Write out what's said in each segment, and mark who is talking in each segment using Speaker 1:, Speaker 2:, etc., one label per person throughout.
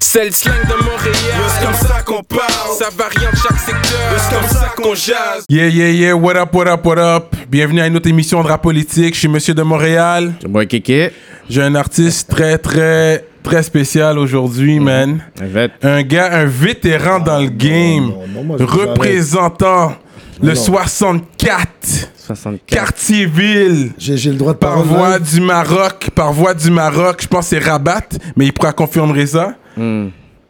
Speaker 1: C'est le slang de Montréal.
Speaker 2: C'est comme ça qu'on parle.
Speaker 1: Ça varie en chaque secteur.
Speaker 2: C'est comme ça qu'on jase.
Speaker 3: Yeah, yeah, yeah, what up, what up, what up. Bienvenue à une autre émission de rap politique. Je suis Monsieur de Montréal.
Speaker 4: Moi, Kéké.
Speaker 3: J'ai un artiste très, très, très spécial
Speaker 2: Mm-hmm.
Speaker 3: aujourd'hui, man.
Speaker 4: Avec.
Speaker 3: Un gars, un vétéran dans
Speaker 2: Ah,
Speaker 3: le game,
Speaker 5: non, non, moi, je vous
Speaker 3: représentant le 64,
Speaker 4: 64.
Speaker 3: quartier-ville.
Speaker 5: J'ai j'ai le droit de
Speaker 3: Par
Speaker 5: parole.
Speaker 3: voie
Speaker 5: là.
Speaker 3: du Maroc, par voie du Maroc, je pense que c'est Rabat, mais il pourra confirmer ça.
Speaker 5: Hmm.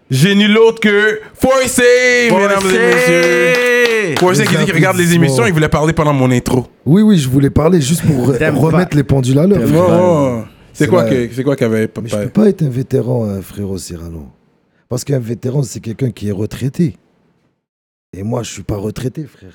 Speaker 3: J'ai nul autre que Forcé, mesdames et messieurs. Forcé qui dit qu'il regarde les émissions, il voulait parler pendant mon intro.
Speaker 5: Oui, oui, je voulais parler juste pour euh,
Speaker 4: T'aimes
Speaker 5: remettre
Speaker 4: pas.
Speaker 5: les pendules à l'heure.
Speaker 3: Oh,
Speaker 5: frère.
Speaker 3: oh. C'est
Speaker 5: C'est
Speaker 3: quoi
Speaker 5: vrai.
Speaker 3: que- c'est quoi qu'il y avait
Speaker 5: Mais je
Speaker 3: papa?
Speaker 5: peux pas être un vétéran, euh, frérot Cyrano. Parce qu'un vétéran, c'est quelqu'un qui est retraité. Et moi, je suis pas retraité, frère.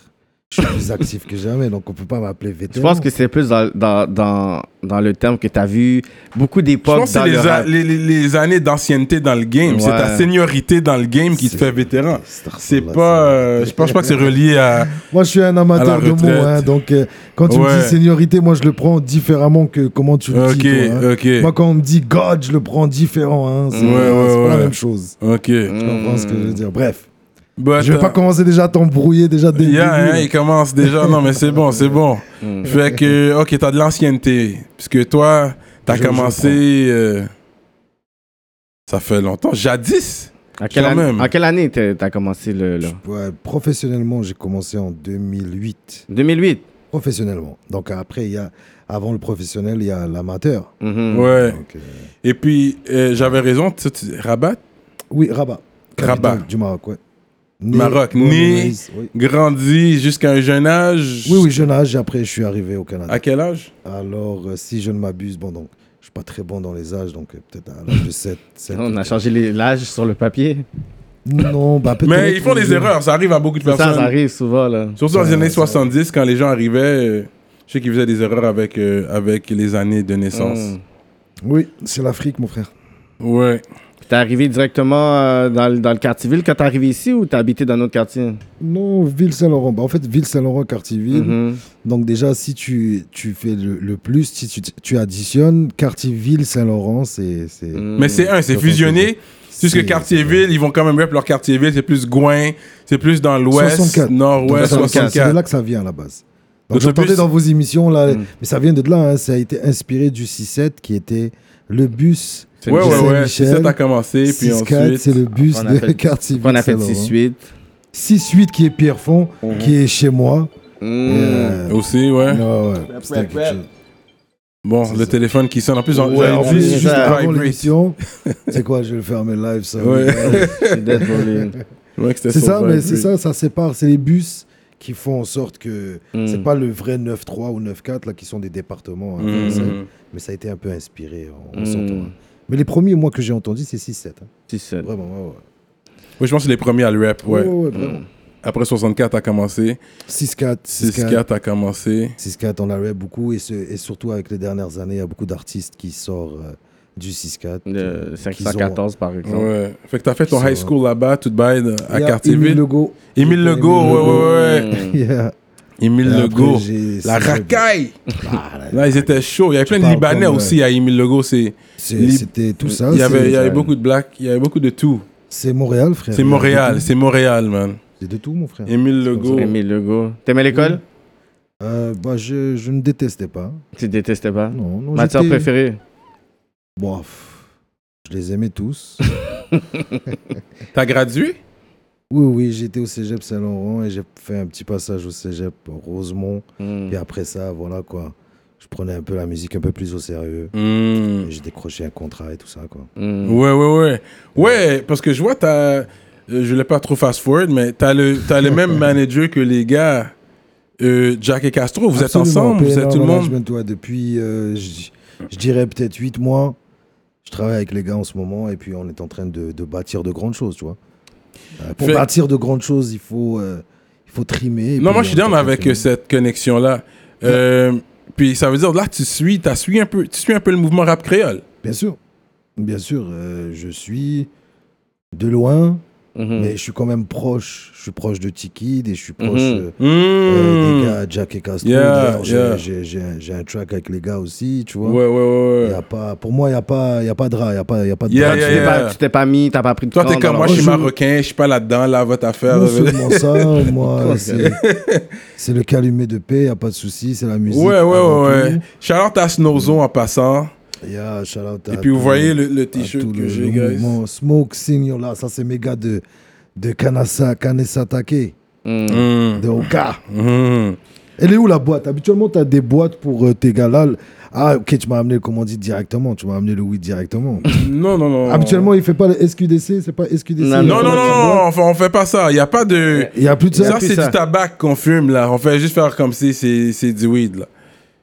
Speaker 5: Je suis plus actif que jamais, donc on peut pas m'appeler
Speaker 4: Je
Speaker 5: vétéran.
Speaker 4: pense que c'est plus dans, dans, dans, dans le terme que t'as vu beaucoup
Speaker 3: Je
Speaker 4: d'époques
Speaker 3: pense que
Speaker 4: dans
Speaker 3: c'est
Speaker 4: le
Speaker 3: les, a-
Speaker 4: rap.
Speaker 3: les, les- les années d'ancienneté dans le game. C'est ta
Speaker 4: Ouais.
Speaker 3: seniorité dans le game qui te fait vétéran.
Speaker 5: Ah,
Speaker 3: C'est
Speaker 5: bah,
Speaker 3: pas. euh, je pense pas que c'est relié à.
Speaker 5: Moi, je suis un
Speaker 3: à
Speaker 5: amateur
Speaker 3: la
Speaker 5: de mots,
Speaker 3: retraite.
Speaker 5: hein, donc euh, quand tu
Speaker 3: Ouais.
Speaker 5: me dis seniorité, moi, je le prends différemment que comment tu le
Speaker 3: Ok,
Speaker 5: dis. toi, hein.
Speaker 3: ok.
Speaker 5: Moi, quand on me dit God, je le prends différent. hein. C'est
Speaker 3: Ouais, ouais,
Speaker 5: c'est pas
Speaker 3: ouais. Hmm.
Speaker 5: la même chose.
Speaker 3: Ok.
Speaker 5: Tu comprends ce que je veux dire Bref.
Speaker 3: But,
Speaker 5: Je vais
Speaker 3: euh,
Speaker 5: pas commencer déjà à t'embrouiller déjà dès le
Speaker 3: Yeah,
Speaker 5: début,
Speaker 3: hein,
Speaker 5: là.
Speaker 3: il commence déjà. Non, mais c'est bon, c'est bon.
Speaker 4: Hmm.
Speaker 3: Fait que, ok, t'as de l'ancienneté. Puisque toi, t'as
Speaker 5: Je- je
Speaker 3: commencé. euh, ça fait longtemps. Jadis.
Speaker 4: À quelle,
Speaker 3: quand
Speaker 4: année-
Speaker 3: même.
Speaker 4: en quelle année t'as t'as commencé le. le-
Speaker 5: Ouais, professionnellement, j'ai commencé en 2008.
Speaker 4: 2008.
Speaker 5: Professionnellement. Donc après, il y a, avant le professionnel, il y a l'amateur.
Speaker 4: Mhm.
Speaker 3: Ouais.
Speaker 5: Donc, euh,
Speaker 3: Et puis, euh, j'avais raison, tu, tu- Rabat,
Speaker 5: oui, Rabat. capitale
Speaker 3: Rabat.
Speaker 5: Du Maroc, ouais. Né-
Speaker 3: Maroc,
Speaker 5: Born and
Speaker 3: né,
Speaker 5: raised, Oui.
Speaker 3: grandi jusqu'à un jeune âge.
Speaker 5: oui, oui, jeune âge. Après, je suis arrivé au Canada.
Speaker 3: À quel âge
Speaker 5: Alors, euh, si je ne m'abuse, bon, donc, je suis pas très bon dans les âges, donc euh, peut-être à l'âge de euh, 7.
Speaker 4: On a changé les- l'âge sur le papier.
Speaker 5: Non, bah peut-être.
Speaker 3: Mais ils font des
Speaker 5: euh,
Speaker 3: erreurs, ça arrive à beaucoup de
Speaker 4: Ça,
Speaker 3: personnes.
Speaker 4: ça arrive souvent, là.
Speaker 3: Surtout dans les
Speaker 5: Ouais,
Speaker 3: années
Speaker 5: ouais,
Speaker 3: 70, quand les gens arrivaient, euh, je sais qu'ils faisaient des erreurs avec, euh, avec les années de naissance.
Speaker 5: Mm.
Speaker 4: Mhm.
Speaker 5: Oui, c'est l'Afrique, mon frère.
Speaker 3: Ouais.
Speaker 4: T'es arrivé directement euh, dans, le- dans le quartier ville quand t'es arrivé ici ou t'as habité dans notre quartier?
Speaker 5: Non, Ville-Saint-Laurent. Bah, en fait, Ville-Saint-Laurent, Cartierville.
Speaker 4: Mhm.
Speaker 5: Donc déjà, si tu, tu fais le, le plus, si tu, tu additionnes, Cartierville, Saint-Laurent, c'est... c'est-
Speaker 4: Mhm.
Speaker 3: Mais c'est un, c'est fusionné. C'est juste que
Speaker 5: c'est-
Speaker 3: quartier-ville, ils vont quand même rep leur quartier-ville. C'est plus Gouin, c'est plus dans l'ouest,
Speaker 5: 64.
Speaker 3: nord-ouest,
Speaker 5: Donc, c'est- C'est de
Speaker 3: 64.
Speaker 5: là que ça vient à la base.
Speaker 3: D'autant
Speaker 5: Donc j'entendais
Speaker 3: plus-
Speaker 5: dans vos émissions, là,
Speaker 4: Mhm.
Speaker 5: mais ça vient de là, hein, ça a été inspiré du 6-7 qui était le bus.
Speaker 3: Ouais, ouais, ouais. C'est
Speaker 5: Saint-Michel,
Speaker 3: ça, t'as commencé. Puis
Speaker 5: 6-4, c'est
Speaker 3: ensuite.
Speaker 5: le bus
Speaker 4: On
Speaker 5: de
Speaker 4: appelle-
Speaker 5: Cartierville.
Speaker 4: On appelle
Speaker 5: Saint-Laurent.
Speaker 4: 6-8.
Speaker 5: 6-8 qui est Pierrefonds,
Speaker 4: Mhm.
Speaker 5: qui est chez moi.
Speaker 4: Mhm.
Speaker 5: Euh,
Speaker 3: Aussi, ouais.
Speaker 5: ouais, ouais, c'était quelque chose.
Speaker 3: Bon, le téléphone qui sonne. En plus, on
Speaker 4: Ouais,
Speaker 3: on
Speaker 5: En
Speaker 4: on
Speaker 3: dit
Speaker 5: plus,
Speaker 4: c'est
Speaker 5: juste
Speaker 4: ça.
Speaker 5: avant
Speaker 3: vibrate.
Speaker 5: l'émission, c'est quoi, je vais le faire mes lives, ça.
Speaker 3: Ouais.
Speaker 4: C'est d'être volé.
Speaker 3: Ouais, que c'était
Speaker 5: C'est
Speaker 3: sur
Speaker 5: ça, mais
Speaker 3: vibrate.
Speaker 5: c'est ça, ça sépare. C'est les bus qui font en sorte que
Speaker 3: Hmm.
Speaker 4: Mm.
Speaker 5: c'est pas le vrai 9-3 ou 9-4 là qui sont des départements. hein,
Speaker 3: Mhm.
Speaker 5: français. Mais ça a été un peu inspiré. On,
Speaker 3: Hmm.
Speaker 5: on
Speaker 4: Mm.
Speaker 5: s'entend, hein. Mais les premiers, moi, que j'ai entendu, c'est 6-7. hein.
Speaker 4: 6-7.
Speaker 5: Vraiment, ouais, ouais.
Speaker 3: Oui, je pense que c'est les premiers à le rap, ouais. Hmm.
Speaker 5: Ouais, ouais, vraiment.
Speaker 3: Après 64, t'as commencé.
Speaker 5: 6-4, 6-4.
Speaker 3: 64, t'as commencé.
Speaker 5: 6-4, on l'arrête beaucoup. Et, ce- et surtout, avec les dernières années, il y a beaucoup d'artistes qui sortent euh, du 6-4.
Speaker 4: Le
Speaker 5: euh, qu'ils ont-
Speaker 4: 514, par exemple.
Speaker 3: Ouais. Fait que t'as fait ton
Speaker 5: C'est
Speaker 3: high
Speaker 5: vrai.
Speaker 3: school là-bas, tout de bail,
Speaker 5: Il
Speaker 3: à
Speaker 5: y a Émile
Speaker 3: Cartierville.
Speaker 5: Legault.
Speaker 3: Émile Legault, ouais, ouais, ouais.
Speaker 4: Mhm.
Speaker 5: Yeah.
Speaker 3: Émile
Speaker 5: Et après,
Speaker 3: Legault.
Speaker 5: j'ai-
Speaker 3: La
Speaker 5: c'est-
Speaker 3: racaille!
Speaker 5: Ah, là,
Speaker 3: Là, ils étaient chauds. Il y avait plein de
Speaker 5: parles
Speaker 3: Libanais
Speaker 5: comme, euh,
Speaker 3: aussi à Émile Legault. C'est,
Speaker 5: c'est-
Speaker 3: Lib-
Speaker 5: C'était tout ça.
Speaker 3: il y avait,
Speaker 5: c'est-
Speaker 3: il y avait
Speaker 4: ça.
Speaker 3: beaucoup de blacks, il y avait beaucoup de tout.
Speaker 5: C'est Montréal, frère.
Speaker 3: C'est
Speaker 5: Il y a de
Speaker 3: Montréal,
Speaker 5: tout.
Speaker 3: c'est Montréal, man.
Speaker 5: C'est de tout, mon frère.
Speaker 3: Émile Legault.
Speaker 4: Émile Legault. T'aimais l'école?
Speaker 5: Euh, bah, je, je ne détestais pas.
Speaker 4: Tu détestais pas?
Speaker 5: Non, non,
Speaker 4: Matière
Speaker 5: j'étais-
Speaker 4: préférée?
Speaker 5: Bof. Je les aimais tous.
Speaker 3: T'as gradué?
Speaker 5: oui, oui, j'étais au cégep Saint-Laurent et j'ai fait un petit passage au cégep Rosemont.
Speaker 4: Mhm.
Speaker 3: Hmm.
Speaker 5: Et après ça, voilà quoi. Je prenais un peu la musique un peu plus au sérieux.
Speaker 3: Hmm.
Speaker 5: Et J'ai décroché un contrat et tout ça, quoi.
Speaker 4: Mhm.
Speaker 3: Ouais, ouais, ouais. Ouais, parce que je vois, t'as. euh, Je voulais pas trop fast forward, mais t'as le, t'as le même manager que les gars, euh, Jack et Castro. Vous êtes
Speaker 5: Absolument,
Speaker 3: ensemble, vous
Speaker 5: PNR
Speaker 3: êtes tout le monde.
Speaker 5: Management, ouais, depuis, euh, je je dirais peut-être 8 mois, je travaille avec les gars en ce moment et puis on est en train de, de bâtir de grandes choses, tu vois. Euh, pour
Speaker 3: Fait-
Speaker 5: bâtir de grandes choses, il faut, euh, il faut trimer. et
Speaker 3: Non,
Speaker 5: puis
Speaker 3: moi, je suis
Speaker 5: on est en
Speaker 3: down
Speaker 5: train de
Speaker 3: avec
Speaker 5: trimer.
Speaker 3: euh, cette connexion-là. Euh, puis ça veut dire, là, tu suis, t'as suivi un peu, tu suis un peu le mouvement rap créole.
Speaker 5: Bien sûr, bien sûr, euh, je suis de loin,
Speaker 4: Mm.
Speaker 5: Mais je suis quand même proche. Je suis proche de Tikid et je suis proche
Speaker 4: Mhm.
Speaker 3: Hmm.
Speaker 5: euh, euh, des
Speaker 3: Mmh.
Speaker 5: gars Jack et Castro.
Speaker 3: Yeah,
Speaker 5: D'ailleurs, j'ai-
Speaker 3: yeah.
Speaker 5: j'ai- J'ai un- j'ai un track avec les gars aussi, tu vois.
Speaker 3: Ouais, ouais, ouais.
Speaker 5: Y
Speaker 3: ouais.
Speaker 5: a pas, pour moi, il n'y a, pas- y a pas de rat, il n'y a, pas- y a pas de
Speaker 3: Yeah,
Speaker 5: drap.
Speaker 4: Tu
Speaker 3: yeah,
Speaker 4: t'es
Speaker 3: yeah.
Speaker 4: pas- tu t'es pas mis, t'as pas pris de
Speaker 3: euh, Toi, t'es
Speaker 4: corde,
Speaker 3: comme moi,
Speaker 4: alors-
Speaker 3: je suis
Speaker 5: je-
Speaker 3: marocain, je suis pas là-dedans, là, va t'affaire.
Speaker 5: Non seulement
Speaker 3: bah,
Speaker 5: ça, moi,
Speaker 4: Comment
Speaker 5: c'est c'est le calumet de paix, il a pas de souci, c'est la musique.
Speaker 3: Ouais, ouais,
Speaker 5: avant
Speaker 3: ouais, ouais.
Speaker 5: tout.
Speaker 3: Shout-out à Snowzone en passant.
Speaker 5: Et, ah, shout out à
Speaker 3: Et puis, vous
Speaker 5: tout-
Speaker 3: voyez le, le
Speaker 5: à tout
Speaker 3: t-shirt
Speaker 5: le-
Speaker 3: que j'ai,
Speaker 5: le
Speaker 3: guys.
Speaker 5: mouvement. Smoke Signal, là, ça c'est mes gars de, de Kanasa, Kanessa Take,
Speaker 4: Mm.
Speaker 3: Mmh.
Speaker 5: de Oka.
Speaker 3: Mmh.
Speaker 5: Elle est où la boîte Habituellement, tu as des boîtes pour euh, tes gars là. Ah, ok, tu m'as amené le commandit directement, tu m'as amené le weed directement.
Speaker 3: Non, non, non.
Speaker 5: Habituellement, il fait pas le SQDC, c'est pas SQDC.
Speaker 3: Non,
Speaker 4: Non,
Speaker 3: non, non,
Speaker 5: la boîte.
Speaker 3: non, on fait, on fait pas ça. Il n'y a pas de.
Speaker 5: Il y a plus de ça.
Speaker 3: Ça,
Speaker 4: plus
Speaker 3: c'est
Speaker 4: ça.
Speaker 3: du tabac qu'on fume, là. On fait juste faire comme si c'est c'est du weed, là.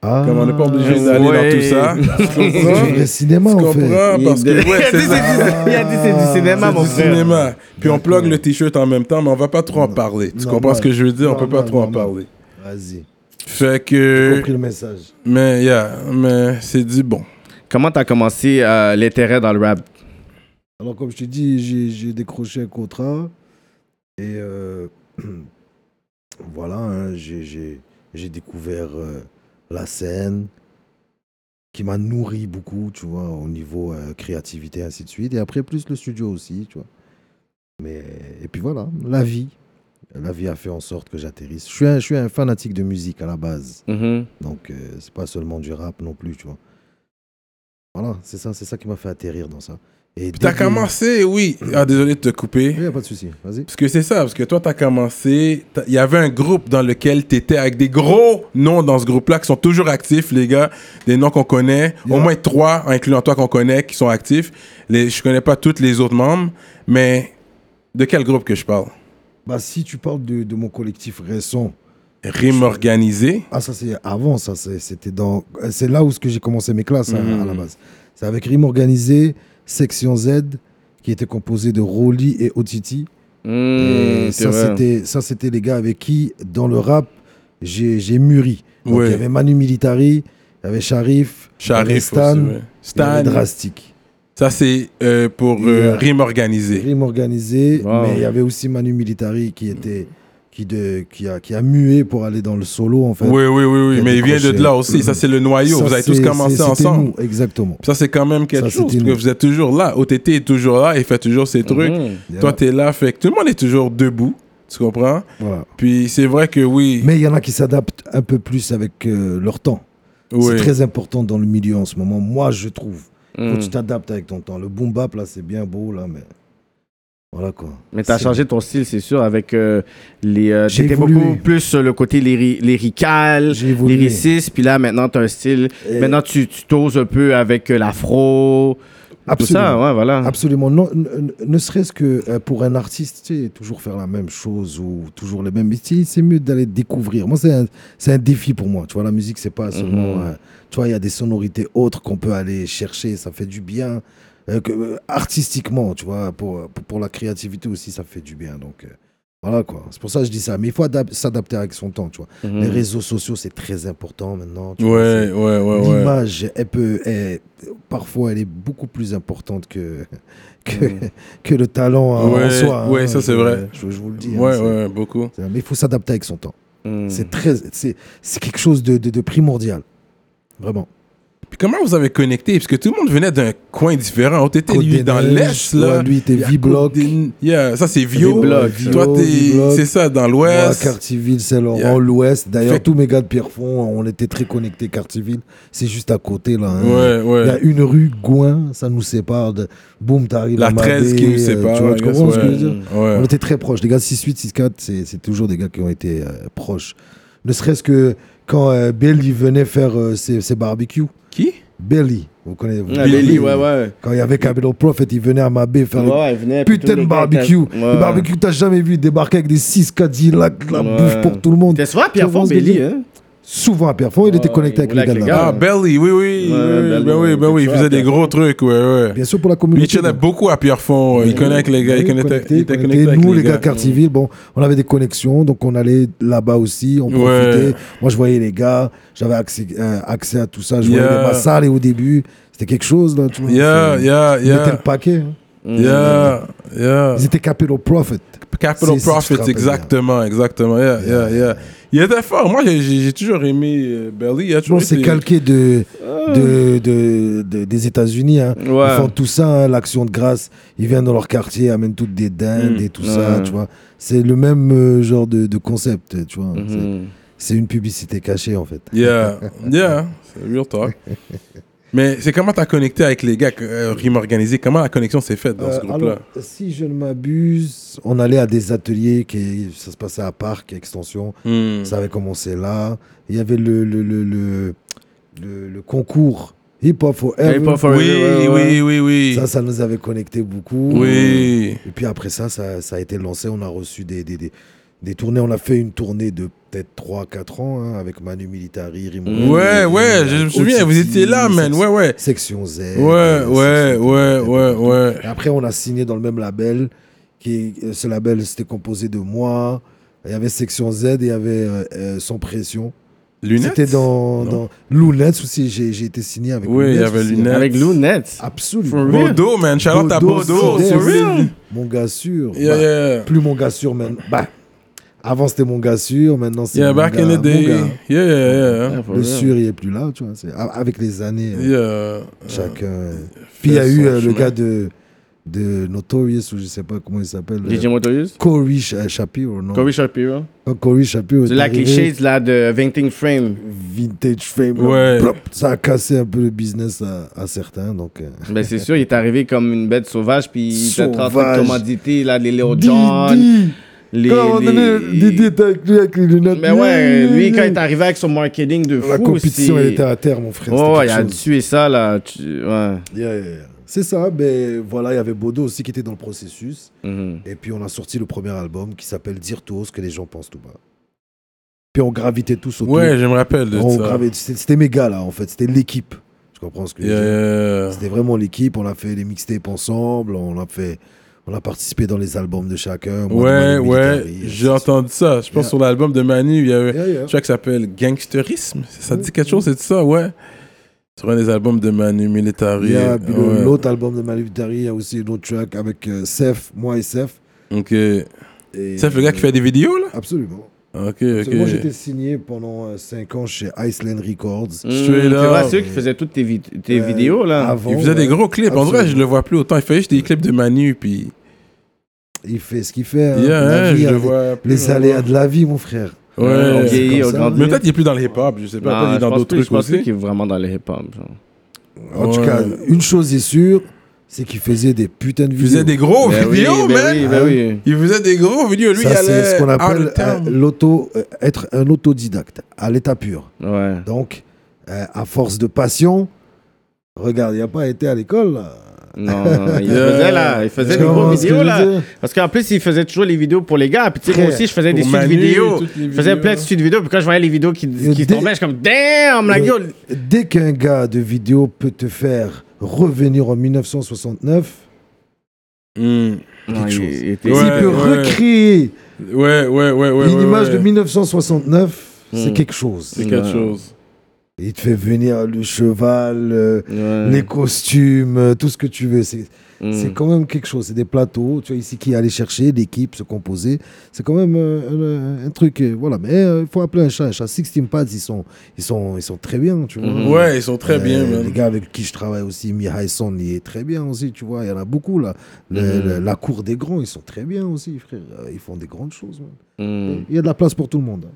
Speaker 5: Ah.
Speaker 3: Comme on n'est pas obligé d'aller
Speaker 4: ouais.
Speaker 3: dans tout ça. Tu
Speaker 5: C'est
Speaker 3: comprends?
Speaker 5: du cinéma
Speaker 3: Tu
Speaker 5: en fait.
Speaker 3: comprends? Parce que, ouais, c'est
Speaker 4: Il a
Speaker 3: ça.
Speaker 4: dit, c'est- il a dit c'est du cinéma,
Speaker 5: Ah, C'est
Speaker 4: mon
Speaker 3: Du
Speaker 4: frère.
Speaker 3: cinéma. Puis on plug le t-shirt en même temps, mais on va pas trop en parler. Tu
Speaker 5: Normal.
Speaker 3: comprends ce que je veux dire? On peut pas
Speaker 5: Normal,
Speaker 3: trop en
Speaker 5: normal.
Speaker 3: parler.
Speaker 5: Vas-y.
Speaker 3: Fait que.
Speaker 5: compris le message.
Speaker 3: Mais, yeah, mais c'est du bon.
Speaker 4: Comment t'as commencé euh, l'intérêt dans le rap
Speaker 5: Alors, comme je te dis, j'ai- j'ai décroché un contrat. Et euh, voilà, hein, j'ai- j'ai j'ai découvert euh, la scène qui m'a nourri beaucoup, tu vois, au niveau euh, créativité, ainsi de suite. Et après, plus le studio aussi, tu vois. Mais, et puis voilà, la vie. La vie a fait en sorte que j'atterrisse. Je suis, un, je suis un fanatique de musique à la base.
Speaker 3: Mm-hmm.
Speaker 4: Mhm.
Speaker 5: Donc, euh, c'est pas seulement du rap non plus, tu vois. Voilà, c'est ça, c'est ça qui m'a fait atterrir dans ça. Et
Speaker 3: T'as
Speaker 5: dès que-
Speaker 3: commencé, oui. Ah, désolé de te couper.
Speaker 5: Il n'y a pas de souci, vas-y.
Speaker 3: Parce que c'est ça, parce que toi, t'as commencé. t'as- Il y avait un groupe dans lequel t'étais avec des gros noms dans ce groupe-là qui sont toujours actifs, les gars. Des noms qu'on connaît, au
Speaker 5: Yeah.
Speaker 3: moins trois, incluant toi qu'on connaît, qui sont actifs. Les, je connais pas tous les autres membres, mais de quel groupe que je parle
Speaker 5: Bah, si tu parles de, de mon collectif récent,
Speaker 3: Rime organisé.
Speaker 5: ah, ça c'est avant, ça c'est- c'était dans. C'est là où ce que j'ai commencé mes classes hein,
Speaker 3: Mhm.
Speaker 5: à la base. C'est avec Rime Organisé, Section Z, qui était composé de Rolly et Otiti.
Speaker 3: Mhm,
Speaker 4: Mm,
Speaker 5: Et
Speaker 4: c'est
Speaker 5: ça,
Speaker 4: vrai.
Speaker 5: c'était- ça, c'était les gars avec qui, dans le rap, j'ai j'ai mûri. Donc, Il
Speaker 3: Ouais.
Speaker 5: y avait Manu Militari, il y avait Sharif, il y avait
Speaker 3: Sharif.
Speaker 5: Stan,
Speaker 3: aussi,
Speaker 5: il
Speaker 3: ouais.
Speaker 5: y avait
Speaker 3: Stan.
Speaker 5: Drastic.
Speaker 3: Ça, c'est euh, pour euh,
Speaker 5: Yeah.
Speaker 3: Rime organisé.
Speaker 5: Rime organisé,
Speaker 4: Wow.
Speaker 5: mais il y avait aussi Manu Militari qui était qui de qui a qui a mué pour aller dans le solo en fait.
Speaker 3: Oui, oui, oui, oui.
Speaker 5: Il a
Speaker 3: Mais il vient de
Speaker 5: décroché.
Speaker 3: là aussi. Ça, c'est le noyau.
Speaker 5: Ça,
Speaker 3: Vous avez
Speaker 5: c'est-
Speaker 3: tous commencé
Speaker 5: c'est- c'était
Speaker 3: ensemble.
Speaker 5: nous, exactement.
Speaker 3: Ça, c'est quand même quelque
Speaker 5: Ça,
Speaker 3: chose,
Speaker 5: c'était
Speaker 3: parce que
Speaker 5: nous.
Speaker 3: vous êtes toujours là. OTT est toujours là, il fait toujours ses trucs.
Speaker 4: Mhm.
Speaker 5: Yeah,
Speaker 3: Toi, t'es là, fait que tout le monde est toujours debout, tu comprends?
Speaker 5: voilà.
Speaker 3: Puis c'est vrai que oui,
Speaker 5: Mais il y en a qui s'adaptent un peu plus avec euh, leur temps.
Speaker 3: oui.
Speaker 5: C'est très important dans le milieu en ce moment. Moi, je trouve. Faut
Speaker 3: Hmm.
Speaker 5: que
Speaker 4: Mm.
Speaker 5: tu t'adaptes avec ton temps. Le boom bap là, c'est bien beau là, mais voilà quoi.
Speaker 4: Mais t'as
Speaker 5: C'est-
Speaker 4: changé ton style, c'est sûr, avec euh, les. euh,
Speaker 5: J'ai
Speaker 4: T'étais
Speaker 5: évolué.
Speaker 4: beaucoup plus sur le côté lyri- lyrical,
Speaker 5: J'ai évolué.
Speaker 4: lyriciste, puis là maintenant t'as un style.
Speaker 5: Et-
Speaker 4: Maintenant tu tu t'oses un peu avec euh, l'afro. Tout
Speaker 5: Absolument.
Speaker 4: ça, ouais, voilà.
Speaker 5: Absolument. Non, n- n- ne serait-ce que euh, pour un artiste, tu sais, toujours faire la même chose ou toujours les mêmes. Mais tu sais, c'est mieux d'aller découvrir. Moi, c'est un, c'est un défi pour moi. Tu vois, la musique, c'est pas seulement.
Speaker 4: Mhm.
Speaker 5: euh, tu vois, il y a des sonorités autres qu'on peut aller chercher. Ça fait du bien. euh, que, euh, artistiquement, tu vois, pour, pour, pour la créativité aussi, ça fait du bien. Donc, euh, voilà quoi. C'est pour ça que je dis ça. Mais il faut adap- s'adapter avec son temps, tu vois.
Speaker 4: Mhm.
Speaker 5: Les réseaux sociaux, c'est très important maintenant. tu vois,
Speaker 3: Ouais,
Speaker 5: c'est-
Speaker 3: ouais, ouais, ouais.
Speaker 5: L'image, elle peut, elle- parfois, elle est beaucoup plus importante que, que, que le talent hein, en- en
Speaker 3: Mm. Ouais,
Speaker 5: soi.
Speaker 3: ouais, ça, c'est
Speaker 5: je,
Speaker 3: vrai.
Speaker 5: Je, je vous le dis. hein,
Speaker 3: Ouais,
Speaker 5: c'est-
Speaker 3: ouais, beaucoup.
Speaker 5: c'est- Mais il faut s'adapter avec son temps.
Speaker 4: Mm.
Speaker 5: C'est très, c'est, c'est quelque chose de, de- de primordial. Vraiment.
Speaker 3: Puis comment vous avez connecté? Parce que tout le monde venait d'un coin différent. OTT,
Speaker 5: Côte
Speaker 3: lui,
Speaker 5: des
Speaker 3: dans
Speaker 5: Neiges,
Speaker 3: l'Est, là.
Speaker 5: ouais, lui, t'es
Speaker 3: Il y a Côte
Speaker 5: V-Block.
Speaker 3: des- Yeah, ça, c'est Vio.
Speaker 4: V-Block.
Speaker 3: Toi,
Speaker 5: Vio,
Speaker 3: t'es.
Speaker 5: V-Block.
Speaker 3: C'est ça, dans
Speaker 5: Moi,
Speaker 3: l'Ouest.
Speaker 5: Cartierville, c'est Laurent,
Speaker 3: Yeah.
Speaker 5: l'Ouest. D'ailleurs,
Speaker 3: Fait-
Speaker 5: tous mes gars de Pierrefonds, on était très connectés. Cartierville, c'est juste à côté, là. hein.
Speaker 3: Ouais,
Speaker 5: Il y a
Speaker 3: ouais.
Speaker 5: une rue Gouin, ça nous sépare de. Boum, t'arrives
Speaker 3: La
Speaker 5: à
Speaker 3: 13 qui
Speaker 5: Mabé,
Speaker 3: nous
Speaker 5: euh,
Speaker 3: sépare.
Speaker 5: Tu, vois,
Speaker 3: I
Speaker 5: tu
Speaker 3: guess,
Speaker 5: comprends ce que je veux dire
Speaker 3: ouais. Ouais.
Speaker 5: On était très proches. Les gars 6-8, 6-4, c'est c'est toujours des gars qui ont été euh, proches. Ne serait-ce que quand euh, Belly venait faire euh, ses, ses barbecues.
Speaker 3: Qui?
Speaker 5: Belly, vous connaissez vous
Speaker 4: Ah,
Speaker 5: connaissez.
Speaker 4: Belly, ouais, ouais.
Speaker 5: Quand il y avait Cabello Prophet, il venait à Mabé faire le
Speaker 4: Ouais, il venait, puis tous
Speaker 5: putain de
Speaker 4: les gars,
Speaker 5: barbecue.
Speaker 4: t'as- ouais.
Speaker 5: Le barbecue, t'as jamais vu débarquer avec des 6 Cadillac, la
Speaker 4: Ouais.
Speaker 5: bouffe pour tout le monde.
Speaker 4: T'es souvent à Pierrefonds,
Speaker 5: Tu vois ce que je
Speaker 4: Belly,
Speaker 5: veux
Speaker 4: hein?
Speaker 5: Souvent à Pierrefonds, il
Speaker 4: Ouais,
Speaker 5: était connecté
Speaker 4: il
Speaker 5: avec les
Speaker 4: roulait
Speaker 5: gars.
Speaker 4: avec les
Speaker 5: là-bas.
Speaker 3: Ah, Belly, oui, oui.
Speaker 4: Ouais,
Speaker 3: oui,
Speaker 4: Belly,
Speaker 3: ben oui, ben
Speaker 4: il
Speaker 3: oui.
Speaker 4: était
Speaker 3: Il faisait
Speaker 4: fort,
Speaker 3: des
Speaker 4: hein.
Speaker 3: gros trucs, ouais, ouais.
Speaker 5: Bien sûr, pour la
Speaker 3: Lui, il
Speaker 5: communauté.
Speaker 3: chillait
Speaker 5: donc.
Speaker 3: beaucoup à Pierrefonds. Il connecte les gars. Il
Speaker 5: Oui,
Speaker 3: connectait- il était
Speaker 5: connecté,
Speaker 3: connecté avec
Speaker 5: Nous,
Speaker 3: les gars.
Speaker 5: Cartierville, bon, on avait des connexions, donc on allait là-bas aussi, on profitait.
Speaker 3: Ouais.
Speaker 5: Moi, je voyais les gars, j'avais accès, euh, accès à tout ça. Je
Speaker 3: Yeah.
Speaker 5: voyais les massales au début, c'était quelque chose, là, tu vois.
Speaker 3: Yeah,
Speaker 5: c'est-
Speaker 3: yeah, Ah.
Speaker 5: Ils mettaient
Speaker 3: yeah.
Speaker 5: le paquet. hein.
Speaker 3: Yeah, Yeah.
Speaker 5: Ils étaient Capital Profit.
Speaker 3: Capital
Speaker 5: Si, si, tu te
Speaker 3: Profits,
Speaker 5: rappelles
Speaker 3: exactement, exactement. Yeah, yeah, yeah. Il était fort. Moi, j'ai- j'ai j'ai toujours aimé euh, Belly. Il a toujours
Speaker 5: Non, c'est
Speaker 3: été-
Speaker 5: calqué de,
Speaker 3: Ah.
Speaker 5: de, de- de- des États-Unis. hein.
Speaker 4: Ouais.
Speaker 5: Ils font tout ça, hein, l'action de grâce. Ils viennent dans leur quartier, amènent toutes des dindes
Speaker 3: Mm.
Speaker 5: et tout ça,
Speaker 4: Ouais.
Speaker 5: tu vois. C'est le même euh, genre de, de concept, tu vois.
Speaker 3: Mm-hmm.
Speaker 5: C'est-
Speaker 4: Mhm.
Speaker 5: C'est une publicité cachée, en fait.
Speaker 3: Yeah, yeah, c'est real talk. Mais c'est comment t'as connecté avec les gars, que, euh, Rime Organisé, comment la connexion s'est faite dans
Speaker 5: Euh,
Speaker 3: ce groupe-là
Speaker 5: alors, si je ne m'abuse, on allait à des ateliers, qui, ça se passait à Parc, Extension.
Speaker 3: Hmm.
Speaker 5: Ça avait commencé là. Il y avait le, le, le, le, le- le concours Hip Hop for
Speaker 4: Hip Hop Forever,
Speaker 3: Oui,
Speaker 4: ouais,
Speaker 3: oui,
Speaker 4: ouais.
Speaker 3: oui, oui.
Speaker 5: Ça, ça nous avait connectés beaucoup.
Speaker 3: oui.
Speaker 5: Et puis après ça, ça, ça a été lancé. On a reçu des, des, des, des tournées. On a fait une tournée de peut-être 3-4 ans hein, avec Manu Militari, Rimo
Speaker 4: Mm.
Speaker 3: Ouais, ouais, je me souviens, vous étiez là, man. Ouais, ouais.
Speaker 5: Section Z.
Speaker 3: Ouais,
Speaker 5: euh,
Speaker 3: ouais,
Speaker 5: Section
Speaker 3: ouais,
Speaker 5: Z,
Speaker 3: ouais, ouais.
Speaker 5: Et après, on a signé dans le même label. Qui, euh, ce label, c'était composé de moi. Il y avait Section Z et il y avait euh, euh, Sans Pression.
Speaker 3: Lunettes
Speaker 5: C'était dans,
Speaker 3: Non.
Speaker 5: dans Lunettes aussi. J'ai j'ai été signé avec
Speaker 3: Oui, il y
Speaker 5: Lunettes
Speaker 3: avait
Speaker 5: aussi.
Speaker 3: Lunettes.
Speaker 4: Avec Lunette.
Speaker 5: Absolument.
Speaker 4: For real.
Speaker 3: Bodo, man. Shout-out à Bodo.
Speaker 5: Sidem,
Speaker 3: c'est real.
Speaker 5: Mon gars sûr.
Speaker 3: Yeah,
Speaker 5: Bah,
Speaker 3: yeah.
Speaker 5: plus mon gars sûr maintenant. Bah, avant c'était mon gars sûr, maintenant c'est
Speaker 3: Yeah,
Speaker 5: mon
Speaker 3: back
Speaker 5: gars-
Speaker 3: in the
Speaker 5: mon
Speaker 3: day.
Speaker 5: gars.
Speaker 3: Yeah, yeah, yeah.
Speaker 4: Ah, for
Speaker 5: Le
Speaker 4: real.
Speaker 5: sûr il est plus là, tu vois. c'est- a- Avec les années, euh,
Speaker 3: Yeah. hein.
Speaker 5: chacun. euh, Puis il y a
Speaker 3: son
Speaker 5: eu euh, le
Speaker 3: chemin.
Speaker 5: gars de de Notorious ou je sais pas comment il s'appelle.
Speaker 4: DJ
Speaker 5: euh,
Speaker 4: Motorius.
Speaker 5: Corey Sh- euh, Shapiro, non
Speaker 4: Corey Shapiro.
Speaker 5: Quand Corey Shapiro
Speaker 4: C'est
Speaker 5: est
Speaker 4: la
Speaker 5: arrivé,
Speaker 4: cliché là, de 20 Frame.
Speaker 5: vintage fame,
Speaker 3: Ouais.
Speaker 5: plop, ça a cassé un peu le business à, à certains, donc. euh,
Speaker 4: Ben, c'est sûr, il est arrivé comme une bête sauvage, puis il était en train
Speaker 5: Sauvage.
Speaker 4: de commoditer là, les Leo John.
Speaker 5: Didi.
Speaker 4: Les,
Speaker 5: Quand on donnait-
Speaker 4: les-
Speaker 5: Didi était avec lui avec les lunettes.
Speaker 4: Mais ouais, lui, quand il est arrivé avec son marketing de fou,
Speaker 5: La compétition,
Speaker 4: c'est-
Speaker 5: elle était à terre, mon frère.
Speaker 4: Ouais,
Speaker 5: c'était
Speaker 4: ouais, il
Speaker 5: quelque
Speaker 4: a
Speaker 5: chose.
Speaker 4: tué ça, là. tu- Ouais.
Speaker 5: Yeah, yeah, yeah. C'est ça, mais voilà, il y avait Bodo aussi qui était dans le processus.
Speaker 4: Mhm.
Speaker 5: Et puis on a sorti le premier album qui s'appelle Dire tout haut ce que les gens pensent tout bas. Puis on gravitait tous autour.
Speaker 3: Ouais, je me rappelle de
Speaker 5: on
Speaker 3: ça.
Speaker 5: gravitait- c'était c'était mes gars là en fait, c'était l'équipe. Je comprends ce que je
Speaker 3: Yeah,
Speaker 5: dis.
Speaker 3: yeah, yeah.
Speaker 5: C'était vraiment l'équipe, on a fait les mixtapes ensemble, on a fait on a participé dans les albums de chacun. moi,
Speaker 3: Ouais,
Speaker 5: dans les
Speaker 3: ouais,
Speaker 5: Military,
Speaker 3: j'ai
Speaker 5: etc.
Speaker 3: entendu ça. Je pense
Speaker 5: Yeah.
Speaker 3: sur l'album de Manu, il y avait
Speaker 5: Yeah, yeah.
Speaker 3: un track qui s'appelle Gangsterisme. Ça te dit
Speaker 5: Ouais.
Speaker 3: quelque chose, c'est de ça, ouais. Sur un des albums de Manu Militari.
Speaker 5: Il y a puis le-
Speaker 3: ouais.
Speaker 5: l'autre album de Malivitari, il y a aussi une autre track avec euh, Seth, moi et Seth.
Speaker 3: Ok.
Speaker 5: Et- euh,
Speaker 3: C'est le gars qui fait des vidéos, là
Speaker 5: Absolument.
Speaker 3: Ok,
Speaker 5: Parce que Moi,
Speaker 3: ok.
Speaker 5: j'étais signé pendant 5 ans chez Iceland Records.
Speaker 4: Mhm,
Speaker 3: Straight
Speaker 4: C'est
Speaker 3: up.
Speaker 4: vrai, c'est eux qui faisaient toutes tes, vid- tes
Speaker 5: Euh,
Speaker 4: vidéos, là.
Speaker 5: avant,
Speaker 3: Il faisait des
Speaker 5: ouais.
Speaker 3: gros clips. En vrai, je le vois plus autant. Il faisait juste des clips de Manu, puis.
Speaker 5: Il fait ce qu'il fait. hein.
Speaker 3: Yeah,
Speaker 5: La
Speaker 3: hein,
Speaker 5: vie,
Speaker 3: je
Speaker 5: hein,
Speaker 3: le
Speaker 5: les-
Speaker 3: vois. plus,
Speaker 5: Les
Speaker 3: ouais.
Speaker 5: aléas de la vie, mon frère.
Speaker 4: On
Speaker 3: Ouais.
Speaker 4: vieillit, on
Speaker 5: comme ça.
Speaker 4: grandit.
Speaker 3: Mais peut-être qu'il est plus dans le hip-hop, je sais pas.
Speaker 4: Non,
Speaker 3: Peut-être il est
Speaker 4: je
Speaker 3: dans
Speaker 4: pense
Speaker 3: d'autres
Speaker 4: plus-
Speaker 3: trucs
Speaker 4: Je pense plus
Speaker 3: aussi.
Speaker 4: qu'il est vraiment dans le hip-hop. genre.
Speaker 5: En tout
Speaker 3: Ouais.
Speaker 5: cas, une chose est sûre, c'est qu'il faisait des putains de
Speaker 3: Il
Speaker 5: vidéos.
Speaker 3: faisait des gros
Speaker 4: Ben oui,
Speaker 3: vidéos,
Speaker 4: ben
Speaker 3: man.
Speaker 4: oui, ben oui.
Speaker 3: Il faisait des gros vidéos. Lui, il
Speaker 5: Ça,
Speaker 3: allait.
Speaker 5: c'est ce qu'on
Speaker 3: out of
Speaker 5: appelle
Speaker 3: town.
Speaker 5: euh, l'auto, euh, être un autodidacte à l'état pur.
Speaker 4: Ouais.
Speaker 5: Donc, euh, à force de passion, regarde, il n'a pas été à l'école. là.
Speaker 4: Non, non, il
Speaker 3: Yeah.
Speaker 4: faisait là, il faisait
Speaker 5: Tu
Speaker 4: des gros
Speaker 5: comprends ce que
Speaker 4: vidéos
Speaker 5: je veux
Speaker 4: là.
Speaker 5: dire
Speaker 4: Parce qu'en plus, il faisait toujours les vidéos pour les gars. Puis tu sais, moi
Speaker 5: Frère,
Speaker 4: aussi, je faisais des
Speaker 3: pour
Speaker 4: suites
Speaker 3: Manu,
Speaker 4: vidéos.
Speaker 3: toutes les
Speaker 4: Je faisais
Speaker 3: vidéos.
Speaker 4: plein de suites vidéos. Puis quand je voyais les vidéos qui,
Speaker 5: Le
Speaker 4: qui
Speaker 5: dé-
Speaker 4: tombaient, je suis comme Damn, la
Speaker 5: Le-
Speaker 4: gueule!
Speaker 5: Dès qu'un gars de vidéo peut te faire revenir en 1969,
Speaker 3: Hmm.
Speaker 4: Non, il-
Speaker 5: chose.
Speaker 4: il était-
Speaker 3: Ouais.
Speaker 5: il peut recréer
Speaker 3: Ouais, ouais, ouais, ouais.
Speaker 5: une
Speaker 3: ouais,
Speaker 5: image
Speaker 3: ouais. Hmm.
Speaker 5: de 1969, c'est
Speaker 4: Mm.
Speaker 5: quelque chose.
Speaker 3: C'est quelque
Speaker 4: Ouais.
Speaker 3: chose.
Speaker 5: Il te fait venir le cheval, euh,
Speaker 3: Hmm.
Speaker 4: Ouais.
Speaker 5: les costumes, euh, tout ce que tu veux. C'est
Speaker 4: Mm.
Speaker 5: c'est quand même quelque chose. C'est des plateaux, tu vois, ici qui aller chercher, l'équipe se composer. C'est quand même euh, un, un truc. euh, voilà, mais euh, il faut appeler un chat un chat. 16 Pads, ils sont, ils, sont, ils sont très bien, tu vois.
Speaker 4: Mhm.
Speaker 3: Hmm. Ouais, ils sont très
Speaker 5: Euh,
Speaker 3: bien, man.
Speaker 5: Les gars avec qui je travaille aussi, Mihai Son, il est très bien aussi, tu vois. Il y en a beaucoup, là. Le-
Speaker 3: Hmm.
Speaker 4: Mhm.
Speaker 5: le- la cour des grands, ils sont très bien aussi, frère. Euh, Ils font des grandes choses, man.
Speaker 3: Hmm.
Speaker 4: Mm.
Speaker 5: Il y a de la place pour tout le monde. hein.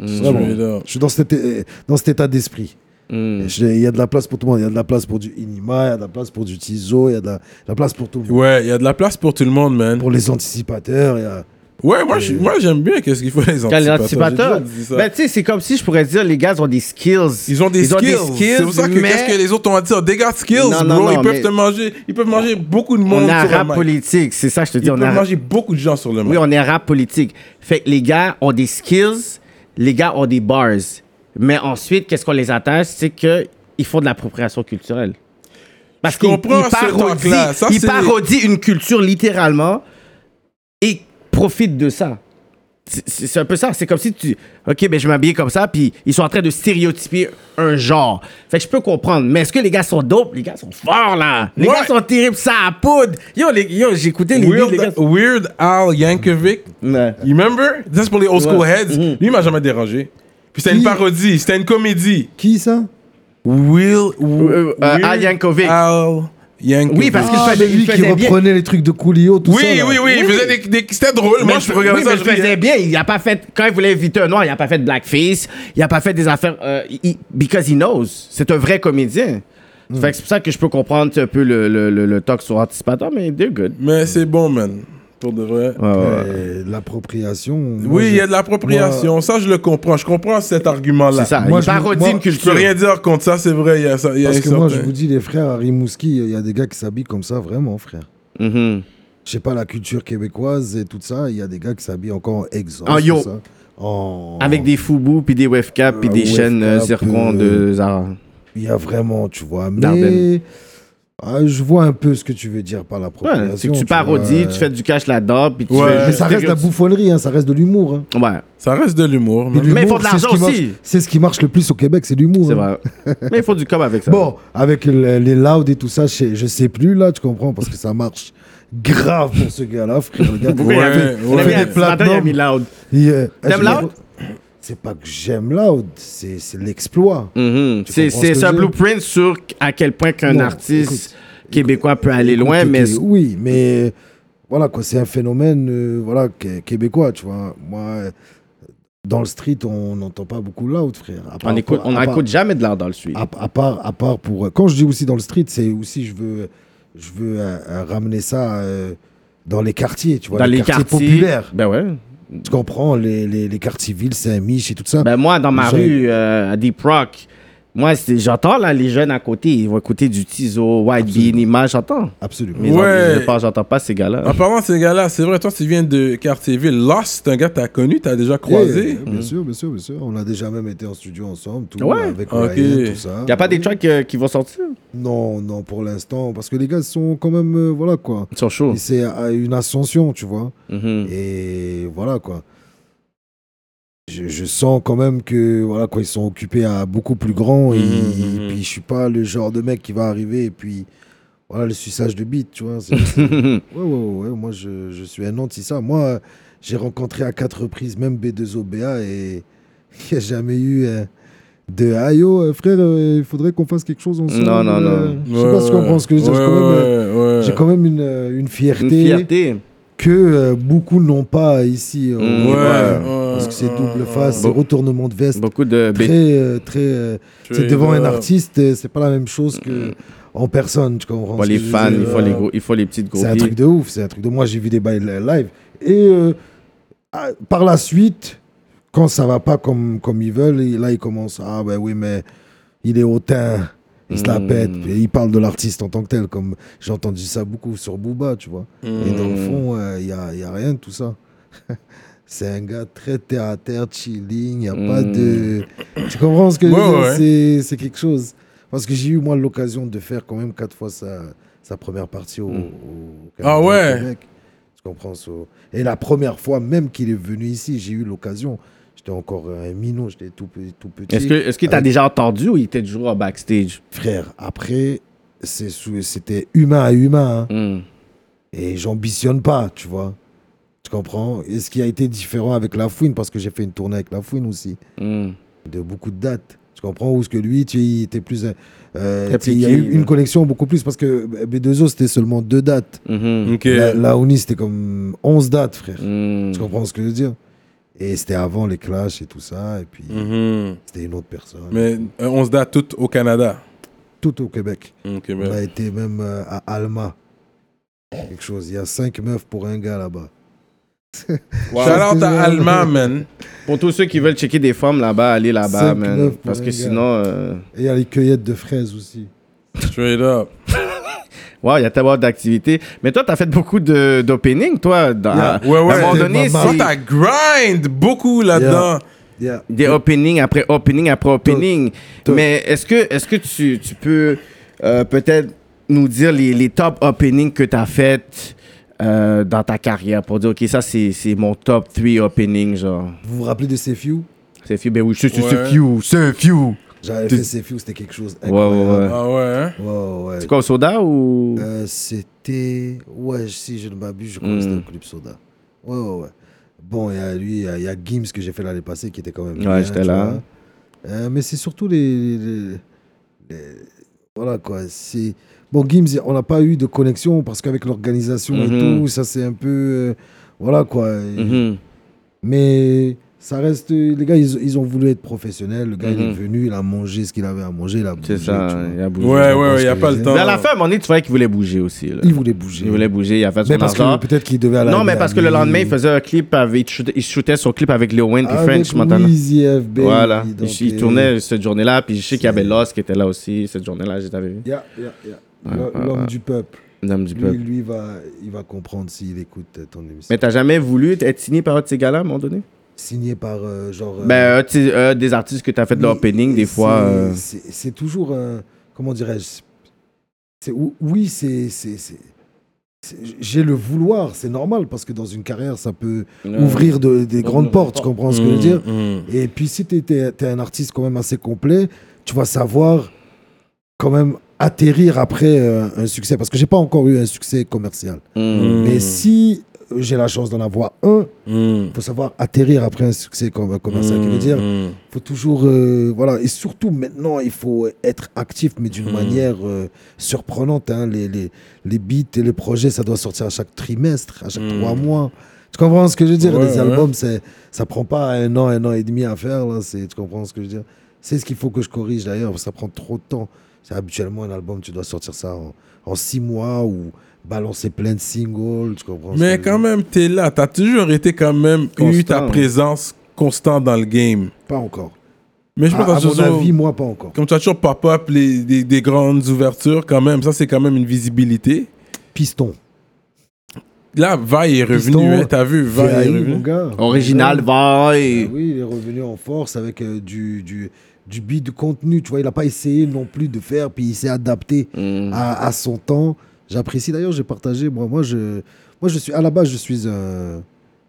Speaker 4: Mm.
Speaker 5: vraiment.
Speaker 3: Straight up.
Speaker 5: Je suis dans cet, é- euh, dans cet état d'esprit.
Speaker 3: Hmm.
Speaker 4: Mm.
Speaker 5: Je- Il y a de la place pour tout le monde. Il y a de la place pour du Inima, il y a de la place pour du Tizo, il y a de la, de la place pour tout le monde.
Speaker 3: Ouais, il y a de la place pour tout le monde, man.
Speaker 5: Pour les anticipateurs, il y a.
Speaker 3: Ouais, moi, je suis- moi, j'aime bien qu'est-ce qu'il faut les
Speaker 4: Quand les
Speaker 3: anticipateurs.
Speaker 4: anticipateurs.
Speaker 3: J'ai déjà dit ça.
Speaker 4: Ben, tu sais, c'est comme si je pourrais dire les gars ont des skills.
Speaker 3: Ils ont des skills. c'est pour ça que
Speaker 4: mais
Speaker 3: qu'est-ce que les autres ont à dire Dégage skills,
Speaker 4: Non, non,
Speaker 3: bro. ils
Speaker 4: non,
Speaker 3: peuvent
Speaker 4: mais-
Speaker 3: te manger. Ils peuvent manger beaucoup de monde
Speaker 4: On est
Speaker 3: sur le
Speaker 4: arabe
Speaker 3: mic.
Speaker 4: politique, c'est ça, je te dis.
Speaker 3: Ils
Speaker 4: on
Speaker 3: peuvent
Speaker 4: est arabe-
Speaker 3: manger beaucoup de gens sur le mic.
Speaker 4: Oui, on est rap politique. Fait que les gars ont des skills, les gars ont des bars. Mais ensuite, qu'est-ce qu'on les attache? C'est qu'ils font de l'appropriation culturelle. Parce
Speaker 3: Je
Speaker 4: qu'ils
Speaker 3: comprends
Speaker 4: ils
Speaker 3: ce talk-là. Ça,
Speaker 4: parodient, ils
Speaker 3: c'est-
Speaker 4: parodient une culture littéralement et profitent de ça. C'est- C'est c'est un peu ça. C'est comme si tu. Ok, ben je m'habille comme ça, puis ils sont en train de stéréotyper un genre. Fait que je peux comprendre. Mais est-ce que les gars sont dope? Les gars sont forts, là. Les
Speaker 3: Ouais.
Speaker 4: gars sont terribles, ça à poudre. Yo, les- yo j'ai écouté les beats, les gars.
Speaker 3: Weird, Weird Al Yankovic.
Speaker 4: Ouais.
Speaker 3: You remember? Ça, c'est pour les old school
Speaker 4: Ouais. Mm-hmm.
Speaker 3: heads. Lui, il m'a jamais dérangé. Puis c'était une
Speaker 5: Qui?
Speaker 3: parodie, c'était une comédie.
Speaker 5: Qui ça
Speaker 3: Will,
Speaker 4: euh, Al Yankovic.
Speaker 3: Al Yankovic.
Speaker 4: Oui, parce qu'il
Speaker 5: Ah,
Speaker 4: faisait-
Speaker 5: mais lui
Speaker 4: il
Speaker 5: qui
Speaker 4: faisait bien.
Speaker 5: reprenait les trucs de Coolio, tout ça.
Speaker 3: Oui,
Speaker 5: là.
Speaker 3: oui, oui, il
Speaker 4: Oui.
Speaker 3: faisait des, des- C'était drôle. Moi, je regardais
Speaker 4: oui,
Speaker 3: ça,
Speaker 4: mais
Speaker 3: je
Speaker 4: je faisais
Speaker 3: riais.
Speaker 4: bien. Il a pas fait. Quand il voulait inviter un noir, il a pas fait de blackface. Il a pas fait des affaires. euh, il- because he knows. C'est un vrai comédien. Fait que c'est pour ça que je peux comprendre un peu le, le, le, le talk sur anticipateur, mais they're good.
Speaker 3: Mais c'est bon, man. Pour de vrai.
Speaker 4: Ouais, ouais.
Speaker 5: Euh, L'appropriation. moi,
Speaker 3: Oui, il y a
Speaker 5: je-
Speaker 3: de l'appropriation. Ça, je le comprends. Je comprends cet argument-là.
Speaker 4: C'est ça.
Speaker 5: Moi,
Speaker 4: il
Speaker 5: je-
Speaker 4: parodie
Speaker 5: moi,
Speaker 4: une
Speaker 3: Je peux
Speaker 4: culture.
Speaker 3: rien dire contre ça, c'est vrai. Il y a ça. il y a
Speaker 5: Parce que moi, je
Speaker 3: certains.
Speaker 5: vous dis, les frères à Rimouski, il y a des gars qui s'habillent comme ça, vraiment, frère.
Speaker 4: Mhm.
Speaker 5: Je sais pas, la culture québécoise et tout ça, il y a des gars qui s'habillent encore en exhaust.
Speaker 4: En Ah, yo.
Speaker 5: tout ça. En-
Speaker 4: Avec des foubous, puis des wefcaps, puis
Speaker 5: Euh,
Speaker 4: des chaînes euh,
Speaker 5: wefcaps,
Speaker 4: zircon
Speaker 5: euh,
Speaker 4: de Zara.
Speaker 5: Il y a vraiment, tu vois.
Speaker 4: Dardenne.
Speaker 5: Mais. Ah, je vois un peu ce que tu veux dire par l'appropriation.
Speaker 4: Ouais, c'est que tu
Speaker 5: vois,
Speaker 4: parodies,
Speaker 5: euh,
Speaker 4: tu fais du cash là-dedans, puis tu
Speaker 3: Ouais.
Speaker 4: fais
Speaker 5: Mais ça reste de la bouffonnerie, hein, ça reste de l'humour. hein.
Speaker 4: Ouais,
Speaker 3: Ça reste de l'humour.
Speaker 5: Et
Speaker 3: man.
Speaker 4: Mais ils
Speaker 5: l'humour,
Speaker 4: font de
Speaker 5: c'est ce
Speaker 4: l'argent
Speaker 5: qui
Speaker 4: aussi.
Speaker 5: marche- C'est ce qui marche le plus au Québec, c'est l'humour.
Speaker 4: c'est
Speaker 5: hein.
Speaker 4: vrai. mais il faut du com avec ça.
Speaker 5: Bon, avec le- les louds et tout ça, je sais, je sais plus là, tu comprends, parce que ça marche grave pour ce gars-là, frère. Le gars,
Speaker 4: Pourquoi il a
Speaker 3: Ouais,
Speaker 4: mis-
Speaker 3: ouais.
Speaker 4: il a mis-
Speaker 5: Fait des
Speaker 4: ce matin, il a
Speaker 5: platinums.
Speaker 4: mis loud.
Speaker 5: il, euh,
Speaker 4: T'aimes
Speaker 5: je-
Speaker 4: loud
Speaker 5: C'est pas que j'aime loud, c'est c'est l'exploit.
Speaker 4: Mhm.
Speaker 5: Tu
Speaker 4: C'est
Speaker 5: comprends ce que
Speaker 4: c'est
Speaker 5: je
Speaker 4: un
Speaker 5: veux dire
Speaker 4: blueprint sur à quel point qu'un
Speaker 5: Non,
Speaker 4: artiste
Speaker 5: écoute,
Speaker 4: québécois peut aller
Speaker 5: Écoute,
Speaker 4: loin,
Speaker 5: ok,
Speaker 4: mais
Speaker 5: Oui, mais voilà, quoi, c'est un phénomène euh, voilà, qué- québécois, tu vois. Moi, euh, dans le street, on n'entend pas beaucoup loud, frère. À
Speaker 4: on
Speaker 5: part-
Speaker 4: écoute, on
Speaker 5: à part-
Speaker 4: n'écoute jamais de l'art dans le suite.
Speaker 5: à, à part, à part pour. euh, Quand je dis aussi dans le street, c'est aussi je veux, je veux euh, euh, ramener ça euh, dans les quartiers, tu vois,
Speaker 4: dans les quartiers
Speaker 5: quartiers, populaires.
Speaker 4: Ben ouais.
Speaker 5: Tu comprends les, les, les quartiers villes, Saint-Mich et tout ça.
Speaker 4: Ben moi, dans ma
Speaker 5: Je-
Speaker 4: rue, euh, à Deep Rock, moi, c'est- j'entends là les jeunes à côté, ils vont écouter du Tizo, White Bean, Image, j'entends.
Speaker 5: Absolument.
Speaker 4: Mais
Speaker 3: Ouais.
Speaker 4: j'en- je- pas- j'entends pas
Speaker 5: Ah,
Speaker 4: ces gars-là.
Speaker 3: En parlant de ces gars-là, c'est vrai, toi, tu viens de Quartier-Ville. Lost, c'est un gars que t'as connu, t'as déjà croisé.
Speaker 5: Eh, Bien sûr, bien sûr, bien sûr. On a déjà même été en studio ensemble, tout,
Speaker 4: Mmh. Ouais.
Speaker 5: avec
Speaker 3: Ok.
Speaker 5: Ryan, tout ça.
Speaker 4: Il a pas des tracks euh, qui vont sortir
Speaker 5: Non, non, pour l'instant, parce que les gars sont quand même, euh, voilà quoi.
Speaker 4: Ils sont chauds.
Speaker 5: Et C'est euh, une ascension, tu vois.
Speaker 4: Mhm.
Speaker 5: Et voilà quoi. Je, je sens quand même que voilà quoi, ils sont occupés à beaucoup plus grand et,
Speaker 4: Mm,
Speaker 3: Mhm, mhm.
Speaker 5: puis je suis pas le genre de mec qui va arriver et puis voilà le suçage de bite, tu vois. c'est- ouais, ouais, ouais, ouais, moi je, je suis un anti ça. Moi euh, j'ai rencontré à quatre reprises même B2OBA et il n'y a jamais eu euh, de ah yo euh, frère, euh, il faudrait qu'on fasse quelque chose ensemble.
Speaker 4: Non, non, non.
Speaker 5: euh, Je sais pas ce qu'on pense que je veux dire, j'ai quand même, euh, J'ai quand même une, euh, une
Speaker 4: Une
Speaker 5: fierté
Speaker 4: fierté.
Speaker 5: que euh, beaucoup n'ont pas ici. euh,
Speaker 4: Mm,
Speaker 5: au-
Speaker 4: ouais,
Speaker 5: parce que c'est double face, c'est retournement de veste.
Speaker 4: Beaucoup de.
Speaker 5: Très,
Speaker 4: bé-
Speaker 5: euh, très. euh, c'est devant un artiste, euh, c'est pas la même chose que en personne, tu comprends
Speaker 4: Mmh. Pour
Speaker 5: ce
Speaker 4: les
Speaker 5: que je veux
Speaker 4: fans,
Speaker 5: dire euh,
Speaker 4: il faut les, gros, il faut les petites
Speaker 5: C'est un
Speaker 4: groupies.
Speaker 5: truc de ouf, c'est un truc de. Moi, j'ai vu des bails live. Et euh, à- par la suite, quand ça va pas comme, comme ils veulent, et là, ils commencent. Ah, ben oui, mais il est hautain. Il se la
Speaker 4: Mm.
Speaker 5: pète, et il parle de l'artiste en tant que tel, comme j'ai entendu ça beaucoup sur Booba, tu vois. Et dans le fond, euh, il n'y a, rien de tout ça. c'est un gars très terre à terre, chilling, il n'y a pas de. Tu comprends ce que je veux
Speaker 3: Ouais,
Speaker 5: dire
Speaker 3: ouais.
Speaker 5: C'est- C'est quelque chose. Parce que j'ai eu, moi, l'occasion de faire quand même quatre fois sa, sa première partie au, au
Speaker 3: Ah
Speaker 5: Carnaval
Speaker 3: ouais.
Speaker 5: de Québec. Tu comprends so- Et la première fois même qu'il est venu ici, j'ai eu l'occasion. J'étais encore un minot, j'étais tout, pe- tout petit.
Speaker 4: Est-ce que est-ce que t'as
Speaker 5: Avec-
Speaker 4: déjà entendu ou il était toujours en backstage
Speaker 5: Frère, après, c'est sous- c'était humain à humain. hein.
Speaker 4: Hmm.
Speaker 5: Et j'ambitionne pas, tu vois. Tu comprends Et ce qui a été différent avec La Fouine, parce que j'ai fait une tournée avec La Fouine aussi,
Speaker 4: Hmm.
Speaker 5: de beaucoup de dates. Tu comprends Où ce que lui, tu il était plus. euh,
Speaker 4: T'as
Speaker 5: tu sais, il y a
Speaker 4: piqué,
Speaker 5: eu une
Speaker 4: ouais.
Speaker 5: collection beaucoup plus, parce que B2O, c'était seulement deux dates.
Speaker 4: Mhm.
Speaker 3: Ok.
Speaker 5: La, la Uni, c'était comme 11 dates, frère.
Speaker 4: Hmm.
Speaker 5: Tu comprends ce que je veux dire Et c'était avant les clashs et tout ça, et puis
Speaker 4: Mm.
Speaker 3: Mhm.
Speaker 5: c'était une autre personne.
Speaker 3: Mais euh, on se date toutes au Canada.
Speaker 5: Tout au Québec.
Speaker 3: Ok, ben.
Speaker 5: On a
Speaker 3: mais...
Speaker 5: été même euh, à Alma. Quelque chose. Il y a cinq meufs pour un gars là-bas.
Speaker 3: Shout out à Alma, man.
Speaker 4: Pour tous ceux qui veulent checker des femmes là-bas, allez là-bas,
Speaker 5: Cinq,
Speaker 4: man.
Speaker 5: neuf pour
Speaker 4: Parce
Speaker 5: un
Speaker 4: que
Speaker 5: gars.
Speaker 4: sinon, euh,
Speaker 5: Et il y a les cueillettes de fraises aussi.
Speaker 3: Straight up.
Speaker 4: wow, il y a tellement d'activités. Mais toi, t'as fait beaucoup de- d'opening, toi. Dans,
Speaker 5: Yeah.
Speaker 3: Ouais, ouais.
Speaker 4: À un moment
Speaker 5: T'es
Speaker 4: donné,
Speaker 5: maman.
Speaker 3: Toi,
Speaker 4: c'est
Speaker 3: t'as grind beaucoup là-dedans.
Speaker 5: Yeah.
Speaker 4: des openings après opening après opening. Mais est-ce que, est-ce que tu, tu peux euh, peut-être nous dire les, les top openings que t'as faites euh, dans ta carrière pour dire, OK, ça, c'est c'est mon top 3 opening, genre.
Speaker 5: Vous vous rappelez de Sefiu
Speaker 4: C'est few, ben oui, c'est c'est-
Speaker 3: Ouais.
Speaker 4: c'est few, c'est few.
Speaker 5: J'avais fait Sefiu, c'était quelque chose.
Speaker 4: Ouais, ouais, ouais.
Speaker 3: Ah ouais, hein?
Speaker 5: Ouais, ouais, ouais.
Speaker 4: C'est quoi, au soda ou.
Speaker 5: Euh, C'était. Ouais, si je ne m'abuse, je crois
Speaker 4: Mm.
Speaker 5: que c'était le Club Soda. Ouais, ouais, ouais. Bon, il y a lui, il y a- il y, a Gims que j'ai fait l'année passée qui était quand même.
Speaker 4: Ouais,
Speaker 5: bien,
Speaker 4: j'étais
Speaker 5: tu
Speaker 4: là.
Speaker 5: vois. Euh, mais c'est surtout les, les- les- Voilà quoi. C'est. Bon, Gims, on n'a pas eu de connexion parce qu'avec l'organisation et
Speaker 4: Mhm.
Speaker 5: tout, ça c'est un peu. euh, voilà quoi. Et-
Speaker 4: Mhm.
Speaker 5: Mais ça reste. Les gars, ils, ils ont voulu être professionnels. Le gars, il est
Speaker 4: Mhm.
Speaker 5: venu, il a mangé ce qu'il avait à manger, il a bougé.
Speaker 4: C'est ça,
Speaker 5: tu vois.
Speaker 4: il a bougé.
Speaker 3: Ouais, ouais,
Speaker 5: pense
Speaker 3: ouais, y a
Speaker 5: que
Speaker 3: pas
Speaker 5: les
Speaker 3: le
Speaker 5: gens-
Speaker 3: temps.
Speaker 4: Mais à la fin, à un moment donné, tu voyais qu'il voulait bouger aussi. Là.
Speaker 5: Il voulait bouger.
Speaker 4: Il voulait bouger, il a fait
Speaker 5: Mais
Speaker 4: son
Speaker 5: parce
Speaker 4: argent.
Speaker 5: que peut-être qu'il devait aller à
Speaker 4: Non, mais
Speaker 5: Miami.
Speaker 4: parce que le lendemain, il faisait un clip, avec, il, shootait, il shootait son clip avec Lil Wayne et
Speaker 5: Avec
Speaker 4: French Montana.
Speaker 5: Wheezy, FB,
Speaker 4: Voilà.
Speaker 5: donc,
Speaker 4: Il, il
Speaker 5: euh,
Speaker 4: tournait cette journée-là, puis je sais qu'il y avait
Speaker 5: c'est-
Speaker 4: Lost qui était là aussi, cette journée-là, je t'avais vu.
Speaker 5: yeah, yeah, yeah. L'homme du peuple.
Speaker 4: Dame du
Speaker 5: Lui,
Speaker 4: peuple.
Speaker 5: lui va, il va comprendre s'il écoute euh, ton émission.
Speaker 4: Mais t'as jamais voulu être signé par un de ces gars-là à un moment donné
Speaker 5: Signé par euh, genre. euh,
Speaker 4: Ben, un de ces- un des artistes que t'as fait de
Speaker 5: oui,
Speaker 4: l'opening, des
Speaker 5: c'est-
Speaker 4: fois. euh,
Speaker 5: C'est c'est toujours. euh, comment dirais-je c'est- ou- Oui, c'est. c'est- c'est- c'est- J'ai le vouloir, c'est normal, parce que dans une carrière, ça peut
Speaker 4: euh,
Speaker 5: ouvrir de- des grandes portes, tu comprends ce
Speaker 4: Hmm.
Speaker 5: que je veux dire
Speaker 3: Mm,
Speaker 5: Et puis si tu es, un artiste quand même assez complet, tu vas savoir quand même atterrir après euh, un succès. Parce que j'ai pas encore eu un succès commercial.
Speaker 4: Mm.
Speaker 5: Mais si euh, j'ai la chance d'en avoir un,
Speaker 3: mm,
Speaker 5: faut savoir atterrir après un succès com- commercial.
Speaker 3: Mmh,
Speaker 5: qui veut dire,
Speaker 3: mm.
Speaker 5: faut toujours... euh, voilà, et surtout maintenant, il faut être actif, mais
Speaker 3: Hmm.
Speaker 5: d'une manière euh, surprenante. hein. Les, les, les beats et les projets, ça doit sortir à chaque trimestre, à chaque trois mois. Tu comprends ce que je veux dire
Speaker 3: Hmm. Ouais,
Speaker 5: Les
Speaker 3: ouais.
Speaker 5: albums, c'est, ça prend pas un an, un an et demi à faire. Là, c'est, tu comprends ce que je veux dire C'est ce qu'il faut que je corrige d'ailleurs, parce que ça prend trop de temps. C'est habituellement, un album, tu dois sortir ça en, en six mois ou balancer plein de singles. Tu comprends ce que je
Speaker 3: Mais
Speaker 5: veux
Speaker 3: quand
Speaker 5: dire
Speaker 3: même, t'es là. T'as toujours été quand même eu ta
Speaker 4: Constant.
Speaker 3: présence constante dans le game.
Speaker 5: Pas encore.
Speaker 3: Mais je
Speaker 5: À,
Speaker 3: pense
Speaker 5: à
Speaker 3: que
Speaker 5: mon avis, moi, pas encore.
Speaker 3: comme tu as toujours pop-up, les, des, des grandes ouvertures quand même, ça c'est quand même une visibilité.
Speaker 5: Piston.
Speaker 3: Là, Vaille est revenu,
Speaker 5: Piston,
Speaker 3: hein, t'as vu, Vaille est
Speaker 5: VAI, mon
Speaker 3: revenu.
Speaker 5: gars.
Speaker 4: Original, va
Speaker 5: Ah oui, il est revenu en force avec euh, du, du, du beat, du contenu. Tu vois, il n'a pas essayé non plus de faire, puis il s'est adapté
Speaker 3: Mm.
Speaker 4: Mm.
Speaker 5: à, à son temps. J'apprécie d'ailleurs, j'ai partagé. Moi, moi, je, moi, je suis à la base, je suis un,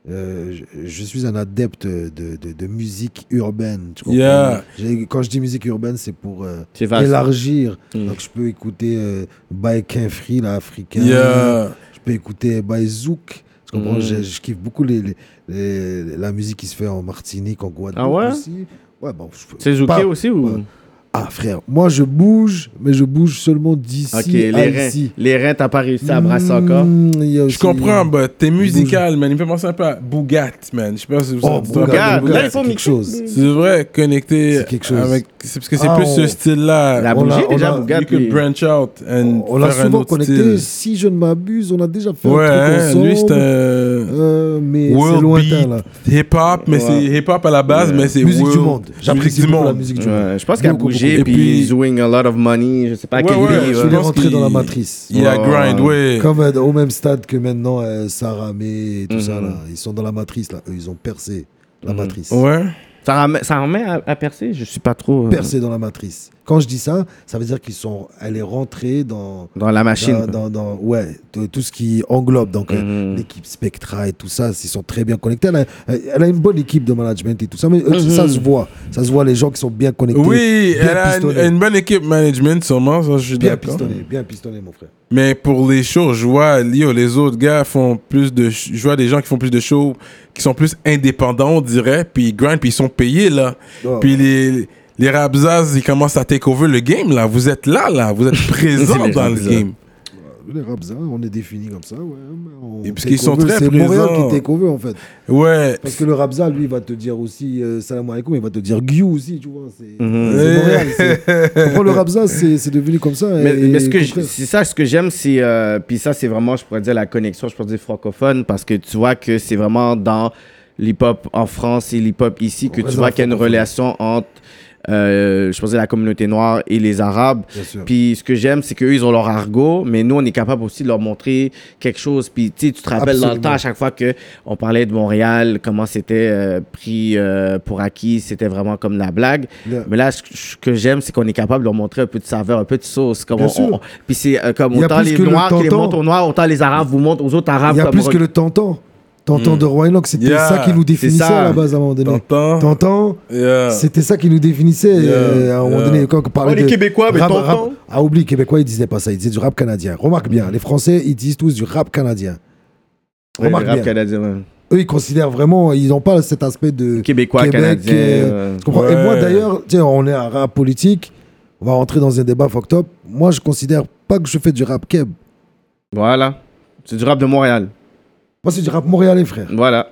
Speaker 5: euh, je, je suis un adepte de, de, de musique urbaine. tu comprends
Speaker 3: Yeah.
Speaker 5: J'ai- Quand je dis musique urbaine, c'est pour euh,
Speaker 4: C'est vaste.
Speaker 5: élargir.
Speaker 4: Mm.
Speaker 5: Donc, je peux écouter euh, By Free, l'africain.
Speaker 3: Yeah.
Speaker 5: Je peux écouter by Zouk. Tu comprends
Speaker 4: Mm.
Speaker 5: je, je kiffe beaucoup les, les- les- la musique qui se fait en Martinique, en Guadeloupe
Speaker 4: Ah ouais
Speaker 5: aussi. Ouais, bon, je peux-
Speaker 4: C'est Zouké
Speaker 5: pas-
Speaker 4: aussi ou
Speaker 5: Ah frère, moi je bouge, mais je bouge seulement d'ici
Speaker 4: Ok, les
Speaker 5: à
Speaker 4: reins.
Speaker 5: ici.
Speaker 4: Les reins, t'as pas réussi à brasser encore
Speaker 5: Mm, il y a
Speaker 3: Je
Speaker 5: aussi-
Speaker 3: comprends, bah, t'es musical, man. Il me fait penser un peu à Bougat, man. Je sais pas si vous
Speaker 5: Oh,
Speaker 3: savez.
Speaker 5: Bougat,
Speaker 4: Bougat,
Speaker 5: Bougat,
Speaker 4: là, il faut
Speaker 5: c'est quelque
Speaker 4: mixer.
Speaker 5: chose.
Speaker 3: Tu devrais connecter
Speaker 5: C'est quelque chose.
Speaker 3: avec. C'est parce que c'est
Speaker 5: Ah,
Speaker 3: plus
Speaker 5: on-
Speaker 3: ce style-là.
Speaker 4: Il a
Speaker 5: on a-
Speaker 4: bougé
Speaker 5: on a-
Speaker 4: déjà,
Speaker 5: you
Speaker 4: Bougat.
Speaker 3: You could
Speaker 4: lui.
Speaker 3: branch out and
Speaker 5: On l'a
Speaker 3: faire un
Speaker 5: souvent
Speaker 3: autre
Speaker 5: connecté.
Speaker 3: style.
Speaker 5: Si je ne m'abuse, on a déjà fait
Speaker 3: Ouais,
Speaker 5: un truc
Speaker 3: hein,
Speaker 5: ensemble.
Speaker 3: lui c'est un
Speaker 5: Euh, mais c'est
Speaker 3: world
Speaker 5: lointain
Speaker 3: beat,
Speaker 5: là.
Speaker 3: hip-hop, mais
Speaker 4: Ouais.
Speaker 3: c'est hip-hop à la base, mais c'est
Speaker 5: Musique
Speaker 3: world.
Speaker 5: du monde. J'apprécie
Speaker 3: Musique du
Speaker 5: beaucoup la
Speaker 3: monde.
Speaker 5: musique du monde.
Speaker 4: Ouais, je pense qu'il a
Speaker 5: Beaucoup,
Speaker 4: bougé,
Speaker 3: beaucoup. Et puis-
Speaker 4: puis he's doing a lot of money, je sais pas à
Speaker 3: Ouais,
Speaker 4: quel euh.
Speaker 3: ouais,
Speaker 4: pays.
Speaker 3: je
Speaker 5: Je
Speaker 4: ouais.
Speaker 5: voulais
Speaker 3: pense
Speaker 5: rentrer dans la
Speaker 3: qu'il-
Speaker 5: matrice.
Speaker 3: Il y a
Speaker 4: Ouais,
Speaker 3: grind,
Speaker 4: ouais.
Speaker 3: ouais.
Speaker 5: Comme euh, au même stade que maintenant euh, Saramé et tout
Speaker 3: Mhm.
Speaker 5: ça là, ils sont dans la matrice là, eux ils ont percé la matrice.
Speaker 3: Ouais.
Speaker 4: Ça remet, ça remet à, à percer Je suis pas trop. euh,
Speaker 5: Percé dans la matrice. Quand je dis ça, ça veut dire qu'ils sont elle est rentrée dans
Speaker 4: Dans la machine.
Speaker 5: dans,
Speaker 4: quoi.
Speaker 5: dans- dans- ouais, t- tout ce qui englobe donc euh,
Speaker 4: Mhm.
Speaker 5: l'équipe Spectra et tout ça, ils sont très bien connectés. Elle a, elle a une bonne équipe de management et tout ça, mais euh, ça se voit, ça se voit les gens qui sont bien connectés.
Speaker 3: Mhm. Oui,
Speaker 5: bien
Speaker 3: elle a une,
Speaker 5: pistonnés.
Speaker 3: une bonne équipe management, sûrement, ça je suis
Speaker 5: bien
Speaker 3: d'accord.
Speaker 5: pistonnés, bien pistonnés mon frère.
Speaker 3: Mais pour les shows, je vois, yo, les autres gars font plus de. sh- Je vois des gens qui font plus de shows, qui sont plus indépendants, on dirait, puis ils grind, puis ils sont payés, là.
Speaker 5: Oh.
Speaker 3: Puis les, les Rabzas, ils commencent à take over le game, là. Vous êtes là, là. Vous êtes présents
Speaker 4: les
Speaker 3: dans le
Speaker 4: Rabzas.
Speaker 3: game.
Speaker 5: Oh, Les Rabza, on est définis comme ça, ouais. hein, on
Speaker 3: Et parce
Speaker 5: take
Speaker 3: qu'ils sont
Speaker 5: over,
Speaker 3: très
Speaker 5: C'est Montréal
Speaker 3: présents.
Speaker 5: qui take over, en fait.
Speaker 3: Ouais.
Speaker 5: Parce que le Rabza, lui, il va te dire aussi euh, Salam alaikum, il va te dire Gyu aussi, tu vois. C'est
Speaker 4: Mhm.
Speaker 5: c'est Montréal. c'est- Tu comprends, le Rabza, c'est c'est devenu comme ça.
Speaker 4: Mais,
Speaker 5: et-
Speaker 4: mais ce que je-
Speaker 5: contraire.
Speaker 4: c'est ça, ce que j'aime, c'est. euh, puis ça, c'est vraiment, je pourrais dire, la connexion, je pourrais dire francophone, parce que tu vois que c'est vraiment dans l'hip-hop en France et l'hip-hop ici que
Speaker 5: Ouais,
Speaker 4: tu
Speaker 5: dans
Speaker 4: vois
Speaker 5: la
Speaker 4: qu'il y a une
Speaker 5: francophonie.
Speaker 4: relation entre euh, je pensais la communauté noire et les Arabes.
Speaker 5: Bien sûr.
Speaker 4: Puis ce que j'aime, c'est qu'eux, ils ont leur argot, mais nous, on est capable aussi de leur montrer quelque chose. Puis tu sais, tu te rappelles dans le temps, à chaque fois que on parlait de Montréal, comment c'était euh, pris euh, pour acquis, c'était vraiment comme la blague.
Speaker 5: Yeah.
Speaker 4: Mais là, ce que- ce que j'aime, c'est qu'on est capable de leur montrer un peu de saveur, un peu de sauce. Comme
Speaker 5: Bien
Speaker 4: on-
Speaker 5: sûr.
Speaker 4: on- puis c'est euh, comme
Speaker 5: Il y a
Speaker 4: autant
Speaker 5: plus
Speaker 4: les
Speaker 5: que le
Speaker 4: Noirs qui les
Speaker 5: tonton.
Speaker 4: montrent aux Noirs, autant les Arabes vous montrent aux autres Arabes.
Speaker 5: Il y a
Speaker 4: comme
Speaker 5: plus
Speaker 4: re-
Speaker 5: que le tantan. Tantan de Roanoke, c'était
Speaker 3: Yeah.
Speaker 5: ça qui nous définissait
Speaker 4: Mm. ça. Ah.
Speaker 5: à la base à un moment donné.
Speaker 3: T'entends?
Speaker 5: Tantan,
Speaker 3: Yeah.
Speaker 5: c'était ça qui nous définissait euh, à un moment
Speaker 3: Yeah.
Speaker 5: donné. Quand on parlait
Speaker 4: Oh, les
Speaker 5: de
Speaker 4: Québécois, mais
Speaker 5: rap-
Speaker 4: tantan.
Speaker 5: rap- Ah, oublie, les Québécois, ils disaient pas ça. Ils disaient du rap canadien. Remarque bien, les Français, ils disent tous du rap canadien.
Speaker 4: Ouais, le
Speaker 5: Remarque
Speaker 4: rap
Speaker 5: bien.
Speaker 4: canadien, ouais.
Speaker 5: Eux, ils considèrent vraiment, ils n'ont pas cet aspect de
Speaker 4: Québécois,
Speaker 5: Québec,
Speaker 4: Canadien,
Speaker 5: euh,
Speaker 4: ouais.
Speaker 5: tu comprends Et
Speaker 3: Ouais.
Speaker 5: moi, d'ailleurs, tiens, on est un rap politique. On va rentrer dans un débat fucked up. Moi, je considère pas que je fais du rap keb.
Speaker 4: Voilà. C'est du rap de Montréal.
Speaker 5: Moi, c'est du rap montréalais, frère.
Speaker 4: Voilà.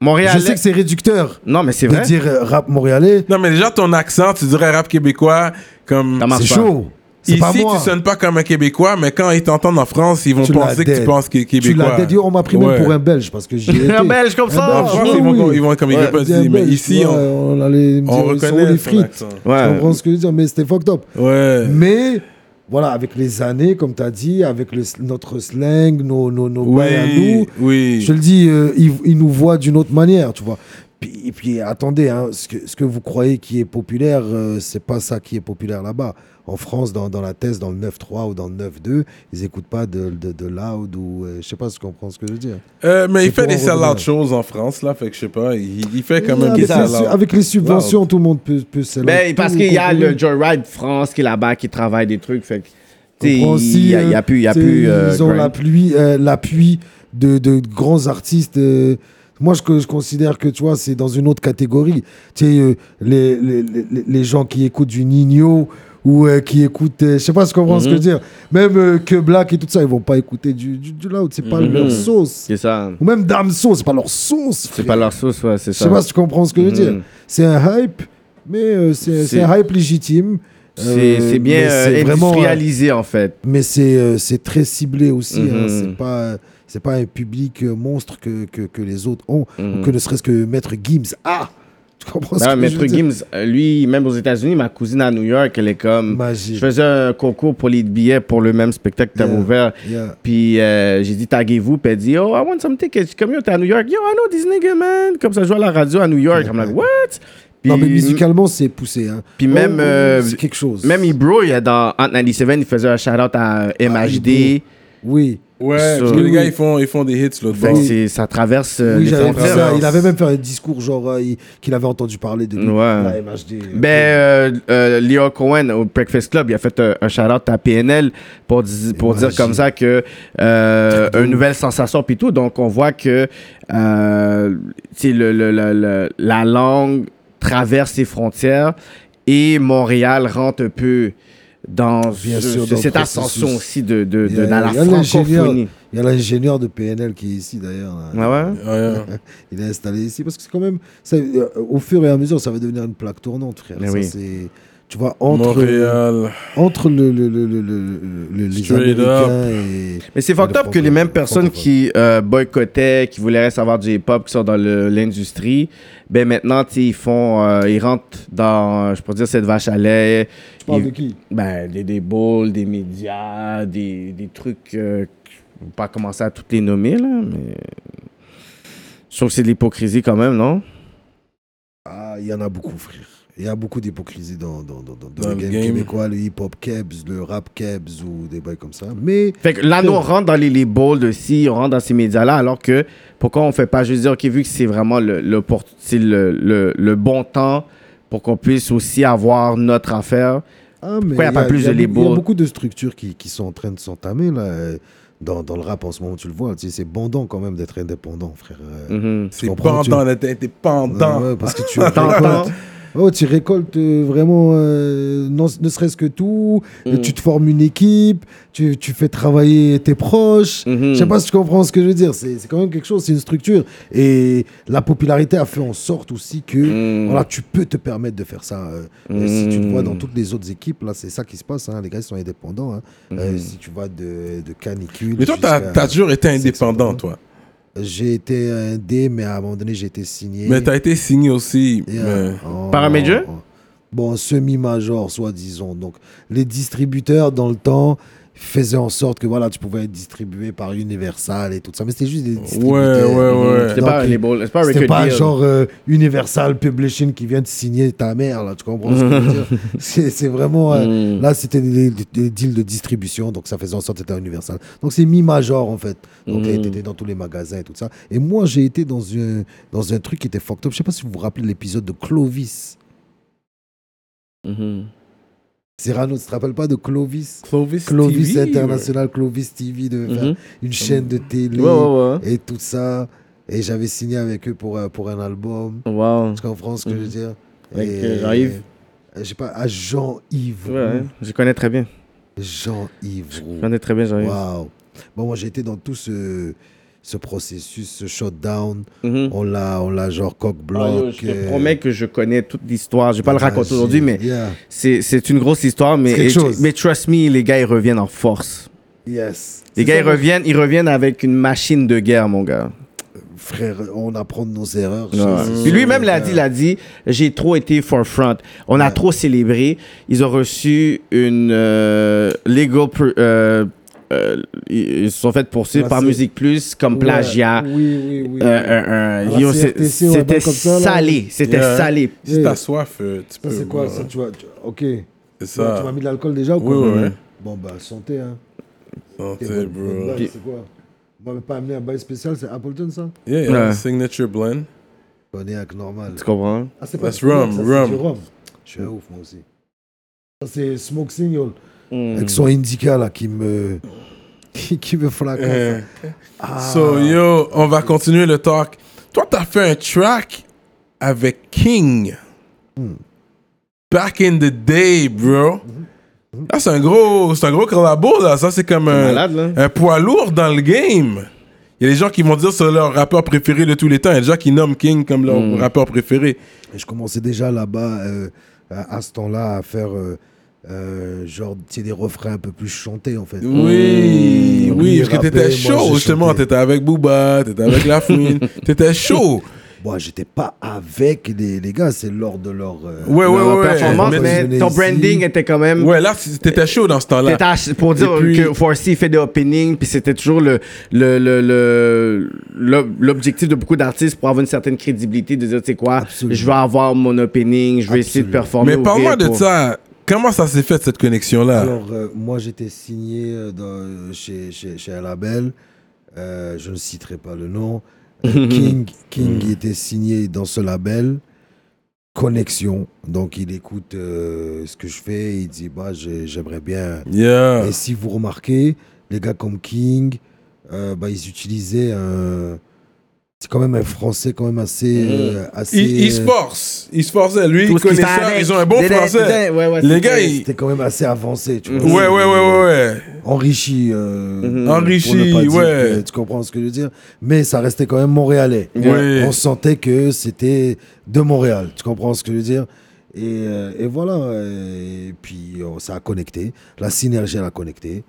Speaker 4: Montréal.
Speaker 5: Je sais que c'est réducteur
Speaker 4: Non, mais c'est
Speaker 5: de
Speaker 4: vrai.
Speaker 5: dire euh, rap montréalais.
Speaker 3: Non, mais déjà, ton accent, tu dirais rap québécois, comme.
Speaker 4: Ça marche
Speaker 5: C'est
Speaker 4: pas.
Speaker 5: chaud. C'est
Speaker 3: Ici,
Speaker 5: pas moi.
Speaker 3: tu sonnes pas comme un Québécois, mais quand ils t'entendent en France, ils vont
Speaker 5: Tu l'as
Speaker 3: penser que tu
Speaker 5: dead.
Speaker 3: penses que
Speaker 5: Tu l'as
Speaker 3: Québécois.
Speaker 5: dédié, on m'a pris
Speaker 3: Ouais.
Speaker 5: même pour un Belge parce que j'y ai été.
Speaker 4: Un Belge comme ça.
Speaker 3: En
Speaker 5: Ah,
Speaker 3: France,
Speaker 5: oui,
Speaker 3: ils, vont,
Speaker 5: oui.
Speaker 3: ils vont comme ils
Speaker 4: Ouais,
Speaker 3: peuvent
Speaker 5: Dis un
Speaker 3: dire, mais
Speaker 5: Belge,
Speaker 3: ici,
Speaker 5: ouais,
Speaker 3: on,
Speaker 5: on, a les,
Speaker 3: on
Speaker 5: ils sont
Speaker 3: reconnaît
Speaker 5: les
Speaker 3: son
Speaker 5: frites.
Speaker 3: accent.
Speaker 5: Tu
Speaker 4: Ouais.
Speaker 5: comprends ce que je veux dire Mais c'était fucked up.
Speaker 3: Ouais.
Speaker 5: Mais voilà, avec les années, comme tu as dit, avec le- notre slang, nos, nos, nos bails à nous,
Speaker 3: Oui, oui.
Speaker 5: je te le dis, euh, ils, ils nous voient d'une autre manière, tu vois. Puis- et puis attendez, hein, ce, que, ce que vous croyez qui est populaire, euh, c'est pas ça qui est populaire là-bas. En France, dans, dans la thèse, dans le 9-3 ou dans le 9-2, ils écoutent pas de, de, de loud ou euh, je sais pas si tu comprends ce que je veux dire.
Speaker 3: Euh, mais il
Speaker 5: C'est
Speaker 3: fait des
Speaker 5: pour en
Speaker 3: sell-out
Speaker 5: revenir.
Speaker 3: choses en France, là, fait que je sais pas, il, il fait quand
Speaker 5: Ouais,
Speaker 3: même des
Speaker 5: avec, les, su-
Speaker 3: sell-out.
Speaker 5: avec les subventions, tout le monde peut, peut sell out,
Speaker 4: Ben,
Speaker 5: tout
Speaker 4: parce
Speaker 5: le
Speaker 4: qu'il y a
Speaker 5: contenu.
Speaker 4: le Joyride France qui est là-bas, qui travaille des trucs. Fait que, tu sais,
Speaker 5: Tu comprends
Speaker 4: il
Speaker 5: aussi,
Speaker 4: y a, il y a
Speaker 5: euh,
Speaker 4: plus. il Y a
Speaker 5: t'sais,
Speaker 4: plus euh,
Speaker 5: ils ont
Speaker 4: grind.
Speaker 5: l'appui, euh, l'appui de, de grands artistes. euh, moi, je, je considère que, tu vois, c'est dans une autre catégorie. Tu sais, euh, les, les, les, les gens qui écoutent du Nino ou euh, qui écoutent, euh, je sais pas ce qu'on pense
Speaker 4: Mhm.
Speaker 5: que dire, même euh, que Black et tout ça, ils vont pas écouter du, du, du loud, c'est pas
Speaker 4: Mhm.
Speaker 5: leur sauce.
Speaker 4: C'est ça.
Speaker 5: Ou même Damso, c'est pas leur sauce.
Speaker 4: C'est
Speaker 5: frère.
Speaker 4: pas leur sauce, ouais, c'est
Speaker 5: Je
Speaker 4: ça.
Speaker 5: sais pas si tu comprends ce que je veux dire.
Speaker 4: Mhm.
Speaker 5: C'est un hype, mais euh, c'est c'est
Speaker 4: C'est-
Speaker 5: un hype légitime.
Speaker 4: C'est
Speaker 5: Euh,
Speaker 4: c'est bien
Speaker 5: mais c'est
Speaker 4: euh,
Speaker 5: vraiment, euh,
Speaker 4: industrialisé, en fait.
Speaker 5: mais c'est euh, c'est très ciblé aussi. hein.
Speaker 4: Mhm.
Speaker 5: C'est pas c'est pas un public euh, monstre que, que, que les autres ont,
Speaker 4: Mhm.
Speaker 5: ou que ne serait-ce que Maître Gims. Ah, tu comprends ce
Speaker 4: Ah,
Speaker 5: que je
Speaker 4: Maître
Speaker 5: veux dire
Speaker 4: Gims, euh, lui, même aux États-Unis, ma cousine à New York, elle est comme.
Speaker 5: Magie.
Speaker 4: Je faisais un concours pour les billets pour le même spectacle que t'avais
Speaker 5: Yeah.
Speaker 4: ouvert.
Speaker 5: Yeah.
Speaker 4: Puis euh, j'ai dit, taguez-vous. Puis elle dit, oh, I want some tickets. Je suis comme, yo, t'es à New York. Yo, I know this nigga, man. Comme ça, je joue à la radio à New York. I'm like, what? Puis,
Speaker 5: Non mais musicalement c'est poussé. Hein.
Speaker 4: Puis même, euh,
Speaker 5: c'est quelque chose.
Speaker 4: Même Ibro, il y a dans Ant 97, il faisait un shout-out à
Speaker 5: Ah,
Speaker 4: MHD.
Speaker 5: oui.
Speaker 3: Ouais, parce
Speaker 4: So-
Speaker 3: que les gars,
Speaker 5: Oui. Ben,
Speaker 3: ils font, ils font des hits l'autre
Speaker 4: Fait que
Speaker 3: bord.
Speaker 4: c'est- ça traverse euh,
Speaker 5: Oui,
Speaker 4: les
Speaker 5: j'avais vu
Speaker 4: frontières.
Speaker 5: ça. Il avait même fait un discours genre euh, il- qu'il avait entendu parler de
Speaker 4: Ouais.
Speaker 5: la MHD. euh,
Speaker 4: Ben, euh, euh, Leo Cohen au Breakfast Club, il a fait euh, un, un shout-out à PNL pour, dis- pour dire
Speaker 5: Imagine.
Speaker 4: comme ça que euh, une nouvelle sensation puis tout. Donc, on voit que euh, tu sais, le, le- le- le- la langue traverse ses frontières et Montréal rentre un peu dans
Speaker 5: Bien
Speaker 4: ce-
Speaker 5: sûr,
Speaker 4: ce-
Speaker 5: dans le
Speaker 4: cette
Speaker 5: processus.
Speaker 4: ascension aussi de, de,
Speaker 5: il y
Speaker 4: de-
Speaker 5: a-
Speaker 4: dans la
Speaker 5: il y a l'ingénieur-
Speaker 4: francophonie.
Speaker 5: Il y a l'ingénieur de PNL qui est ici d'ailleurs. là.
Speaker 4: Ah ouais?
Speaker 3: Ouais.
Speaker 5: Il est installé ici parce que c'est quand même, ça, euh, au fur et à mesure, ça va devenir une plaque tournante, frère.
Speaker 4: Mais
Speaker 5: Ça,
Speaker 4: oui.
Speaker 5: c'est- tu vois, entre,
Speaker 3: Montréal.
Speaker 5: entre le, le, le, le, le- le- les
Speaker 3: Straight up.
Speaker 5: Américains et.
Speaker 4: Mais c'est fucked
Speaker 5: Le
Speaker 4: up que les mêmes
Speaker 5: francophone.
Speaker 4: personnes qui euh, boycottaient, qui voulaient savoir du hip-hop, qui sont dans le- l'industrie, ben maintenant, tu sais, ils font, euh, ils rentrent dans, euh, je pourrais dire, cette vache à lait.
Speaker 5: Tu parles
Speaker 4: Ils-
Speaker 5: de qui
Speaker 4: Ben, des, des balls, des médias, des, des trucs, euh, je vais pas commencer à toutes les nommer, là, mais... Je trouve que c'est de l'hypocrisie quand même, non?
Speaker 5: Ah, il y en a beaucoup, frère. Il y a beaucoup d'hypocrisie dans, dans, dans, dans, dans
Speaker 3: Dans
Speaker 5: le
Speaker 3: le
Speaker 5: game,
Speaker 3: game.
Speaker 5: québécois, le hip-hop kebs, le rap kebs ou des bails comme ça. Mais
Speaker 4: Fait que là, nous, on rentre dans les, les balls aussi, on rentre dans ces médias-là, alors que pourquoi on fait pas juste dire, OK, vu que c'est vraiment le, le, pour- c'est le, le, le bon temps pour qu'on puisse aussi avoir notre affaire.
Speaker 5: Ah, mais
Speaker 4: Pourquoi y a
Speaker 5: il
Speaker 4: pas plus
Speaker 5: il
Speaker 4: de
Speaker 5: beaucoup- Il y
Speaker 4: labels
Speaker 5: a beaucoup de structures qui, qui sont en train de s'entamer là. euh, Dans, dans le rap en ce moment, tu le vois, tu sais, c'est bandant quand même d'être indépendant, frère. euh,
Speaker 4: Mhm.
Speaker 3: C'est
Speaker 5: comprends, tu-
Speaker 3: pendant, t'es t'es pendant.
Speaker 5: Ouais, ouais, parce que tu
Speaker 4: T'entends?
Speaker 5: récoltes, Ouais, Oh, tu récoltes euh, vraiment, euh, non- ne serait-ce que tout.
Speaker 4: Mm.
Speaker 5: Tu te formes une équipe, tu, tu fais travailler tes proches.
Speaker 4: Mhm.
Speaker 5: Je sais pas si tu comprends ce que je veux dire. C'est c'est quand même quelque chose, c'est une structure. Et la popularité a fait en sorte aussi que
Speaker 4: Mm.
Speaker 5: voilà, tu peux te permettre de faire ça. euh, euh, Si tu te vois dans
Speaker 4: Mm.
Speaker 5: toutes les autres équipes, là, c'est ça qui se passe. hein. Les gars, ils sont indépendants. hein. Euh, si tu vas de, de canicule.
Speaker 3: Mais toi, t'as
Speaker 5: jusqu'à-
Speaker 3: t'as toujours été indépendant,
Speaker 5: septembre.
Speaker 3: toi.
Speaker 5: J'ai été indé, mais à un moment donné, j'ai été signé.
Speaker 3: Mais t'as été signé aussi.
Speaker 5: Yeah.
Speaker 3: mais-
Speaker 5: En-
Speaker 4: Par un major
Speaker 5: en- bon, semi-major, soi-disant. Donc, les distributeurs, dans le temps, faisaient en sorte que voilà, tu pouvais être distribué par Universal et tout ça. Mais c'était juste des
Speaker 3: Ouais,
Speaker 5: distributeurs.
Speaker 3: ouais, ouais.
Speaker 4: Mm-hmm. C'est pas un
Speaker 5: Donc, euh,
Speaker 4: label, c'est pas un
Speaker 5: C'était
Speaker 4: record
Speaker 5: pas
Speaker 4: deal.
Speaker 5: genre euh, Universal Publishing qui vient de signer ta mère, là, tu comprends ce que je veux dire C'est c'est vraiment... euh,
Speaker 4: Mm-hmm.
Speaker 3: Mm.
Speaker 5: Là, c'était des, des- des deals de distribution, donc ça faisait en sorte que c'était Universal. Donc c'est mi-major, en fait. Donc
Speaker 4: Mm.
Speaker 5: euh, t'étais dans tous les magasins et tout ça. Et moi, j'ai été dans un, dans un truc qui était fucked up. Je sais pas si vous vous rappelez l'épisode de Clovis.
Speaker 4: Mhm.
Speaker 5: Cyrano, tu te rappelles pas de Clovis
Speaker 3: Clovis,
Speaker 5: Clovis
Speaker 3: TV,
Speaker 5: International, Clovis TV, de faire
Speaker 4: Mhm.
Speaker 5: une chaîne de télé
Speaker 4: Ouais, ouais,
Speaker 5: et tout ça. Et j'avais signé avec eux pour, euh, pour un album.
Speaker 4: ouais. Wow.
Speaker 5: Tu comprends ce que je veux dire
Speaker 4: Mm-hmm. Avec, euh, Jean-Yves.
Speaker 5: Je sais pas, à Jean-Yves.
Speaker 4: Ouais, ouais. Je connais très bien.
Speaker 5: Jean-Yves.
Speaker 4: Je connais très bien, Jean-Yves.
Speaker 5: Waouh. Bon, moi, j'ai été dans tout ce, ce processus, ce shutdown.
Speaker 4: Mhm.
Speaker 5: On l'a, on l'a genre euh,
Speaker 4: Ah,
Speaker 5: cock-block.
Speaker 4: yo, je te promets que je connais toute l'histoire. Je vais pas le raconter aujourd'hui, mais
Speaker 5: Yeah.
Speaker 4: c'est c'est une grosse histoire. Mais,
Speaker 5: C'est quelque
Speaker 4: et-
Speaker 5: chose.
Speaker 4: mais trust me, les gars, ils reviennent en force.
Speaker 5: Yes.
Speaker 4: Les
Speaker 5: C'est
Speaker 4: gars,
Speaker 5: ça,
Speaker 4: ils reviennent, ils reviennent avec une machine de guerre, mon gars.
Speaker 5: Frère, on apprend de nos erreurs.
Speaker 4: Ouais.
Speaker 5: C'est- c'est
Speaker 4: Puis lui-même
Speaker 5: sûr,
Speaker 4: l'a
Speaker 5: frère.
Speaker 4: dit, il a dit, j'ai trop été forefront. On a trop célébré. Ils ont reçu une euh, legal... pr- euh, euh, ils ils se sont fait poursuivre par
Speaker 5: Merci.
Speaker 4: Musique Plus comme
Speaker 5: Ah, Ouais. Ah,
Speaker 4: plagiat.
Speaker 5: Oui, oui, oui.
Speaker 4: Euh, euh, euh,
Speaker 5: À la
Speaker 4: yo, c'est-
Speaker 5: CRTC, ouais,
Speaker 4: C'était
Speaker 5: ben comme ça, là.
Speaker 4: salé, c'était
Speaker 3: Yeah.
Speaker 4: salé.
Speaker 3: Si t'as soif, euh, tu
Speaker 5: Ça,
Speaker 3: peux.
Speaker 5: c'est quoi
Speaker 3: ouais.
Speaker 5: ça, tu vois tu- Ok.
Speaker 3: C'est
Speaker 5: Tu m'as
Speaker 3: ça.
Speaker 5: tu m'as mis de l'alcool déjà ou
Speaker 3: Oui,
Speaker 5: quoi
Speaker 3: ouais, ouais.
Speaker 5: Bon, bah, santé, hein.
Speaker 3: Santé,
Speaker 5: Votre- votre
Speaker 3: bro.
Speaker 5: bail, C'est quoi On m'avait pas amené un bail spécial, c'est Appleton ça
Speaker 3: Yeah,
Speaker 4: Ouais.
Speaker 3: yeah. Signature blend.
Speaker 5: Cognac normal.
Speaker 4: Tu comprends?
Speaker 5: Ah, c'est
Speaker 3: That's
Speaker 5: du cognac,
Speaker 3: rum,
Speaker 5: ça, c'est
Speaker 3: rum.
Speaker 5: du Je suis un ouf moi aussi. Ça c'est Smoke Signal.
Speaker 4: Mm.
Speaker 5: Avec son indica là qui me. qui, qui me fracasse.
Speaker 3: Euh,
Speaker 5: Ah,
Speaker 3: So yo, on va continuer le talk. Toi, t'as fait un track avec King. Back in the day, bro. Ah, c'est un gros, c'est un gros collabo là. Ça, c'est comme un,
Speaker 4: malade, là.
Speaker 3: un poids lourd dans le game. Il y a des gens qui vont dire que c'est leur rappeur préféré de tous les temps. Il y a des gens qui nomment King comme leur rappeur préféré.
Speaker 5: Et je commençais déjà là-bas, euh, à, à ce temps-là, à faire euh, euh, genre tu sais, des refrains un peu plus chantés en fait.
Speaker 3: Oui, oui,
Speaker 5: Mmh. Lui,
Speaker 3: parce que
Speaker 5: rappé,
Speaker 3: t'étais
Speaker 5: Hmm. moi,
Speaker 3: chaud
Speaker 5: j'ai
Speaker 3: justement.
Speaker 5: chanté.
Speaker 3: T'étais avec Booba, t'étais avec Lafouine, t'étais chaud.
Speaker 5: Moi j'étais pas avec les, les gars, c'est lors de leur. euh,
Speaker 3: Ouais, ouais,
Speaker 4: Leur
Speaker 3: ouais.
Speaker 4: performance,
Speaker 5: Mais-
Speaker 4: mais ton branding était quand même.
Speaker 3: Ouais, là, c- t'étais chaud dans ce temps-là.
Speaker 4: T'étais à- pour dire
Speaker 3: Et puis-
Speaker 4: que Forcy fait des openings, puis c'était toujours le, le, le, le- l'ob- l'objectif de beaucoup d'artistes pour avoir une certaine crédibilité, de dire, tu sais quoi,
Speaker 5: Absolument.
Speaker 4: je vais avoir mon opening, je vais essayer de
Speaker 5: Absolument.
Speaker 4: performer.
Speaker 3: Mais
Speaker 4: au
Speaker 3: parle-moi
Speaker 4: vrai
Speaker 3: de
Speaker 4: pour-
Speaker 3: ça. Comment ça s'est fait cette connexion-là
Speaker 5: Alors, euh, moi, j'étais signé euh, dans- euh, chez, chez, chez un label. Euh, je ne citerai pas le nom. Euh, King, King
Speaker 3: Mm.
Speaker 5: était signé dans ce label. Connexion. Donc, il écoute euh, ce que je fais. Il dit bah, j'ai- J'aimerais bien.
Speaker 3: Yeah.
Speaker 5: Et si vous remarquez, les gars comme King, euh, bah, ils utilisaient un. C'est quand même un français, quand même assez. euh, assez
Speaker 3: Mmh. Il, il se force. Il se forçait. Lui,
Speaker 4: Tout
Speaker 3: il
Speaker 4: ce qui
Speaker 3: connaît
Speaker 4: fait
Speaker 3: ça.
Speaker 4: avec.
Speaker 3: Ils ont un bon
Speaker 4: Dédé,
Speaker 3: français.
Speaker 4: dédé, ouais, ouais,
Speaker 3: Les
Speaker 4: c'est-
Speaker 3: gars, ils.
Speaker 5: C'était euh, quand même assez avancé. Tu vois.
Speaker 3: Mmh. Ouais, ouais, ouais, ouais, ouais.
Speaker 5: enrichi. euh,
Speaker 4: Mhm.
Speaker 5: pour
Speaker 3: Enrichi,
Speaker 5: ne pas dire
Speaker 3: ouais.
Speaker 5: que- tu comprends ce que je veux dire Mais ça restait quand même montréalais.
Speaker 3: Ouais.
Speaker 5: On sentait que c'était de Montréal. Tu comprends ce que je veux dire et, euh, et voilà. euh, Et puis on- ça a connecté. La synergie, elle a connecté.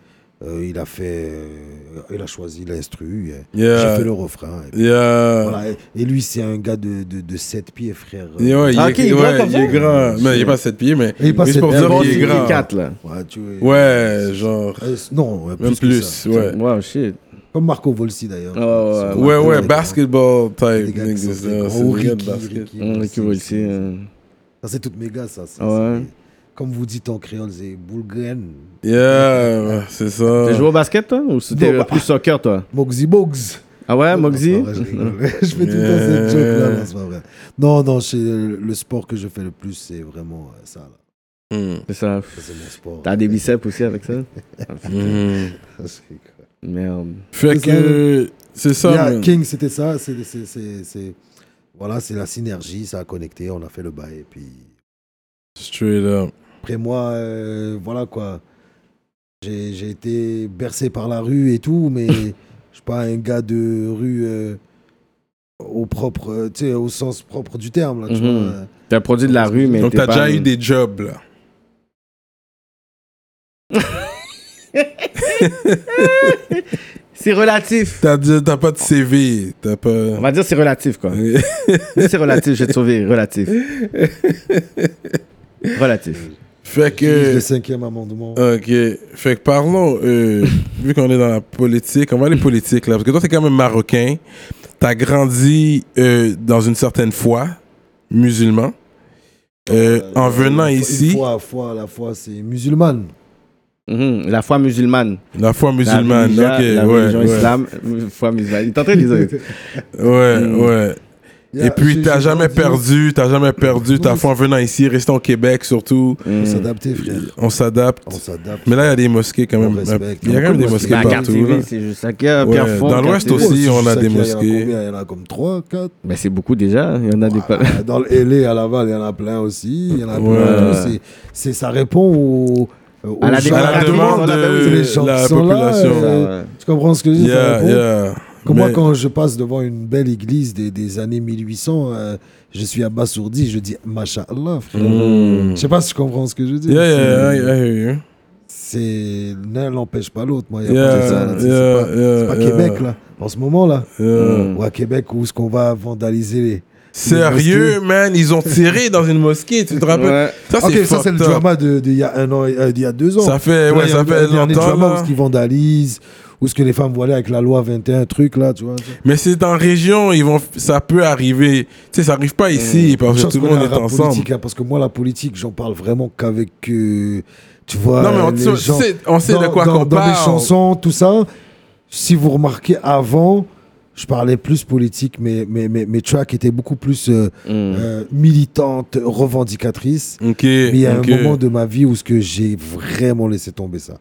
Speaker 5: Euh, il a fait. euh, il a choisi l'instru. euh,
Speaker 3: Yeah.
Speaker 5: J'ai fait le refrain.
Speaker 3: euh,
Speaker 5: Et, puis
Speaker 3: Yeah.
Speaker 5: voilà. Et- et lui, c'est un gars de, de, de 7 pieds, frère.
Speaker 3: Yeah, ouais, il,
Speaker 4: Ah,
Speaker 3: est,
Speaker 4: ok, il est grand
Speaker 3: ouais,
Speaker 4: comme
Speaker 3: il
Speaker 4: ça?
Speaker 3: est grand. Mais il est pas 7 pieds, mais.
Speaker 5: Il est pas
Speaker 3: mais c'est pour
Speaker 5: sept
Speaker 3: dire
Speaker 5: pieds.
Speaker 3: qu'il est
Speaker 5: Bon,
Speaker 3: grand.
Speaker 5: c'est
Speaker 4: quatre, là.
Speaker 5: Ouais, tu vois.
Speaker 3: Ouais, genre.
Speaker 5: Euh, non, ouais, plus,
Speaker 3: Même
Speaker 5: que
Speaker 3: plus, Ah
Speaker 5: ça.
Speaker 3: ouais.
Speaker 4: Wow, shit.
Speaker 5: Comme Marco Volsi d'ailleurs.
Speaker 4: Ouais,
Speaker 5: Ils
Speaker 4: ouais,
Speaker 5: sont
Speaker 3: Ouais,
Speaker 5: marqués
Speaker 3: ouais,
Speaker 5: dans les grands.
Speaker 3: basketball
Speaker 5: Des
Speaker 3: type.
Speaker 5: gars qui
Speaker 3: niggas,
Speaker 5: sont
Speaker 3: là,
Speaker 5: des
Speaker 3: C'est
Speaker 5: gros
Speaker 3: des gars de
Speaker 5: Ricky,
Speaker 3: basket.
Speaker 5: Ricky,
Speaker 4: On
Speaker 5: Ricky,
Speaker 4: récupère
Speaker 5: Ricky.
Speaker 4: aussi.
Speaker 3: hein.
Speaker 4: euh,
Speaker 5: Ça, c'est toutes mes gars, ça.
Speaker 3: Ah
Speaker 5: c'est-
Speaker 4: Ouais.
Speaker 5: c'est- Comme vous dites en créole, c'est boulgren.
Speaker 3: Yeah, c'est ça.
Speaker 4: T'as joué au basket, toi, ou c'était
Speaker 5: Bon, bah-
Speaker 4: plus soccer, toi?
Speaker 5: Moxie Bogs.
Speaker 4: Ah ouais,
Speaker 5: Non,
Speaker 4: Moxie?
Speaker 5: c'est pas vrai, je rigole. Je fais tout le temps cette joke là, non, c'est pas vrai. Non, non, c'est le le sport que je fais le plus, c'est vraiment euh, ça. Là.
Speaker 3: Mm.
Speaker 4: C'est ça.
Speaker 5: Ça, C'est mon sport.
Speaker 4: T'as des biceps aussi avec ça?
Speaker 3: Mm.
Speaker 5: C'est quoi.
Speaker 4: Merde.
Speaker 3: Fait
Speaker 5: C'est ça,
Speaker 3: que. C'est ça,
Speaker 5: Yeah,
Speaker 3: man.
Speaker 5: King, c'était ça. C'est, c'est, c'est, c'est- Voilà, c'est la synergie, ça a connecté, on a fait le bail. Et puis
Speaker 3: Straight up.
Speaker 5: après moi, euh, voilà quoi. J'ai, j'ai été bercé par la rue et tout, mais je suis pas un gars de rue euh, au propre, euh, tu sais, au sens propre du terme. Là, tu
Speaker 4: Mhm.
Speaker 5: vois, euh.
Speaker 4: T'es un produit de la rue, mais.
Speaker 3: Donc,
Speaker 4: t'es
Speaker 3: t'as
Speaker 4: pas-
Speaker 3: déjà eu des jobs, là.
Speaker 4: C'est relatif.
Speaker 3: T'as déjà- t'as pas de CV. T'as
Speaker 4: On
Speaker 3: pas.
Speaker 4: va dire c'est relatif, quoi. C'est relatif, je vais te sauver, relatif. Relatif.
Speaker 3: Fait
Speaker 5: Le
Speaker 3: que. euh,
Speaker 5: cinquième amendement.
Speaker 3: Ok. Fait que parlons, euh, vu qu'on est dans la politique, on va aller politique là. Parce que toi, t'es quand même marocain. T'as grandi euh, dans une certaine foi musulman. Euh, en venant
Speaker 5: Une fois-
Speaker 3: ici,
Speaker 5: Une fois, à fois, la foi, c'est musulmane.
Speaker 4: Mhm, La foi musulmane.
Speaker 3: la foi
Speaker 4: La
Speaker 3: Euh. musulmane,
Speaker 4: religia- La
Speaker 3: ok, ouais,
Speaker 4: religion
Speaker 3: ouais,
Speaker 4: islam, foi musulmane. Il est en train de les dire.
Speaker 3: ouais, ouais.
Speaker 5: Hmm. Yeah,
Speaker 3: Et puis
Speaker 5: j'ai-
Speaker 3: t'as
Speaker 5: j'ai
Speaker 3: jamais
Speaker 5: grandi-
Speaker 3: perdu, t'as jamais perdu ta
Speaker 5: Oui.
Speaker 3: foi en venant ici, restant au Québec surtout.
Speaker 4: Mhm.
Speaker 5: Faut s'adapter, frère.
Speaker 3: On s'adapte.
Speaker 5: On s'adapte.
Speaker 3: Mais là, Mm. il y a des mosquées quand
Speaker 5: On
Speaker 3: même.
Speaker 5: respecte.
Speaker 3: Il y a quand même des
Speaker 5: Beaucoup de
Speaker 3: mosquées
Speaker 4: La carte
Speaker 3: partout. là.
Speaker 4: TV, c'est juste ça qu'il y a.
Speaker 3: Ouais,
Speaker 4: Pierre Fond,
Speaker 3: dans
Speaker 4: carte
Speaker 3: l'Ouest
Speaker 4: TV.
Speaker 5: Ouais,
Speaker 3: aussi.
Speaker 5: c'est
Speaker 3: on a
Speaker 5: juste ça
Speaker 3: des
Speaker 5: qu'il y Il y en
Speaker 3: mosquées.
Speaker 5: a combien Il y en a comme 3, 4.
Speaker 4: Mais c'est beaucoup déjà. hein. Il y en a des pas.
Speaker 5: Dans le LA, à Laval, il y en a plein aussi. Il y en a
Speaker 3: Ouais.
Speaker 5: plein. C'est- C'est, ça répond au, aux
Speaker 4: À la
Speaker 5: gens-
Speaker 3: À la
Speaker 4: Tout le monde,
Speaker 3: demande
Speaker 4: là, ben oui,
Speaker 5: les gens
Speaker 3: de la
Speaker 5: qui sont là,
Speaker 3: population.
Speaker 4: Ah
Speaker 5: euh, Tu comprends ce que je dis ça
Speaker 3: Yeah,
Speaker 5: répond.
Speaker 3: yeah.
Speaker 5: Comme moi,
Speaker 3: Mais-
Speaker 5: quand je passe devant une belle église des, des années 1800, euh, je suis abasourdi. Je dis, Masha'Allah, frère. Je sais pas si tu comprends ce que je dis.
Speaker 3: Mm. Hmm. Yeah, yeah, yeah, yeah, yeah, yeah.
Speaker 5: C'est l'un n'empêche pas l'autre. Moi, il y a pas de ça, là,
Speaker 3: Yeah,
Speaker 5: tu sais,
Speaker 3: yeah,
Speaker 5: c'est pas, c'est
Speaker 3: yeah, yeah.
Speaker 5: pas
Speaker 3: Mm.
Speaker 5: Québec là. En ce moment là,
Speaker 3: Yeah.
Speaker 5: ou à Québec où est-ce qu'on va vandaliser les.
Speaker 3: Sérieux, man, ils ont tiré dans une mosquée, tu te rappelles
Speaker 4: Ouais.
Speaker 3: Ça, c'est
Speaker 5: Ok, ça c'est le
Speaker 3: fucked up.
Speaker 5: drama de- d'il y a un an, et- euh, d'il y a deux ans.
Speaker 3: Ça fait,
Speaker 5: Là,
Speaker 3: ouais,
Speaker 5: il y a
Speaker 3: ça
Speaker 5: un-
Speaker 3: fait
Speaker 5: il y a un des
Speaker 3: longtemps.
Speaker 5: dramas
Speaker 3: là.
Speaker 5: Où ce qu'ils vandalisent, où ce que les femmes voilées avec la loi 21 truc là, tu vois.
Speaker 3: Mais c'est en région, ils vont, ça peut arriver. Tu sais, ça arrive pas
Speaker 4: Hmm.
Speaker 3: ici parce que
Speaker 5: Chance
Speaker 3: tout le
Speaker 5: qu'on a
Speaker 3: monde
Speaker 5: un
Speaker 3: est
Speaker 5: rap
Speaker 3: ensemble.
Speaker 5: politique, hein, parce que moi la politique, j'en parle vraiment qu'avec, euh, tu vois.
Speaker 3: Non, mais on
Speaker 5: les
Speaker 3: sait-
Speaker 5: gens.
Speaker 3: sait- on sait de
Speaker 5: Dans-
Speaker 3: quoi
Speaker 5: dans-
Speaker 3: qu'on
Speaker 5: Dans mes
Speaker 3: parle.
Speaker 5: chansons, tout ça. Si vous remarquez avant. Je parlais plus politique, mais mes, mes, mes tracks étaient beaucoup plus euh,
Speaker 3: Mm. Mhm.
Speaker 5: euh, militantes, revendicatrices.
Speaker 3: Ok.
Speaker 5: Mais il y a
Speaker 3: ok.
Speaker 5: un moment de ma vie où ce que j'ai vraiment laissé tomber ça.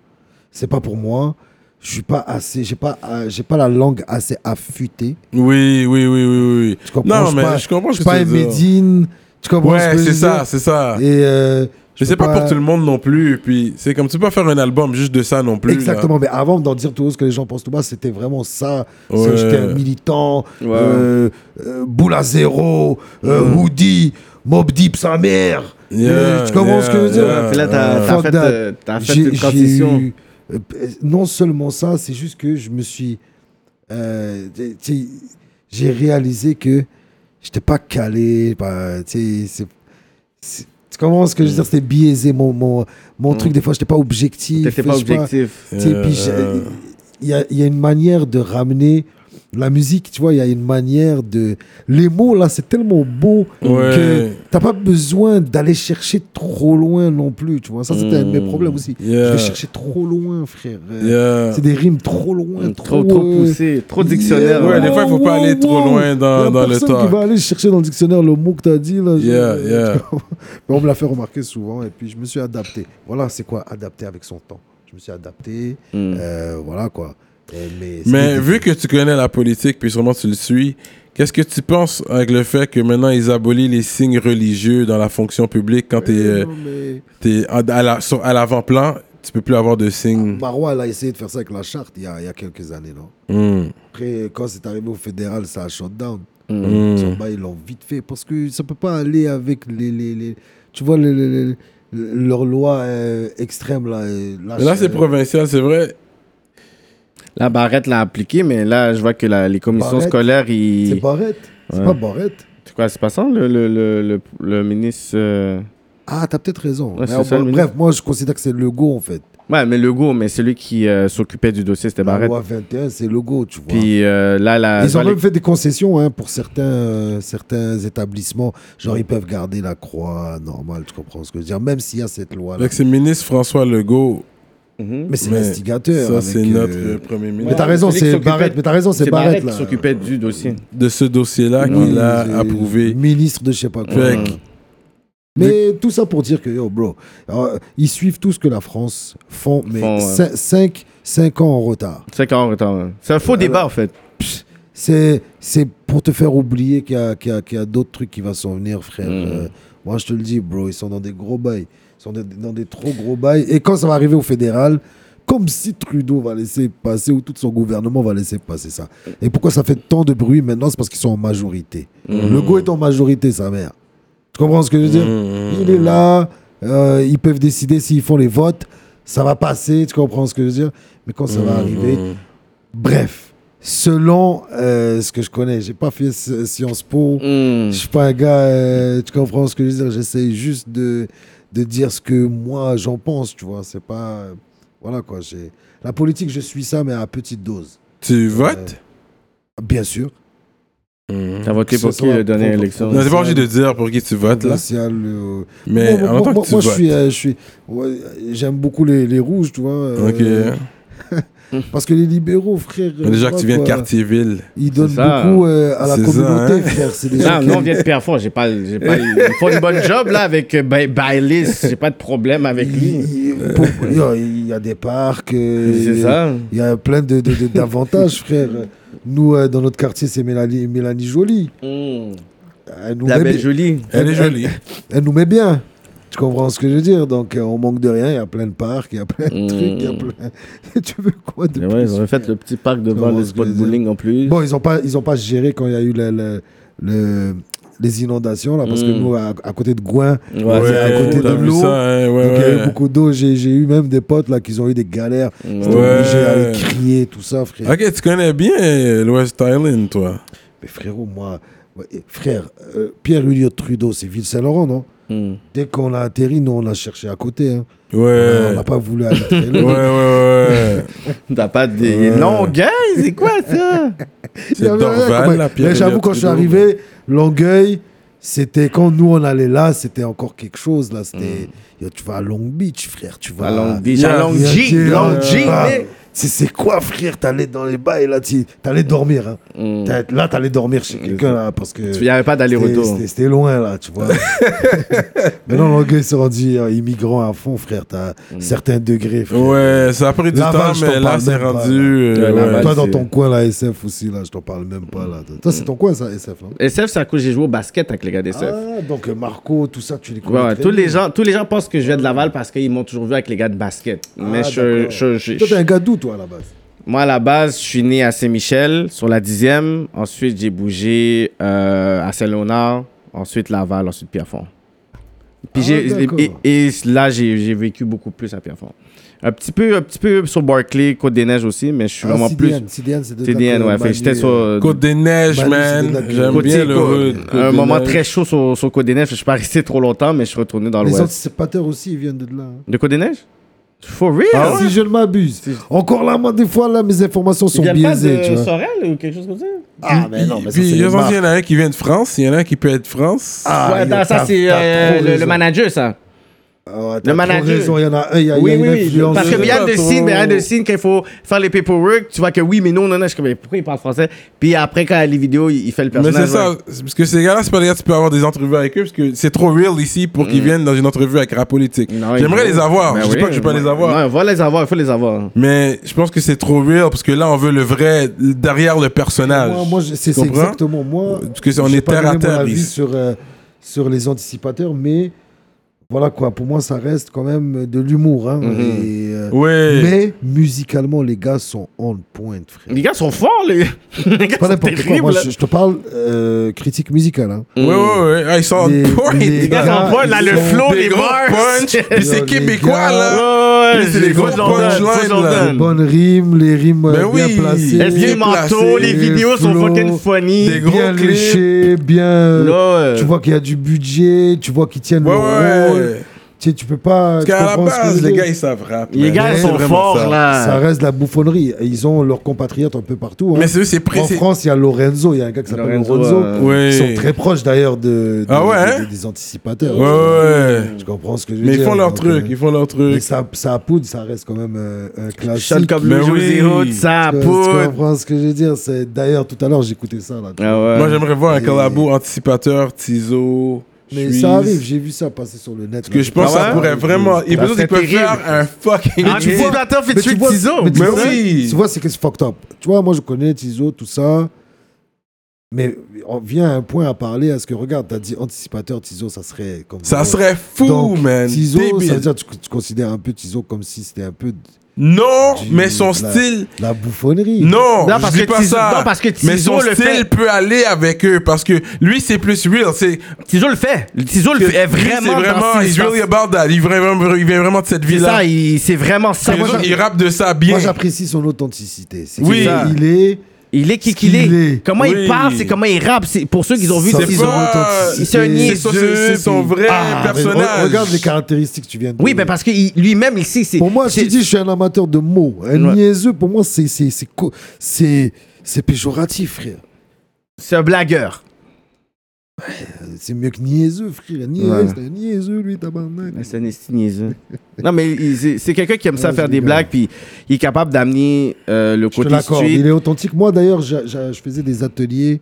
Speaker 5: C'est pas pour moi. Je suis pas assez, j'ai pas, euh, j'ai pas la langue assez affûtée.
Speaker 3: Oui, oui, oui, oui, oui.
Speaker 5: Tu comprends
Speaker 3: Non,
Speaker 5: suis
Speaker 3: mais
Speaker 5: pas-
Speaker 3: je comprends ce
Speaker 5: Je suis
Speaker 3: que
Speaker 5: pas
Speaker 3: tu
Speaker 5: un
Speaker 3: veux dire.
Speaker 5: Médine. Tu comprends ce
Speaker 3: Ouais,
Speaker 5: que je
Speaker 3: c'est
Speaker 5: veux
Speaker 3: ça,
Speaker 5: dire
Speaker 3: c'est ça.
Speaker 5: Et euh,
Speaker 3: Mais
Speaker 5: peux
Speaker 3: c'est pas
Speaker 5: pas-
Speaker 3: pour tout le monde non plus. Puis c'est comme tu peux pas faire un album juste de ça non plus. là.
Speaker 5: Exactement, mais avant d'en dire tout haut ce que les gens pensent tout bas, c'était vraiment ça. C'est
Speaker 3: Ouais.
Speaker 5: que J'étais un militant,
Speaker 4: Ouais.
Speaker 5: euh, euh, boule à zéro, euh, hoodie, mob deep sa mère.
Speaker 3: Mm. Yeah,
Speaker 5: Euh, tu comprends
Speaker 3: yeah,
Speaker 5: ce que je veux dire
Speaker 3: yeah.
Speaker 4: Puis là, t'as t'as
Speaker 5: Fuck
Speaker 4: fait,
Speaker 5: that.
Speaker 4: euh, t'as fait
Speaker 5: J'ai-
Speaker 4: une
Speaker 5: j'ai
Speaker 4: transition.
Speaker 5: eu, euh, euh, non seulement ça, c'est juste que je me suis. euh, tu sais, j'ai réalisé que j'étais pas calé. bah, tu sais, c'est- c'est- tu comprends ce que je
Speaker 4: Mm.
Speaker 5: veux dire C'était biaisé. Mon, mon, mon truc, des fois, j'étais pas objectif.
Speaker 4: T'étais pas
Speaker 5: je sais
Speaker 4: objectif.
Speaker 3: Euh,
Speaker 5: tu sais, puis j'ai- il y a, il y a une manière de ramener la musique, tu vois, il y a une manière de... Les mots, là, c'est tellement beau
Speaker 3: Ouais.
Speaker 5: que t'as pas besoin d'aller chercher trop loin non plus, tu vois. Ça, c'était un de mes problèmes aussi.
Speaker 3: Hmm. Yeah.
Speaker 5: Je vais chercher trop loin, frère. Euh,
Speaker 3: Yeah.
Speaker 5: C'est des rimes trop loin,
Speaker 4: Hmm,
Speaker 5: trop...
Speaker 4: Trop, trop
Speaker 5: euh,
Speaker 4: poussé, trop dictionnaire.
Speaker 5: yeah,
Speaker 3: Ouais,
Speaker 4: là.
Speaker 3: des fois, il faut pas aller trop loin dans-
Speaker 5: Il y a
Speaker 3: dans le
Speaker 5: personne
Speaker 3: talk.
Speaker 5: qui va aller chercher dans le dictionnaire le mot que t'as dit, là. Je-
Speaker 3: Yeah, yeah.
Speaker 5: Mais on me l'a fait remarquer souvent, et puis je me suis adapté. Voilà, c'est quoi, adapter avec son temps. Je me suis adapté,
Speaker 4: Hmm.
Speaker 5: euh, voilà, quoi. Euh, mais
Speaker 3: Mais vu que tu connais la politique, puis sûrement tu le suis, qu'est-ce que tu penses avec le fait que maintenant ils abolissent les signes religieux dans la fonction publique quand t'es euh, t'es à, à la- sur- à l'avant-plan, tu peux plus avoir de signes.
Speaker 5: Marois, elle a essayé de faire ça avec la charte il y a, il y a quelques années, non
Speaker 3: Hmm.
Speaker 5: Après, quand c'est arrivé au fédéral, ça a shut down.
Speaker 3: Hmm.
Speaker 5: Son bail, ils l'ont vite fait parce que ça peut pas aller avec les. les, les- tu vois, les, les- les- leur loi euh, extrême, là. euh, la-
Speaker 3: Mais là, c'est
Speaker 5: euh,
Speaker 3: provincial, c'est vrai.
Speaker 4: La barrette l'a appliquée, mais là, je vois que la- les commissions
Speaker 5: Barrette,
Speaker 4: scolaires,
Speaker 5: C'est
Speaker 4: ils.
Speaker 5: Barrette. C'est
Speaker 4: Ouais.
Speaker 5: pas Barrette.
Speaker 4: C'est quoi, c'est pas ça, le, le, le, le, le ministre. euh,
Speaker 5: Ah, t'as peut-être raison.
Speaker 4: Ouais,
Speaker 5: Mais
Speaker 4: c'est
Speaker 5: en-
Speaker 4: ça, le
Speaker 5: bref,
Speaker 4: ministre.
Speaker 5: moi, je considère que c'est Legault, en fait.
Speaker 4: Ouais, mais Legault, mais celui qui euh, s'occupait du dossier, c'était
Speaker 5: La
Speaker 4: Barrette.
Speaker 5: loi 21, c'est Legault, tu vois.
Speaker 4: Puis euh, là, la.
Speaker 5: Ah, ils ont
Speaker 4: dans
Speaker 5: même
Speaker 4: les-
Speaker 5: fait des concessions hein, pour certains, euh, certains établissements. Genre, ils peuvent garder la croix normale, tu comprends ce que je veux dire, même s'il y a cette loi-là.
Speaker 3: Fait que c'est le ministre François Legault.
Speaker 4: Mhm.
Speaker 5: Mais c'est
Speaker 3: Mais
Speaker 5: l'instigateur.
Speaker 3: Ça,
Speaker 5: avec,
Speaker 3: c'est
Speaker 5: euh,
Speaker 3: notre euh, premier
Speaker 5: Mais
Speaker 3: ministre.
Speaker 5: t'as raison,
Speaker 4: Celui qui
Speaker 5: c'est
Speaker 4: s'occupait-
Speaker 5: Barrette. Mais t'as raison, c'est
Speaker 4: C'est
Speaker 5: Barrette.
Speaker 4: Barrette qui
Speaker 5: là.
Speaker 4: s'occupait du dossier.
Speaker 3: De ce dossier-là
Speaker 5: Oui,
Speaker 3: qu'il
Speaker 5: c'est
Speaker 3: a approuvé.
Speaker 5: Ministre de je sais pas quoi. Mmh.
Speaker 3: Fait que-
Speaker 5: Mais tout ça pour dire que, yo, bro, euh, ils suivent tout ce que la France font, mais
Speaker 4: Font, ouais.
Speaker 5: 5 ans en retard.
Speaker 4: C'est quand en retard. hein. C'est un faux débat, en fait.
Speaker 5: C'est c'est pour te faire oublier qu'il y a, qu'il y a- qu'il y a d'autres trucs qui vont s'en venir, frère. Euh, moi, je te le dis, bro, ils sont dans des gros bails. Ils sont de- dans des trop gros bails. Et quand ça va arriver au fédéral, comme si Trudeau va laisser passer ou tout son gouvernement va laisser passer ça. Et pourquoi ça fait tant de bruit maintenant C'est parce qu'ils sont en majorité. Le go est en majorité, sa mère. Tu comprends ce que je veux dire Il est là, euh, ils peuvent décider s'ils font les votes, ça va passer, tu comprends ce que je veux dire Mais quand ça
Speaker 3: Mm.
Speaker 5: va arriver,
Speaker 3: Hmm.
Speaker 5: bref, selon euh, ce que je connais, j'ai pas fait
Speaker 3: Mm.
Speaker 4: Hmm.
Speaker 5: S- Sciences Po, je suis pas un gars, euh, tu comprends ce que je veux dire J'essaie juste de de dire ce que moi j'en pense, tu vois. C'est pas. Voilà quoi. j'ai- La politique, je suis ça, mais à petite dose. Euh,
Speaker 3: Tu votes
Speaker 5: Bien sûr. Euh,
Speaker 4: T'as voté pour
Speaker 5: Ce
Speaker 4: qui
Speaker 5: soir,
Speaker 4: la dernière
Speaker 5: pour-
Speaker 4: élection
Speaker 3: Non, t'es pas obligé de dire pour qui tu votes, là.
Speaker 5: Glacial, euh,
Speaker 3: Mais
Speaker 5: moi,
Speaker 3: en
Speaker 5: moi,
Speaker 3: même temps
Speaker 5: moi,
Speaker 3: que tu
Speaker 5: moi, je
Speaker 3: votes.
Speaker 5: suis, euh, je suis, ouais, j'aime beaucoup les, les rouges, tu vois. euh,
Speaker 3: Ok.
Speaker 5: Parce que les libéraux, frère. euh,
Speaker 3: Déjà
Speaker 5: tu
Speaker 3: que tu viens
Speaker 5: vois,
Speaker 3: de
Speaker 5: quoi,
Speaker 3: quartier-ville.
Speaker 5: Ils donnent
Speaker 4: C'est ça.
Speaker 5: beaucoup euh, à la
Speaker 3: C'est ça,
Speaker 5: communauté,
Speaker 3: hein.
Speaker 5: frère. C'est des gens
Speaker 4: Non,
Speaker 5: qui
Speaker 4: nous, on vient de Pierrefonds. J'ai pas, j'ai pas, ils font une bonne job, là, avec euh, Ba- Baileys. J'ai pas de problème avec lui.
Speaker 5: Il- il- pour- Il y a- il y a des parcs. euh,
Speaker 4: C'est
Speaker 5: il y a-
Speaker 4: ça.
Speaker 5: Il y a plein de, de- de- d'avantages, frère. Nous, euh, dans notre quartier, c'est Mélanie, Mélanie Jolie.
Speaker 4: Mm.
Speaker 5: Elle nous,
Speaker 4: La
Speaker 5: met,
Speaker 4: belle
Speaker 5: bien-
Speaker 4: jolie.
Speaker 3: Elle est jolie.
Speaker 5: elle nous met bien. Tu comprends ce que je veux dire Donc, euh, on manque de rien. Il y a plein de parcs, il y a plein de
Speaker 4: Mm.
Speaker 5: trucs. il y a plein- tu veux quoi de
Speaker 4: Mais
Speaker 5: plus
Speaker 4: ouais, ils auraient fait le petit parc devant
Speaker 5: Comment
Speaker 4: le
Speaker 5: est-ce
Speaker 4: spot
Speaker 5: que les-
Speaker 4: bowling en plus.
Speaker 5: Bon, ils n'ont pas, ils ont pas géré quand il y a eu le- le- le- les inondations, là, parce que
Speaker 4: Mm.
Speaker 5: nous, à, à côté de Gouin,
Speaker 4: Ouais,
Speaker 5: on est à côté de
Speaker 3: t'as vu
Speaker 5: l'eau.
Speaker 3: ça, hein, ouais,
Speaker 5: donc il y a
Speaker 3: ouais.
Speaker 5: eu beaucoup d'eau. J'ai, j'ai eu même des potes là qui ont eu des galères. J'étais
Speaker 3: Ouais.
Speaker 5: obligé d'aller crier, tout ça, frère.
Speaker 3: Ok, tu connais bien euh, l'Ouest Island, toi.
Speaker 5: Mais frérot, moi, moi, eh, frère, euh, Pierre Elliott Trudeau, c'est Ville-Saint-Laurent, non
Speaker 4: Mm.
Speaker 5: Dès qu'on a atterri, nous, on l'a cherché à côté. hein. On
Speaker 3: Ouais.
Speaker 5: n'a pas voulu aller très
Speaker 3: Ouais, ouais,
Speaker 5: loin.
Speaker 3: ouais.
Speaker 4: T'as pas des
Speaker 3: Ouais.
Speaker 4: longueurs, c'est quoi ça?
Speaker 5: Il y
Speaker 3: C'est
Speaker 5: avait rien,
Speaker 3: Dorval,
Speaker 5: comme-
Speaker 3: la pierre.
Speaker 5: Mais j'avoue, quand je suis arrivé, Longueuil, c'était quand nous on allait là, c'était encore quelque chose. Là, c'était. Yo, tu vas à Long Beach, frère. Tu vas
Speaker 4: Mm. À Long Beach,
Speaker 3: Yeah.
Speaker 4: à Long
Speaker 5: Yo,
Speaker 4: Beach,
Speaker 5: tu-
Speaker 4: Long
Speaker 5: ah,
Speaker 4: Beach,
Speaker 5: ah,
Speaker 4: mais-
Speaker 5: C'est c'est quoi, frère T'allais dans les bails, là, tu- t'allais dormir. Hein.
Speaker 4: Mm.
Speaker 5: T'as- Là, t'allais dormir chez quelqu'un, là, parce que.
Speaker 4: Il n'y avait pas
Speaker 5: C'était-
Speaker 4: d'aller-retour.
Speaker 5: C'était c'était loin, là, tu vois. Mais non, Longueuil s'est rendu euh, immigrant à fond, frère. T'as
Speaker 4: Mm.
Speaker 5: certains degrés, frère.
Speaker 3: Ouais, ça a pris du
Speaker 5: Laval,
Speaker 3: temps,
Speaker 5: je t'en
Speaker 3: mais là,
Speaker 5: parle
Speaker 3: c'est
Speaker 5: même pas,
Speaker 3: rendu.
Speaker 4: là.
Speaker 3: euh,
Speaker 4: Ouais,
Speaker 3: ouais.
Speaker 4: Laval.
Speaker 5: Toi, dans
Speaker 4: c'est-
Speaker 5: ton coin, là, SF aussi, là, je t'en parle même pas, là. Toi, c'est
Speaker 4: Mm.
Speaker 5: ton coin, ça, SF, non
Speaker 4: SF, c'est à cause que j'ai joué au basket avec les gars d'SF.
Speaker 5: Ah, donc euh, Marco, tout ça, tu les
Speaker 4: Ouais,
Speaker 5: connais.
Speaker 4: ouais,
Speaker 5: très
Speaker 4: tous,
Speaker 5: bien.
Speaker 4: les gens, tous les gens pensent que je viens de Laval parce qu'ils m'ont toujours vu avec les gars de basket. Mais
Speaker 5: Ah,
Speaker 4: je,
Speaker 5: d'accord.
Speaker 4: je- je-
Speaker 5: Toi, t'es
Speaker 4: je-
Speaker 5: un gars d'où, toi, à la base
Speaker 4: moi, à la base, je suis né à Saint-Michel, sur la 10e. Ensuite, j'ai bougé euh, à Saint-Léonard. Ensuite, Laval. Ensuite, Pierrefonds. Puis
Speaker 5: Ah,
Speaker 4: j'ai-
Speaker 5: d'accord.
Speaker 4: et, et là, j'ai j'ai vécu beaucoup plus à Pierrefonds. Un petit peu, un petit peu sur Barclay, Côte-des-Neiges aussi, mais je suis vraiment plus...
Speaker 5: CDN, Ah, c'est de
Speaker 4: TDN, ouais. Fait que j'étais sur... euh,
Speaker 3: Côte des Neiges,
Speaker 5: Manu, c'est
Speaker 3: man.
Speaker 5: de la-
Speaker 3: J'aime
Speaker 5: Côte-
Speaker 3: bien le
Speaker 4: Côte-
Speaker 3: hood. Côte
Speaker 4: un
Speaker 3: des
Speaker 4: moment
Speaker 3: Neiges.
Speaker 4: très chaud sur, sur Côte-des-Neiges. Je suis pas resté trop longtemps, mais je suis retourné dans
Speaker 5: Les
Speaker 4: l'Ouest.
Speaker 5: anticipateurs aussi, ils viennent de là. hein.
Speaker 4: De Côte-des-Neiges? For real? Ah
Speaker 5: si je ne m'abuse. Encore là, moi, des fois, là, mes informations sont biaisées, tu vois.
Speaker 4: Sorel ou quelque chose comme ça?
Speaker 5: Ah,
Speaker 3: Puis, il y en a- il y en a un qui vient de France, il y en a un qui peut être France.
Speaker 5: Ah,
Speaker 4: ouais,
Speaker 5: yo,
Speaker 4: attends, ça,
Speaker 5: t'as-
Speaker 4: c'est
Speaker 5: t'as
Speaker 4: euh,
Speaker 5: trop
Speaker 4: le, le
Speaker 5: raison.
Speaker 4: manager, ça.
Speaker 5: Ah ouais, t'as trop
Speaker 4: manager.
Speaker 5: raison, Il y en a un, il y a il y a
Speaker 4: Oui,
Speaker 5: une
Speaker 4: oui, oui.
Speaker 5: influence.
Speaker 4: Parce qu'il y a
Speaker 3: Pas
Speaker 4: des
Speaker 3: trop.
Speaker 4: signes, mais il y a des signes qu'il faut faire les paperwork. Tu vois que oui, mais non, non, non. Je suis comme, mais pourquoi il parle français? Puis après, quand les vidéos, il il fait le
Speaker 3: Mais
Speaker 4: personnage.
Speaker 3: c'est ça,
Speaker 4: ouais.
Speaker 3: c'est parce que ces gars-là, c'est pas des gars, que tu peux avoir des entrevues avec eux, parce que c'est trop real ici pour qu'ils viennent dans une entrevue avec rap politique.
Speaker 4: Mm. Non,
Speaker 3: J'aimerais
Speaker 4: il-
Speaker 3: les avoir,
Speaker 4: Ben
Speaker 3: je dis
Speaker 4: oui,
Speaker 3: pas que je vais pas les avoir,
Speaker 4: Non, il faut les avoir, il faut les avoir.
Speaker 3: mais je pense que c'est trop real, parce que là, on veut le vrai derrière le personnage.
Speaker 5: Moi, moi, je- c'est
Speaker 3: Tu
Speaker 5: c'est
Speaker 3: comprends?
Speaker 5: exactement moi.
Speaker 3: Parce que c'est- on
Speaker 5: j'ai
Speaker 3: est
Speaker 5: pas
Speaker 3: terre à
Speaker 5: donné mon
Speaker 3: terre,
Speaker 5: avis
Speaker 3: ici.
Speaker 5: sur, euh, sur les anticipateurs, mais voilà quoi. Pour moi, ça reste quand même de l'humour. hein,
Speaker 4: Mm-hmm.
Speaker 5: et, euh,
Speaker 3: Ouais.
Speaker 5: Mais musicalement, les gars sont on point, frère.
Speaker 4: Les gars sont forts, les, les gars
Speaker 5: Pas
Speaker 4: sont
Speaker 5: n'importe quoi.
Speaker 4: terribles. Mm.
Speaker 5: Moi, je, je te parle euh, critique musicale. hein.
Speaker 3: Ouais, ouais, ouais. Ah, ils sont
Speaker 5: Les-
Speaker 3: en point.
Speaker 5: les
Speaker 3: Les
Speaker 4: Les
Speaker 3: gars,
Speaker 4: gars sont forts, là,
Speaker 5: ils
Speaker 4: le
Speaker 5: sont
Speaker 4: flow,
Speaker 3: des
Speaker 4: les
Speaker 3: gros
Speaker 4: bars.
Speaker 3: punch. Puis c'est
Speaker 5: Yo, les
Speaker 3: québécois,
Speaker 5: gars.
Speaker 3: là.
Speaker 4: Ouais,
Speaker 3: Puis c'est
Speaker 4: les
Speaker 3: les
Speaker 4: gros
Speaker 3: gros
Speaker 4: Jordan,
Speaker 3: punchlines,
Speaker 4: gros
Speaker 3: là.
Speaker 4: Jordan.
Speaker 5: Les bonnes rimes, les rimes euh,
Speaker 3: Ben
Speaker 5: bien
Speaker 3: oui.
Speaker 5: placées.
Speaker 3: Est-ce
Speaker 4: Les
Speaker 3: bien
Speaker 4: manteaux,
Speaker 3: placé,
Speaker 4: les vidéos sont
Speaker 5: flow,
Speaker 4: fucking funny.
Speaker 3: des gros
Speaker 5: Bien
Speaker 3: clips.
Speaker 5: léchées, bien. euh,
Speaker 4: Là, ouais.
Speaker 5: Tu vois qu'il y a du budget, tu vois qu'ils tiennent
Speaker 3: Ouais,
Speaker 5: le rôle.
Speaker 3: ouais.
Speaker 5: Tu, sais, tu peux pas.
Speaker 3: Parce
Speaker 5: tu
Speaker 3: qu'à la
Speaker 5: comprends ce que je
Speaker 3: base,
Speaker 5: veux
Speaker 3: les
Speaker 5: dire
Speaker 3: gars, ils savent rap.
Speaker 4: Les
Speaker 3: man.
Speaker 4: gars
Speaker 3: C'est
Speaker 4: sont
Speaker 3: vraiment
Speaker 4: forts,
Speaker 3: ça.
Speaker 4: là.
Speaker 5: Ça reste la bouffonnerie. Et Ils ont leurs compatriotes un peu partout. hein.
Speaker 3: Mais c'est eux, c'est
Speaker 5: en
Speaker 3: précis.
Speaker 5: France, il y a Lorenzo, il y a un gars qui s'appelle
Speaker 4: Lorenzo,
Speaker 5: Lorenzo.
Speaker 4: euh,
Speaker 5: Ils
Speaker 3: Ouais.
Speaker 5: sont très proches d'ailleurs de, de-
Speaker 3: Ah ouais,
Speaker 5: de- de- des anticipateurs.
Speaker 3: Ouais, ouais.
Speaker 5: Je comprends ce que je veux
Speaker 3: Mais
Speaker 5: dire.
Speaker 3: ils font leur
Speaker 5: donc,
Speaker 3: truc,
Speaker 5: euh,
Speaker 3: ils font leur
Speaker 5: Mais
Speaker 3: truc.
Speaker 5: ça, ça poudre, ça reste quand même euh, un classique.
Speaker 4: Shot comme
Speaker 3: Ben
Speaker 4: le
Speaker 3: oui.
Speaker 4: José Hood, ça
Speaker 5: Tu
Speaker 4: poudre.
Speaker 5: comprends ce que je veux dire C'est d'ailleurs tout à l'heure j'écoutais ça là.
Speaker 4: Ah ouais.
Speaker 3: Moi, j'aimerais voir un
Speaker 5: Et-
Speaker 3: collabo anticipateur, Tizo.
Speaker 5: Mais
Speaker 3: Suisse.
Speaker 5: ça arrive, j'ai vu ça passer sur le net.
Speaker 3: Parce que je pense que
Speaker 4: Ah
Speaker 3: ça
Speaker 4: ouais?
Speaker 3: pourrait vraiment. Ils
Speaker 4: Ça
Speaker 3: peuvent
Speaker 4: serait
Speaker 3: peuvent
Speaker 4: terrible.
Speaker 3: faire un fucking.
Speaker 4: Ah, tu
Speaker 3: hit.
Speaker 4: vois, attends, fais
Speaker 5: Mais tu
Speaker 4: tuer
Speaker 5: vois,
Speaker 4: Tizo.
Speaker 5: mais tu
Speaker 3: Mais
Speaker 5: vois,
Speaker 3: oui.
Speaker 5: tu vois, c'est que c'est fucked up. Tu vois, moi je connais Tizo, tout ça. Mais on vient à un point à parler à ce que regarde, t'as dit anticipateur Tizo, ça serait comme
Speaker 3: Ça serait fou,
Speaker 5: Donc,
Speaker 3: man.
Speaker 5: Tizo, ça
Speaker 3: Débile.
Speaker 5: veut dire tu, tu considères un peu Tizo comme si c'était un peu de
Speaker 3: Non,
Speaker 5: du-
Speaker 3: mais son
Speaker 5: la-
Speaker 3: style.
Speaker 5: la bouffonnerie.
Speaker 3: Non,
Speaker 4: Non, parce
Speaker 3: je dis
Speaker 4: que
Speaker 3: pas
Speaker 4: Tizo-
Speaker 3: ça.
Speaker 4: non, parce que
Speaker 3: mais
Speaker 4: Tizo
Speaker 3: son
Speaker 4: le
Speaker 3: style
Speaker 4: fait.
Speaker 3: peut aller avec eux parce que lui c'est plus real. C'est
Speaker 4: Tizo le fait. Le Tizo le
Speaker 3: que-
Speaker 4: fait est
Speaker 3: lui, c'est
Speaker 4: vraiment.
Speaker 3: vraiment.
Speaker 4: dans ses-
Speaker 3: He's really about that. Il vient vraiment, il vient vraiment de cette
Speaker 4: C'est
Speaker 3: vie-là.
Speaker 4: ça, il- c'est vraiment ça.
Speaker 3: Puis les
Speaker 4: Moi,
Speaker 3: autres,
Speaker 4: j'a-
Speaker 3: ils rappent de ça bien.
Speaker 5: Moi j'apprécie son authenticité. C'est
Speaker 3: Oui.
Speaker 5: que
Speaker 3: Ça.
Speaker 5: il est
Speaker 4: Il est qui qu'il
Speaker 5: qu'il
Speaker 4: est.
Speaker 5: est.
Speaker 4: Comment il
Speaker 3: Oui.
Speaker 4: parle, c'est comment il rappe. C'est pour ceux qui ont vu,
Speaker 5: Ça
Speaker 4: ils
Speaker 5: fait
Speaker 4: ont.
Speaker 3: pas-
Speaker 5: authenticité.
Speaker 4: C'est un
Speaker 3: C'est son-
Speaker 4: niaiseux,
Speaker 3: c'est son
Speaker 4: puis-
Speaker 3: vrai
Speaker 4: Ah,
Speaker 5: Mais
Speaker 3: personnage.
Speaker 5: re- Regarde les caractéristiques que tu viens de
Speaker 4: Oui,
Speaker 5: donner.
Speaker 4: mais parce que il- lui-même, il sait. c'est-
Speaker 5: Pour moi, je
Speaker 4: c'est-
Speaker 5: te dis, je suis un amateur de mots. Un
Speaker 4: Ouais.
Speaker 5: niaiseux, pour moi, c'est- c'est- c'est co- c'est c'est péjoratif, frère.
Speaker 4: C'est un blagueur.
Speaker 5: C'est mieux que niaiseux, frère. Niaiseux,
Speaker 4: Ouais.
Speaker 5: c'est un niaiseux, lui, tabarnak.
Speaker 4: C'est un esti niaiseux. Non, mais il- c'est- c'est quelqu'un qui aime ça
Speaker 5: Ouais,
Speaker 4: faire
Speaker 5: c'est
Speaker 4: des
Speaker 5: dégueu.
Speaker 4: blagues, puis il est capable d'amener euh, le
Speaker 5: Je te
Speaker 4: côté
Speaker 5: l'accorde.
Speaker 4: street.
Speaker 5: Il est authentique. Moi, d'ailleurs, j'a- j'a- je faisais des ateliers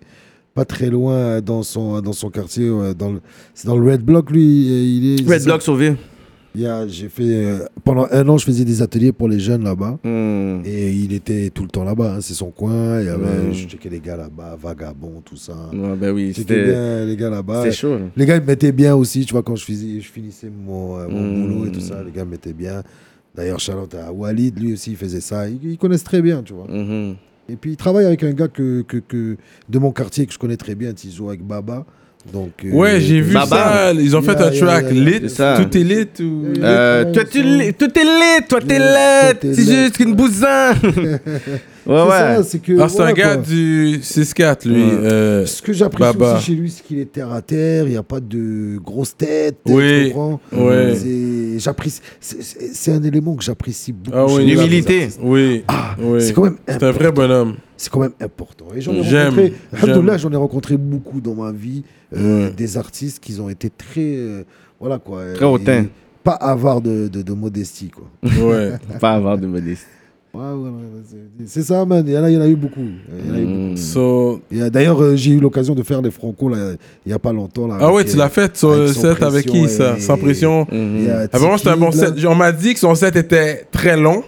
Speaker 5: pas très loin euh, dans son, dans son quartier. euh, dans le- C'est dans le Red Block, lui. euh, Il est,
Speaker 4: Red Block sauvé.
Speaker 5: Il y a- J'ai fait, euh, pendant un an, je faisais des ateliers pour les jeunes là-bas.
Speaker 4: Hmm.
Speaker 5: Et il était tout le temps là-bas. hein, C'est son coin. Il y avait,
Speaker 4: Mm.
Speaker 5: Je checkais les gars là-bas, vagabonds, tout ça.
Speaker 4: Ouais, ben oui,
Speaker 5: C'était
Speaker 4: c'était
Speaker 5: bien, les gars là-bas.
Speaker 4: c'était chaud. là.
Speaker 5: Les gars, ils me mettaient bien aussi, tu vois, quand je finissais, je finissais mon, euh, mon
Speaker 4: Mm.
Speaker 5: boulot et tout ça, les gars me mettaient bien. D'ailleurs, Charlotte à Walid, lui aussi, il faisait ça. Ils, ils connaissent très bien, tu vois.
Speaker 4: Mhm.
Speaker 5: Et puis, il travaille avec un gars que, que, que- de mon quartier que je connais très bien, Tizo, avec Baba. Donc, euh,
Speaker 3: Ouais, j'ai vu
Speaker 4: Baba.
Speaker 3: ça. Ils ont fait
Speaker 5: Yeah,
Speaker 3: un
Speaker 5: yeah,
Speaker 3: track
Speaker 5: yeah, yeah.
Speaker 3: lit.
Speaker 4: C'est ça.
Speaker 3: Tout est lit ou.
Speaker 5: Yeah, yeah.
Speaker 4: Euh, toi, tu l'es- toi, t'es laid, toi, t'es
Speaker 5: Ouais,
Speaker 4: laid,
Speaker 5: toi, t'es
Speaker 4: c'est
Speaker 5: laid.
Speaker 4: juste qu'une bousin. ouais,
Speaker 5: C'est
Speaker 4: ouais.
Speaker 5: ça, c'est que.
Speaker 3: Ah, c'est
Speaker 5: voilà,
Speaker 3: un gars
Speaker 5: Euh, quoi.
Speaker 3: du 6-4, lui.
Speaker 4: Ouais.
Speaker 3: euh,
Speaker 5: Ce que j'apprécie
Speaker 3: Baba.
Speaker 5: aussi chez lui, c'est qu'il est terre à terre, il n'y a pas de grosse tête.
Speaker 3: Oui,
Speaker 5: tu comprends
Speaker 3: ouais.
Speaker 5: C'est- j'apprécie- C'est c'est- c'est un élément que j'apprécie beaucoup.
Speaker 3: Ah
Speaker 5: chez
Speaker 3: oui,
Speaker 5: les
Speaker 4: L'humilité.
Speaker 5: artistes.
Speaker 3: Oui. oui.
Speaker 5: Ah, C'est quand même
Speaker 3: C'est un vrai bonhomme.
Speaker 5: c'est quand même important. Et j'en ai
Speaker 3: J'aime,
Speaker 5: rencontré,
Speaker 3: j'aime.
Speaker 5: Alhamdoulilah, j'en ai rencontré beaucoup dans ma vie, euh,
Speaker 3: Ouais.
Speaker 5: des artistes qui ont été très, euh, voilà quoi, euh,
Speaker 4: Très hautains.
Speaker 5: et pas avares de, de, de modestie quoi.
Speaker 3: Ouais.
Speaker 4: Pas avoir de modestie.
Speaker 5: Ouais, ouais, ouais, c'est- c'est ça, man. Il y en a, il y en a eu beaucoup. Il y en a eu
Speaker 3: Mm.
Speaker 5: beaucoup.
Speaker 4: Hmm.
Speaker 3: So...
Speaker 5: Il y a- D'ailleurs, euh, j'ai eu l'occasion de faire les Franco là, il y a pas longtemps là.
Speaker 3: Ah ouais,
Speaker 5: avec,
Speaker 3: tu
Speaker 5: euh,
Speaker 3: l'as fait, son
Speaker 5: avec son
Speaker 3: set avec qui
Speaker 5: pression
Speaker 3: ça
Speaker 5: et-
Speaker 3: Sans pression.
Speaker 4: Mm-hmm.
Speaker 5: il y a
Speaker 3: Ah, vraiment, c'était un bon
Speaker 5: Tiki, là.
Speaker 3: set. On m'a dit que son set était très long.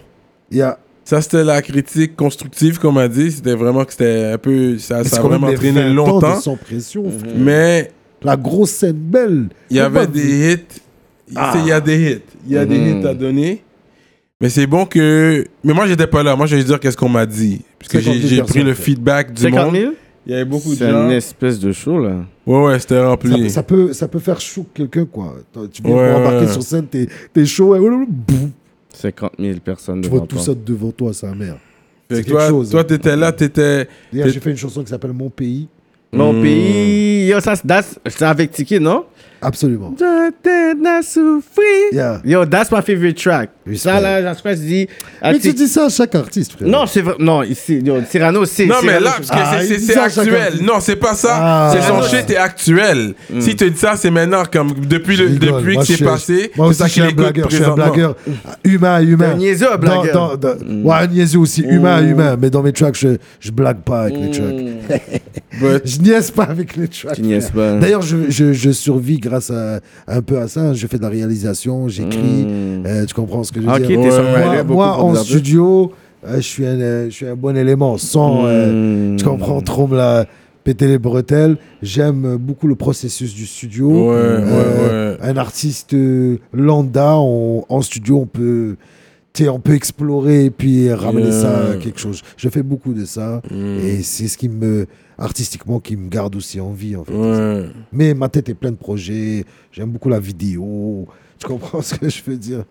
Speaker 5: Il y a
Speaker 3: Ça, c'était la critique constructive qu'on m'a dit. C'était vraiment que c'était un peu. Ça,
Speaker 5: mais
Speaker 3: ça a
Speaker 5: c'est quand même
Speaker 3: vraiment
Speaker 5: les
Speaker 3: traîné
Speaker 5: 20 ans
Speaker 3: longtemps.
Speaker 5: de sans pression. frère.
Speaker 3: Mais
Speaker 5: La grosse scène belle.
Speaker 3: il y
Speaker 5: Faut pas
Speaker 3: avait
Speaker 5: vivre.
Speaker 3: des hits. Il
Speaker 4: Ah.
Speaker 3: c'est- il y a des hits. Il y a des
Speaker 4: Mhm.
Speaker 5: Mm.
Speaker 3: hits à donner. Mais c'est bon que. Mais moi, j'étais pas là. Moi, je vais dire qu'est-ce qu'on m'a dit. Parce que
Speaker 5: 50
Speaker 3: j'ai
Speaker 5: 000
Speaker 3: j'ai pris
Speaker 5: personnes,
Speaker 3: le
Speaker 5: quoi.
Speaker 3: feedback du
Speaker 4: 50
Speaker 3: monde.
Speaker 4: 000
Speaker 3: Il y avait beaucoup de
Speaker 4: C'est une
Speaker 3: gens.
Speaker 4: espèce de show, là.
Speaker 3: Ouais, ouais, c'était
Speaker 5: Ça,
Speaker 3: rempli.
Speaker 5: ça peut, ça peut faire chaud quelqu'un, quoi. Attends, Tu viens
Speaker 3: Ouais,
Speaker 5: pour embarquer
Speaker 3: ouais.
Speaker 5: sur scène, t'es t'es chaud, hein. et blablabla, boum,
Speaker 4: 50 000 personnes
Speaker 5: tu
Speaker 4: devant
Speaker 5: vois tout
Speaker 4: toi.
Speaker 5: ça devant toi, sa mère.
Speaker 3: Fait
Speaker 5: c'est
Speaker 3: que toi,
Speaker 5: quelque chose,
Speaker 3: toi,
Speaker 5: hein.
Speaker 3: t'étais là, t'étais.
Speaker 5: D'ailleurs,
Speaker 3: T'es-
Speaker 5: j'ai fait une chanson qui s'appelle Mon pays. Mm.
Speaker 4: Mon
Speaker 3: Hmm.
Speaker 4: pays, yo, ça, c'est that's- c'est avec Tiki, non?
Speaker 5: Absolument.
Speaker 4: Je t'aime à souffrir.
Speaker 5: Yeah.
Speaker 4: Yo, that's my favorite track.
Speaker 5: Respect.
Speaker 4: Ça, là, j'en suis pas, je dis. à
Speaker 5: Mais tu
Speaker 4: Tiki-
Speaker 5: dis ça à chaque artiste, frère.
Speaker 4: Ah, Non, c'est vrai. Non, ici, yo, Cyrano, c'est.
Speaker 3: Non, mais
Speaker 4: Cyrano, Mm.
Speaker 3: là,
Speaker 4: c'est-
Speaker 3: parce que
Speaker 5: Ah,
Speaker 3: c'est-
Speaker 5: il
Speaker 3: c'est
Speaker 5: dit
Speaker 3: c'est
Speaker 5: ça à chaque
Speaker 3: actuel.
Speaker 5: artiste.
Speaker 3: Non, c'est pas ça.
Speaker 5: Ah. Mm.
Speaker 3: c'est son
Speaker 4: Ah.
Speaker 3: shit est actuel. Si tu dis ça, c'est maintenant, comme depuis,
Speaker 5: Je
Speaker 3: le,
Speaker 5: rigole.
Speaker 3: depuis
Speaker 5: Moi,
Speaker 3: que
Speaker 5: je
Speaker 3: c'est
Speaker 5: suis-
Speaker 3: passé.
Speaker 5: Moi
Speaker 3: c'est
Speaker 5: aussi,
Speaker 3: ça
Speaker 5: je suis
Speaker 3: qu'il
Speaker 5: un
Speaker 3: écoute
Speaker 5: blagueur. Je suis un
Speaker 3: présentement.
Speaker 5: blagueur Ah, humain à humain.
Speaker 4: T'es un niaiseux, un
Speaker 5: Dans-
Speaker 4: blagueur.
Speaker 5: dans- dans- Ouais, un niaiseux aussi. Humain à humain. Mais dans mes tracks, je, je blague pas avec les tracks.
Speaker 3: But-
Speaker 5: Je niaise pas avec les tracks.
Speaker 4: Mm. Tu niaises
Speaker 5: frère.
Speaker 4: pas.
Speaker 5: D'ailleurs, je, je, je survis grâce à un peu à ça. Je fais de la réalisation, j'écris.
Speaker 4: Mm.
Speaker 5: Euh, tu comprends ce que je veux
Speaker 4: Ok,
Speaker 5: dire
Speaker 4: t'es
Speaker 3: Ouais.
Speaker 4: songwriter
Speaker 5: moi,
Speaker 4: beaucoup
Speaker 5: moi,
Speaker 4: pour
Speaker 5: en
Speaker 4: des artistes.
Speaker 5: studio, euh, je suis un, euh, je suis un bon élément. Sans, euh,
Speaker 4: Mm.
Speaker 5: tu comprends, trop me la péter les bretelles. J'aime euh, beaucoup le processus du studio.
Speaker 3: Ouais, ouais, ouais.
Speaker 5: Un artiste euh, lambda, on- en studio, on peut, tu sais, on peut explorer et puis euh, ramener
Speaker 3: Yeah.
Speaker 5: ça à quelque chose. Je fais beaucoup de ça
Speaker 4: Hmm.
Speaker 5: et c'est ce qui me artistiquement qui me garde aussi en vie en fait.
Speaker 3: Ouais.
Speaker 5: Mais ma tête est pleine de projets. J'aime beaucoup la vidéo. Tu comprends ce que je veux dire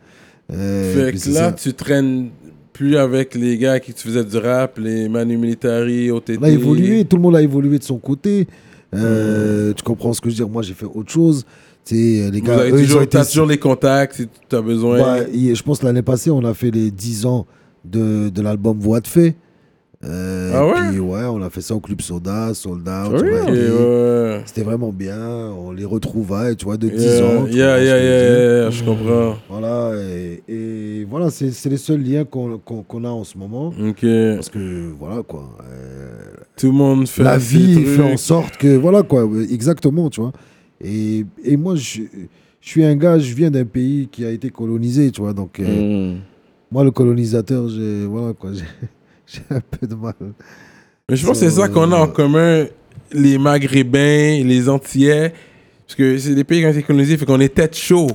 Speaker 5: Euh,
Speaker 3: Fait
Speaker 5: puis
Speaker 3: que
Speaker 5: c'est
Speaker 3: là,
Speaker 5: ça.
Speaker 3: tu traînes plus avec les gars qui tu faisais du rap, les Manu Militari, OTT.
Speaker 5: On a évolué, tout le monde a évolué de son côté. Euh, Tu comprends ce que je veux dire Moi, j'ai fait autre chose. Tu sais, euh, les
Speaker 3: Vous
Speaker 5: gars,
Speaker 3: avez
Speaker 5: eux, ils ont
Speaker 3: toujours,
Speaker 5: été.
Speaker 3: t'as toujours les contacts si tu as besoin.
Speaker 5: Bah, il- je pense que l'année passée, on a fait les 10 ans de, de l'album Voix de Fée. Euh,
Speaker 3: Ah ouais
Speaker 5: et puis, ouais, on a fait ça au Club Soda, Sold Out.
Speaker 4: For
Speaker 5: on a
Speaker 3: Ok,
Speaker 5: été-
Speaker 3: ouais.
Speaker 5: C'était vraiment bien. On les retrouva, tu vois, de 10
Speaker 3: Yeah,
Speaker 5: ans. tu
Speaker 3: yeah,
Speaker 5: comprends ce
Speaker 3: yeah,
Speaker 5: que je veux dire
Speaker 3: yeah, yeah, je comprends.
Speaker 5: Voilà, et, et voilà, c'est c'est les seuls liens qu'on qu'on- qu'on a en ce moment.
Speaker 3: Ok.
Speaker 5: Parce que, voilà, quoi. euh,
Speaker 3: Tout le monde fait
Speaker 5: la
Speaker 3: ses
Speaker 5: vie
Speaker 3: trucs.
Speaker 5: fait en sorte que, voilà, quoi, ouais, exactement, tu vois. Et, et moi, je, je suis un gars, je viens d'un pays qui a été colonisé, tu vois. Donc, euh,
Speaker 4: Mm.
Speaker 5: moi, le colonisateur, j'ai, voilà, quoi, j'ai- j'ai un peu de mal.
Speaker 3: Mais je pense que c'est ça qu'on a en commun, les Maghrébins, les Antillais. Parce que c'est des pays qui ont été colonisés, fait qu'on est tête chaud.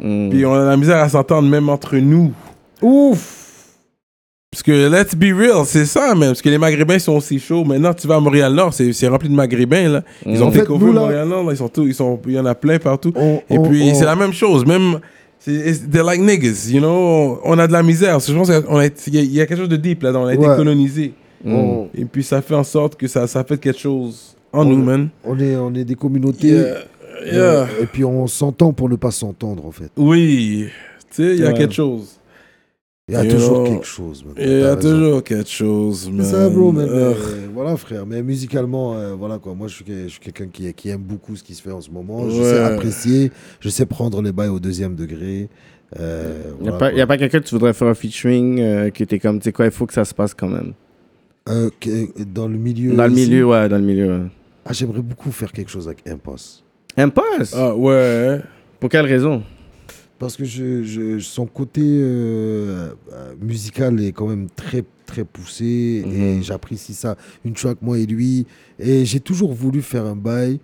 Speaker 4: Mm.
Speaker 3: Puis on a la misère à s'entendre même entre nous. Ouf! Parce que, let's be real, c'est ça même. Parce que les Maghrébins sont aussi chauds. Maintenant, tu vas à Montréal-Nord, c'est c'est rempli de Maghrébins, là. Ils
Speaker 4: Mm.
Speaker 3: ont
Speaker 4: En
Speaker 5: fait,
Speaker 3: découvert
Speaker 5: nous, là-
Speaker 3: Montréal-Nord, là, Ils sont tous, ils sont, il y en a plein partout.
Speaker 5: On-
Speaker 3: Et
Speaker 5: on-
Speaker 3: puis,
Speaker 5: on-
Speaker 3: c'est la même chose. Même, c'est- they're like niggas, you know. On a de la misère. Je pense qu'il y, a- il y a quelque chose de deep là-dedans. On a été
Speaker 5: Ouais.
Speaker 3: colonisés.
Speaker 4: Hmm.
Speaker 3: Et puis ça fait en sorte que ça, ça fait quelque chose en nous, man.
Speaker 5: On est, on est des communautés.
Speaker 3: Yeah.
Speaker 5: euh, Et puis on s'entend pour ne pas s'entendre, en fait.
Speaker 3: Oui, tu sais, il y a
Speaker 4: Ouais.
Speaker 3: quelque chose.
Speaker 5: Il y a
Speaker 3: You
Speaker 5: toujours
Speaker 3: know,
Speaker 5: quelque chose. man.
Speaker 3: Il y
Speaker 5: T'as
Speaker 3: a
Speaker 5: raison.
Speaker 3: toujours quelque chose, man.
Speaker 5: C'est ça, bro, man.
Speaker 3: Ugh.
Speaker 5: Euh, voilà, frère. Mais musicalement, euh, voilà quoi. Moi, je suis, que- je suis quelqu'un qui, qui aime beaucoup ce qui se fait en ce moment. Je sais
Speaker 3: Ouais.
Speaker 5: apprécier. Je sais prendre les bails au deuxième degré. Euh,
Speaker 4: Il n'y
Speaker 5: voilà,
Speaker 4: a, pas-
Speaker 5: quoi.
Speaker 4: y a pas quelqu'un que tu voudrais faire un featuring euh, qui était comme, tu sais quoi, il faut que ça se passe quand même.
Speaker 5: Euh, que- dans le milieu.
Speaker 4: Dans le
Speaker 5: ici.
Speaker 4: milieu, ouais, dans le milieu. ouais.
Speaker 5: Ah, j'aimerais beaucoup faire quelque chose avec Impasse.
Speaker 4: Impasse
Speaker 3: Ah ouais.
Speaker 4: Pour quelle raison
Speaker 5: Parce que je, je- son côté euh, euh, musical est quand même très très poussé
Speaker 4: Mhm.
Speaker 5: et j'apprécie ça. Une track moi et lui et j'ai toujours voulu faire un bail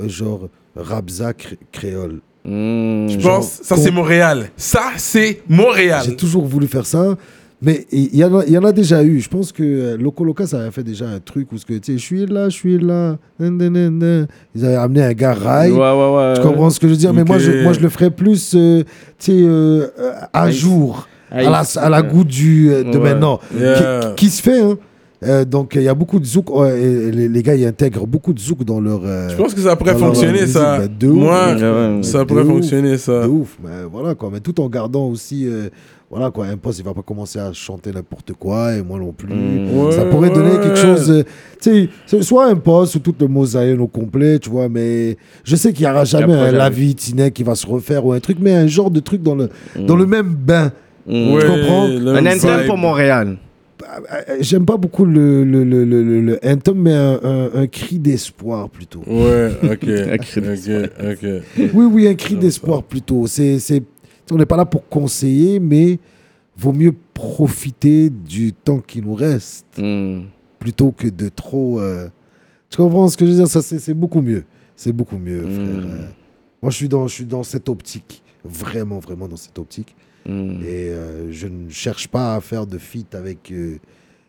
Speaker 5: euh, genre Rabza cré- créole.
Speaker 4: Hmm.
Speaker 3: Je
Speaker 5: Genre,
Speaker 3: pense, ça c'est
Speaker 5: con-
Speaker 3: Montréal. Ça c'est Montréal.
Speaker 5: J'ai toujours voulu faire ça. Mais il y, en a- il y en a déjà eu. Je pense que euh, Loco Loca, ça avait fait déjà un truc où ce que, tu sais, je suis là, je suis là. nan, nan, nan, nan. Ils avaient amené un gars rail.
Speaker 4: Ouais, ouais, ouais.
Speaker 5: Tu comprends ce que je veux dire Mais moi
Speaker 3: Ok.
Speaker 5: je, moi, je le ferais plus, euh, tu sais, euh, euh, à
Speaker 4: Aïe.
Speaker 5: jour,
Speaker 4: Aïe.
Speaker 5: à la, à la goût du, euh, de
Speaker 4: Ouais.
Speaker 5: maintenant,
Speaker 3: Yeah.
Speaker 5: qui, qui se fait. Hein Euh, donc, il y a beaucoup de zouk. ouais, et- et les, les gars, ils intègrent beaucoup de zouk dans leur. euh,
Speaker 3: Je pense que ça pourrait
Speaker 5: Alors,
Speaker 3: fonctionner,
Speaker 5: la
Speaker 3: ça.
Speaker 5: musique, bah, de ouf.
Speaker 3: Moi,
Speaker 4: Ouais, ouais.
Speaker 3: ça pourrait
Speaker 5: De ouf.
Speaker 3: fonctionner, ça.
Speaker 5: de ouf. Mais voilà, quoi. Mais tout en gardant aussi. euh, voilà, quoi. Un poste, il va pas commencer à chanter n'importe quoi, et moi non plus.
Speaker 3: Ouais,
Speaker 5: ça pourrait
Speaker 3: Hmm.
Speaker 5: donner
Speaker 3: ouais.
Speaker 5: quelque chose. euh, tu sais, c'est soit un poste ou tout le mosaïen au complet, tu vois, mais je sais qu'il n'y aura jamais
Speaker 4: pas
Speaker 5: un
Speaker 4: jamais.
Speaker 5: La vie Tinet qui va se refaire ou un truc, mais un genre de truc dans le, dans le même bain.
Speaker 3: Ouais,
Speaker 5: comprends
Speaker 3: le
Speaker 4: Hmm. Un
Speaker 3: vibe.
Speaker 4: anthem pour Montréal.
Speaker 5: Euh, J'aime pas beaucoup le, le, le, le, le- le anthem, mais un, un- un cri d'espoir plutôt.
Speaker 3: Ouais, ok.
Speaker 4: cri
Speaker 3: ok, ok.
Speaker 5: Oui, oui, un cri d'espoir plutôt. C'est, c'est, on n'est pas là pour conseiller, mais vaut mieux profiter du temps qui nous reste
Speaker 4: Hmm.
Speaker 5: plutôt que de trop. euh, Tu comprends ce que je veux dire Ça, c'est, c'est beaucoup mieux. C'est beaucoup mieux, frère.
Speaker 4: Mm.
Speaker 5: Euh, Moi, je suis dans, je suis dans cette optique. Vraiment, vraiment dans cette optique.
Speaker 4: Hmm.
Speaker 5: Et euh, je ne cherche pas à faire de feat avec euh,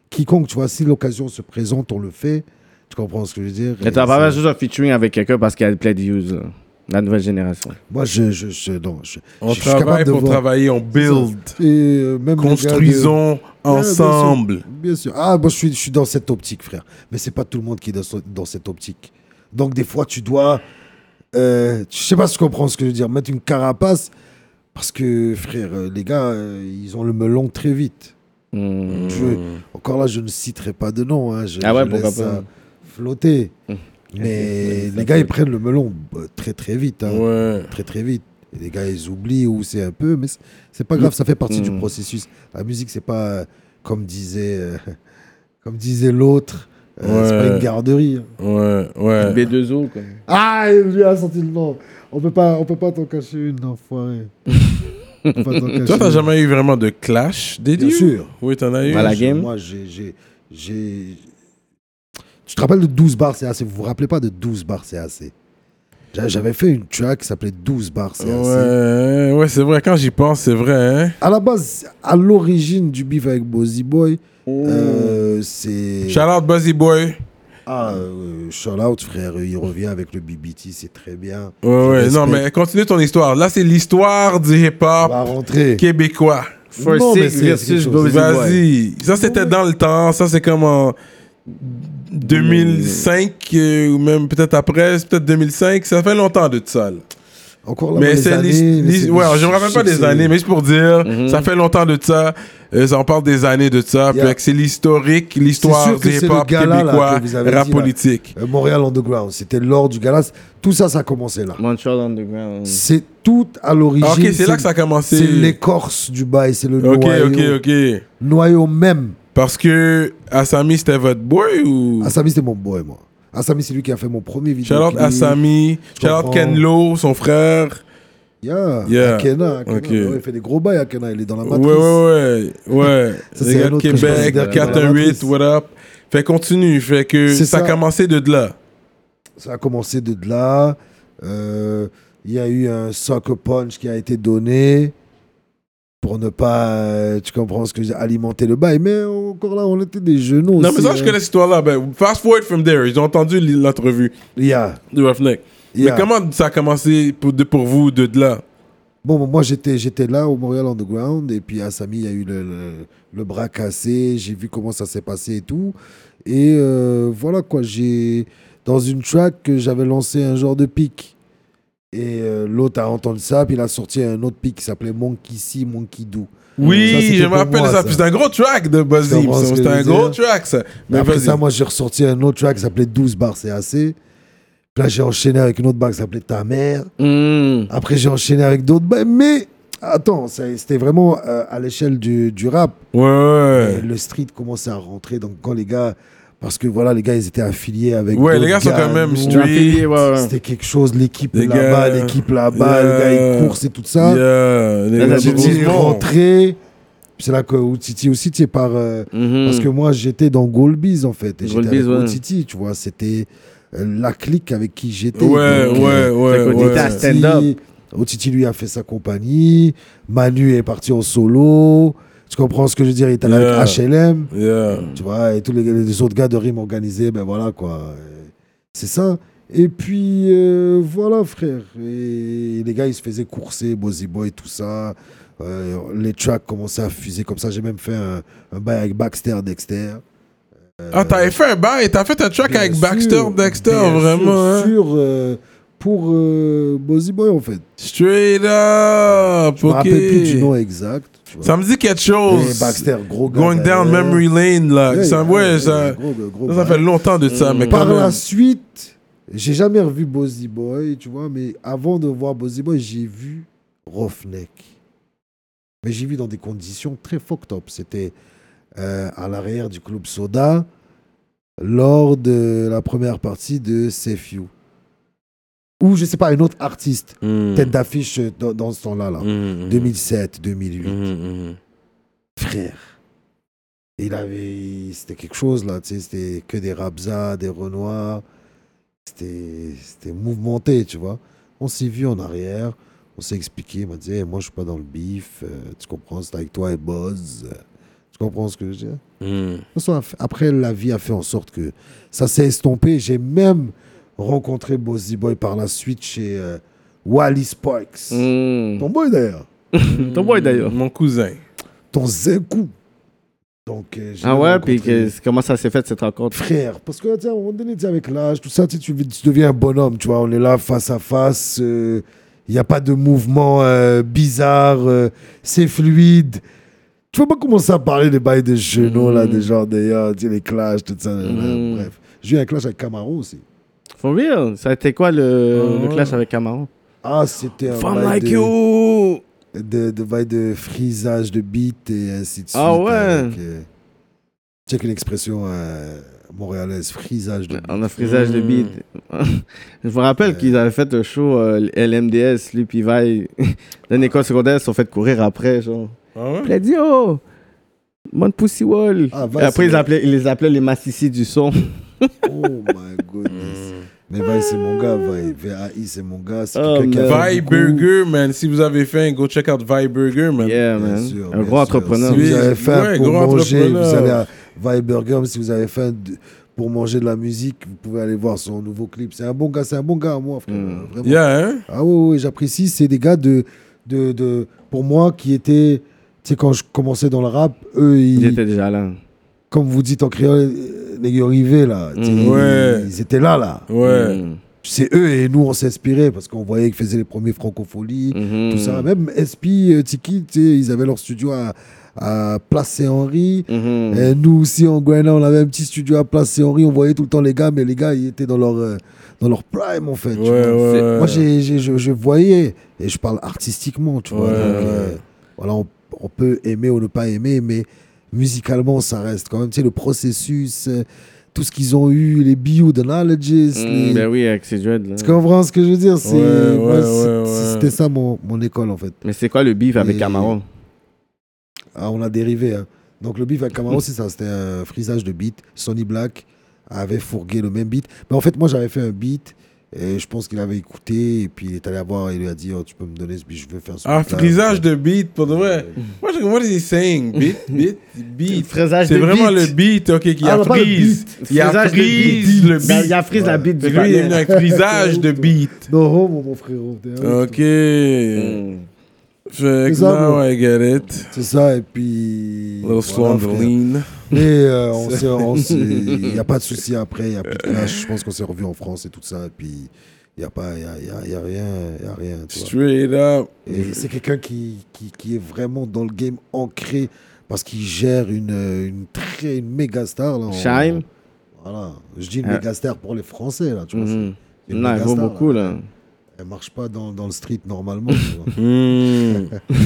Speaker 5: quiconque. Tu vois, si l'occasion se présente, on le fait. Tu comprends ce que je veux dire
Speaker 4: Mais
Speaker 5: Et
Speaker 4: t'as pas
Speaker 5: c'est-
Speaker 4: juste un featuring avec quelqu'un parce qu'il y a plein de views, là. La nouvelle génération.
Speaker 5: Moi, je, je, je- non, je-
Speaker 3: On
Speaker 5: je suis capable
Speaker 3: travaille
Speaker 5: de
Speaker 3: pour
Speaker 5: voir.
Speaker 3: travailler, on build.
Speaker 5: Et, euh, même les gars de-
Speaker 3: Construisons
Speaker 5: Ouais, bien sûr.
Speaker 3: ensemble.
Speaker 5: Bien sûr. Ah, moi, je suis, je suis dans cette optique, frère. Mais c'est pas tout le monde qui est dans, ce- dans cette optique. Donc, des fois, tu dois. euh, je sais pas si tu comprends ce que je veux dire. Mettre une carapace. Parce que, frère, euh, les gars, euh, ils ont le melon très vite.
Speaker 3: Mm.
Speaker 4: Hmm.
Speaker 5: Je- encore là, je ne citerai pas de nom. hein. Je,
Speaker 4: Ah ouais,
Speaker 5: je
Speaker 4: pourquoi
Speaker 5: laisse
Speaker 4: pas. Mmh.
Speaker 5: ça flotter. Mais les gars, ils prennent le melon euh, très, très vite. hein.
Speaker 3: Ouais.
Speaker 5: Très, très vite. Et les gars, ils oublient ou c'est un peu. Mais c'est- c'est pas grave, ça fait partie du
Speaker 4: Mm.
Speaker 5: processus. La musique, c'est pas, euh, comme disait, euh, comme disait l'autre, euh, c'est
Speaker 3: Ouais.
Speaker 5: pas une garderie. hein.
Speaker 3: Ouais, ouais.
Speaker 4: B2O, quoi.
Speaker 5: Ah, lui a sorti le nom. On peut pas, on peut pas t'en cacher une, enfoiré. On peut pas t'en cacher
Speaker 3: Toi, t'as
Speaker 5: une.
Speaker 3: jamais eu vraiment de clash des
Speaker 5: Bien
Speaker 3: dieux?
Speaker 5: sûr.
Speaker 3: Oui, t'en as eu.
Speaker 4: Voilà. la
Speaker 5: Je-
Speaker 4: game.
Speaker 5: Moi, j'ai- j'ai. j'ai- Tu te rappelles de 12 bars, c'est assez. Vous vous rappelez pas de 12 bars, c'est assez. J'a- J'avais fait une track qui s'appelait 12 bars, c'est assez.
Speaker 3: Ouais, ouais, c'est vrai. Quand j'y pense, c'est vrai. Hein?
Speaker 5: À la base, à l'origine du beef avec Bozy Boy, euh, c'est.
Speaker 3: Shout out Buzzy Boy.
Speaker 5: Ah, euh, shout out, frère. Il revient avec le BBT, c'est très bien.
Speaker 3: Ouais,
Speaker 5: Je
Speaker 3: ouais.
Speaker 5: respecte.
Speaker 3: Non, mais continue ton histoire. Là, c'est l'histoire du
Speaker 5: On
Speaker 3: hip-hop
Speaker 5: va rentrer.
Speaker 3: québécois.
Speaker 4: First
Speaker 5: Non, mais c'est-
Speaker 4: Six
Speaker 5: c'est quelque
Speaker 4: versus
Speaker 5: chose.
Speaker 4: Bozy Boy.
Speaker 3: Vas-y. Ça, c'était dans le temps. Ça, c'est comme en 2005 euh, ou même peut-être après, c'est peut-être 2005. Ça fait longtemps de ça. là.
Speaker 5: Encore là,
Speaker 3: mais
Speaker 5: les
Speaker 3: c'est
Speaker 5: années,
Speaker 3: l'his-
Speaker 5: mais
Speaker 3: l'his-
Speaker 5: c'est-
Speaker 3: ouais, je me rappelle pas
Speaker 5: sais que
Speaker 3: des
Speaker 5: c'est-
Speaker 3: années, mais juste pour dire, ça fait longtemps de ça. Euh, ça on parle des années de ça.
Speaker 5: Yeah.
Speaker 3: Puis que c'est l'historique,
Speaker 5: C'est
Speaker 3: l'histoire
Speaker 5: sûr que
Speaker 3: du
Speaker 5: c'est le
Speaker 3: hip-hop
Speaker 5: gars-là, là,
Speaker 3: québécois,
Speaker 5: que vous avez
Speaker 3: rap
Speaker 5: dit, là.
Speaker 3: politique.
Speaker 5: Euh, Montréal Underground, c'était l'or du Galas. Tout ça, ça a commencé là.
Speaker 4: Montreal Underground.
Speaker 5: C'est tout à l'origine.
Speaker 3: Mm. Ah, ok, c'est là que ça a commencé.
Speaker 5: C'est l'écorce du bail, c'est le
Speaker 3: Ok,
Speaker 5: noyau.
Speaker 3: ok, ok.
Speaker 5: Noyau même.
Speaker 3: Parce que Asami, c'était votre boy ou?
Speaker 5: Asami, c'était mon boy, moi. Asami, c'est lui qui a fait mon premier vidéo.
Speaker 3: Shout out Asami,
Speaker 5: Je
Speaker 3: shout out
Speaker 5: comprends.
Speaker 3: Ken Lo, son frère.
Speaker 5: Yeah.
Speaker 3: Yeah.
Speaker 5: Akena, Akena.
Speaker 3: Ok.
Speaker 5: Ouais, il fait des gros bails, Akena. Il est dans la
Speaker 3: Ouais,
Speaker 5: matrice.
Speaker 3: ouais, ouais. Ouais.
Speaker 5: Ça,
Speaker 3: Les
Speaker 5: c'est
Speaker 3: gars
Speaker 5: un
Speaker 3: de
Speaker 5: autre que je
Speaker 3: Québec,
Speaker 5: considère comme la
Speaker 3: 418,
Speaker 5: matrice.
Speaker 3: what up. Fait continue, fait que
Speaker 5: C'est
Speaker 3: ça a
Speaker 5: ça.
Speaker 3: commencé de là.
Speaker 5: Ça a commencé de de là. Euh, Il y a eu un soccer punch qui a été donné pour ne pas, euh, tu comprends ce que j'ai alimenter le bail. Mais encore là, on était des genoux. hein.
Speaker 3: Non, mais ça, je connais cette histoire-là. Ben, fast forward from there. Ils ont entendu l'entrevue
Speaker 5: Yeah.
Speaker 3: de Roughneck.
Speaker 5: yeah. Mm,
Speaker 3: Mais comment ça a commencé pour, de- pour vous de de là
Speaker 5: Bon, bon, moi j'étais j'étais là au Montréal Underground et puis à Samy il y a eu le, le, le bras cassé, j'ai vu comment ça s'est passé et tout. Et euh, voilà quoi, j'ai dans une track que j'avais lancé un genre de pic. Et euh, l'autre a entendu ça, puis il a sorti un autre pic qui s'appelait Monkey See, Monkey Do. Ça,
Speaker 3: Oui,
Speaker 5: c'était
Speaker 3: je me
Speaker 5: pour
Speaker 3: rappelle
Speaker 5: moi,
Speaker 3: de ça. Puis c'est un gros track de Buzzy.
Speaker 5: Tu comprends ce que
Speaker 3: C'était
Speaker 5: je
Speaker 3: un
Speaker 5: veux
Speaker 3: gros
Speaker 5: dire
Speaker 3: track, ça.
Speaker 5: Mais
Speaker 3: Mais
Speaker 5: après
Speaker 3: vas-y.
Speaker 5: ça, moi, j'ai ressorti un autre track qui s'appelait 12 bars, c'est assez. Puis là, j'ai enchaîné avec une autre barre qui s'appelait Ta mère.
Speaker 4: Mm.
Speaker 5: Après, j'ai enchaîné avec d'autres barres. Mais attends, ça- c'était vraiment euh, à l'échelle du, du rap.
Speaker 3: Ouais, ouais.
Speaker 5: Et Euh, le street commençait à rentrer. Donc, quand les gars. Parce que voilà, les gars, ils étaient affiliés avec.
Speaker 3: Ouais, les
Speaker 5: d'autres
Speaker 3: gars sont quand même
Speaker 5: nous,
Speaker 3: street.
Speaker 4: Affilié, ouais, ouais.
Speaker 5: C'était quelque chose, l'équipe
Speaker 3: Les
Speaker 5: là-bas,
Speaker 3: gars,
Speaker 5: l'équipe là-bas, les
Speaker 3: yeah.
Speaker 5: gars, ils courent et tout ça.
Speaker 3: Yeah, les
Speaker 4: Là,
Speaker 3: gars,
Speaker 4: t'as
Speaker 3: c'est
Speaker 5: J'ai
Speaker 4: dit,
Speaker 3: du
Speaker 5: dit
Speaker 3: monde.
Speaker 5: rentrer. C'est là que Outiti aussi, tu es par. euh,
Speaker 4: Mhm.
Speaker 5: Parce que moi, j'étais dans Golbiz, en fait. Et j'étais
Speaker 4: Golbiz,
Speaker 5: avec
Speaker 4: ouais.
Speaker 5: Outiti, tu vois. C'était euh, la clique avec qui j'étais.
Speaker 3: Ouais,
Speaker 5: Donc,
Speaker 3: ouais,
Speaker 5: euh,
Speaker 3: ouais.
Speaker 4: côté
Speaker 3: ouais.
Speaker 4: t'as
Speaker 5: Outiti-
Speaker 4: stand-up.
Speaker 5: Outiti, lui, a fait sa compagnie. Manu est parti en solo. Tu comprends ce que je veux dire Il était là
Speaker 3: Yeah.
Speaker 5: avec HLM.
Speaker 3: Yeah.
Speaker 5: Tu vois, et tous les, les autres gars de rime organisés, ben voilà, quoi. Euh, C'est ça. Et puis, euh, voilà, frère. Et les gars, ils se faisaient courser, Bozy Boy, tout ça. Euh, les tracks commençaient à fuser comme ça. J'ai même fait un, un bail avec Baxter, Dexter.
Speaker 3: Ah, t'avais fait un bail, t'as fait un track avec
Speaker 5: Bien
Speaker 3: Baxter,
Speaker 5: sûr,
Speaker 3: Dexter,
Speaker 5: bien sûr,
Speaker 3: vraiment. hein.
Speaker 5: Sur, euh, pour euh, Bozy Boy, en fait.
Speaker 3: Straight up,
Speaker 5: Je me
Speaker 3: ok.
Speaker 5: rappelle plus du nom exact. tu vois.
Speaker 3: Ça me dit quelque
Speaker 5: Mais
Speaker 3: chose.
Speaker 5: Baxter, euh, gros gars.
Speaker 3: Going down
Speaker 5: derrière.
Speaker 3: memory lane, là.
Speaker 5: Ouais,
Speaker 3: ça,
Speaker 5: ouais,
Speaker 3: ouais,
Speaker 5: ouais,
Speaker 3: ça,
Speaker 5: gros gars, gros
Speaker 3: ça, ça fait
Speaker 5: bail.
Speaker 3: longtemps de ça, mais quand
Speaker 5: Par la
Speaker 3: même.
Speaker 5: suite, j'ai jamais revu Bozy Boy, tu vois, mais avant de voir Bozy Boy, j'ai vu Roughneck. Mais j'ai vu dans des conditions très fucked up. C'était euh, à l'arrière du club Soda lors de la première partie de Safe You. Ou je sais pas, un autre artiste,
Speaker 4: Mm.
Speaker 3: Hmm.
Speaker 5: tête d'affiche euh, dans, dans ce temps-là, là.
Speaker 3: Hmm, hmm,
Speaker 5: 2007, 2008
Speaker 4: Mm,
Speaker 3: hmm, hmm.
Speaker 5: frère. Il avait, c'était quelque chose là, tu sais, c'était que des Rabza, des Renoirs, c'était, c'était mouvementé, tu vois. On s'est vu en arrière, on s'est expliqué, il m'a dit, Eh, moi je suis pas dans le bif, euh, tu comprends, c'est avec toi et Buzz, tu comprends ce que je veux dire
Speaker 3: Hmm.
Speaker 4: mm.
Speaker 5: De toute façon, Après, la vie a fait en sorte que ça s'est estompé. J'ai même rencontré Bozzy Boy par la suite chez euh, Wally Sparks,
Speaker 4: Mm.
Speaker 5: ton boy d'ailleurs,
Speaker 4: Ton boy, d'ailleurs.
Speaker 3: Mon cousin.
Speaker 5: ton Zekou. Donc, euh, j'ai
Speaker 4: Ah ouais,
Speaker 5: rencontré-
Speaker 4: puis que- comment ça s'est fait cette rencontre?
Speaker 5: frère. Parce que, tu sais, à un moment donné, tu sais, avec l'âge, tout ça, tu, sais, tu, tu deviens un bonhomme, tu vois. On est là face à face. Il n'y a pas de mouvement euh, bizarre. euh, c'est fluide. Tu vas pas commencer à parler des bails de genoux, là,
Speaker 4: Mm.
Speaker 5: des genres d'ailleurs, tu sais, les clashs, tout ça.
Speaker 4: Mhm.
Speaker 5: Bref. J'ai eu un clash avec Camaro aussi.
Speaker 4: For real? Ça a été quoi le, le clash avec Camaro?
Speaker 5: Ah, c'était un
Speaker 4: Femme
Speaker 5: bail
Speaker 4: like
Speaker 5: de,
Speaker 4: you!
Speaker 5: de, de bail de frisage de beat et ainsi de suite.
Speaker 4: Ah ouais.
Speaker 5: avec, euh, check une expression euh, montréalaise, frisage de beat.
Speaker 4: On a frisage de
Speaker 3: Mm.
Speaker 4: beat. je me rappelle qu'ils avaient fait un show euh, LMDS, lui puis Vaille. Dans l'école secondaire, ils se sont fait courir après, genre.
Speaker 3: Ah ouais?
Speaker 4: Il a dit, oh, bonne pussy wall.
Speaker 5: Ah,
Speaker 4: Et
Speaker 5: Vaille,
Speaker 4: après,
Speaker 5: c'est-
Speaker 4: ils, appelaient- ils les appelaient les masticis du son.
Speaker 5: Oh my
Speaker 4: Mm.
Speaker 5: goodness. Mais Vaille, c'est mon gars, Vaille. VAI, c'est mon gars. C'est
Speaker 4: Oh,
Speaker 5: quelqu'un qui
Speaker 4: man.
Speaker 5: a fait
Speaker 3: Vi
Speaker 5: beaucoup.
Speaker 3: Burger, man. Si vous avez faim, go check out Vi Burger, man.
Speaker 4: yeah,
Speaker 5: Bien
Speaker 4: man.
Speaker 5: sûr,
Speaker 4: un
Speaker 5: bien
Speaker 4: gros
Speaker 5: sûr.
Speaker 4: entrepreneur.
Speaker 5: Si vous avez
Speaker 3: Oui,
Speaker 5: faim
Speaker 3: ouais,
Speaker 5: pour
Speaker 3: gros
Speaker 5: manger, vous
Speaker 3: entrepreneur.
Speaker 5: allez à Vaille Burger. Mais Si vous avez faim de- pour manger de la musique, vous pouvez aller voir son nouveau clip. C'est un bon gars, c'est un bon gars, moi, frère.
Speaker 4: Hmm.
Speaker 5: Vraiment.
Speaker 3: Yeah, hein?
Speaker 5: Ah oui, oui, j'apprécie. C'est des gars de, de, de. Pour moi, qui étaient. Tu sais, quand je commençais dans le rap, eux,
Speaker 4: Il
Speaker 5: ils.
Speaker 4: était déjà là.
Speaker 5: Comme vous dites en créole, euh, les gars arrivés, là. tu sais,
Speaker 4: Mhm.
Speaker 3: Hmm. Ouais.
Speaker 5: Ils étaient là, là.
Speaker 3: Ouais.
Speaker 4: Mm.
Speaker 5: c'est eux et nous on s'inspirait parce qu'on voyait qu'ils faisaient les premiers francopholies,
Speaker 4: Mhm.
Speaker 5: tout
Speaker 3: Mm.
Speaker 5: ça. Même SP, euh, Tiki, tu sais, ils avaient leur studio à, à Place et Henri.
Speaker 3: Mm.
Speaker 4: Mhm.
Speaker 5: Et nous aussi en Guyana, on avait un petit studio à Place et Henri. On voyait tout le temps les gars, mais les gars ils étaient dans leur, euh, dans leur prime en fait. tu
Speaker 3: Ouais,
Speaker 5: vois.
Speaker 3: ouais, ouais.
Speaker 5: Moi j'ai- j'ai- je, je voyais et je parle artistiquement, tu vois.
Speaker 3: Ouais,
Speaker 5: donc, euh,
Speaker 3: ouais.
Speaker 5: voilà, on, on peut aimer ou ne pas aimer, mais musicalement ça reste quand même. Tu sais, le processus, euh, tout ce qu'ils ont eu, les bio the knowledges,
Speaker 4: Mm,
Speaker 5: les-
Speaker 4: ben oui, avec ses dreads, là.
Speaker 5: tu comprends ce que je veux dire C'est-
Speaker 3: Ouais,
Speaker 5: moi,
Speaker 3: ouais,
Speaker 5: c'est-
Speaker 3: ouais,
Speaker 5: c'est-
Speaker 3: ouais.
Speaker 5: C'était ça mon, mon école en fait.
Speaker 4: Mais c'est quoi le beef avec
Speaker 5: Et-
Speaker 4: Camaro?
Speaker 5: Ah, on a dérivé. hein. Donc le beat avec Camaro, c'est ça. C'était un frisage de beat. Sonny Black avait fourgué le même beat. Mais en fait, moi, j'avais fait un beat. Et je pense qu'il avait écouté. Et puis il est allé la voir. Il lui a dit oh, Tu peux me donner ce beat, je veux faire ce
Speaker 3: Un
Speaker 5: beat-là.
Speaker 3: frisage de beat, pour de vrai. What, what is he saying? Beat, beat, beat.
Speaker 4: Frisage
Speaker 3: C'est
Speaker 4: de
Speaker 3: vraiment
Speaker 4: beat.
Speaker 3: le beat, ok, qui
Speaker 5: Ah,
Speaker 3: a
Speaker 5: non, pas le
Speaker 3: frise.
Speaker 5: beat.
Speaker 3: Il a
Speaker 4: Frisage de
Speaker 3: frise
Speaker 4: beat.
Speaker 3: le
Speaker 4: Ben, Il y
Speaker 3: beat.
Speaker 4: a frise la bite du
Speaker 3: Lui, il y a
Speaker 4: panel.
Speaker 3: un frisage de beat. Euh,
Speaker 5: oh, Non, homo, mon frérot. T'es un ouf,
Speaker 3: Ok.
Speaker 4: Mm.
Speaker 3: Fait que
Speaker 5: C'est ça,
Speaker 3: now
Speaker 5: bro.
Speaker 3: I get it.
Speaker 5: C'est ça, et puis.
Speaker 3: Little slow
Speaker 5: voilà,
Speaker 3: and
Speaker 5: frère.
Speaker 3: lean.
Speaker 5: Mais euh, on s'est- on s'est- il n'y a pas de souci après, il n'y a plus de clash. Je pense qu'on s'est revus en France et tout ça. Et puis, il n'y a, pas- il y a, il y a- il y a rien. il Y a rien tu vois.
Speaker 3: Straight up.
Speaker 5: Et c'est quelqu'un qui, qui, qui est vraiment dans le game ancré parce qu'il gère une, euh, une, très, une méga star. Là, en-
Speaker 4: Shime.
Speaker 5: Voilà. Je dis une
Speaker 4: Ah.
Speaker 5: méga star pour les Français. Là, tu vois,
Speaker 4: Mhm.
Speaker 5: c'est une
Speaker 4: Non, il
Speaker 5: méga
Speaker 4: vaut
Speaker 5: star,
Speaker 4: beaucoup,
Speaker 5: là.
Speaker 4: là.
Speaker 5: Elle ne marche pas dans, dans le street normalement. tu vois.
Speaker 3: Hmm.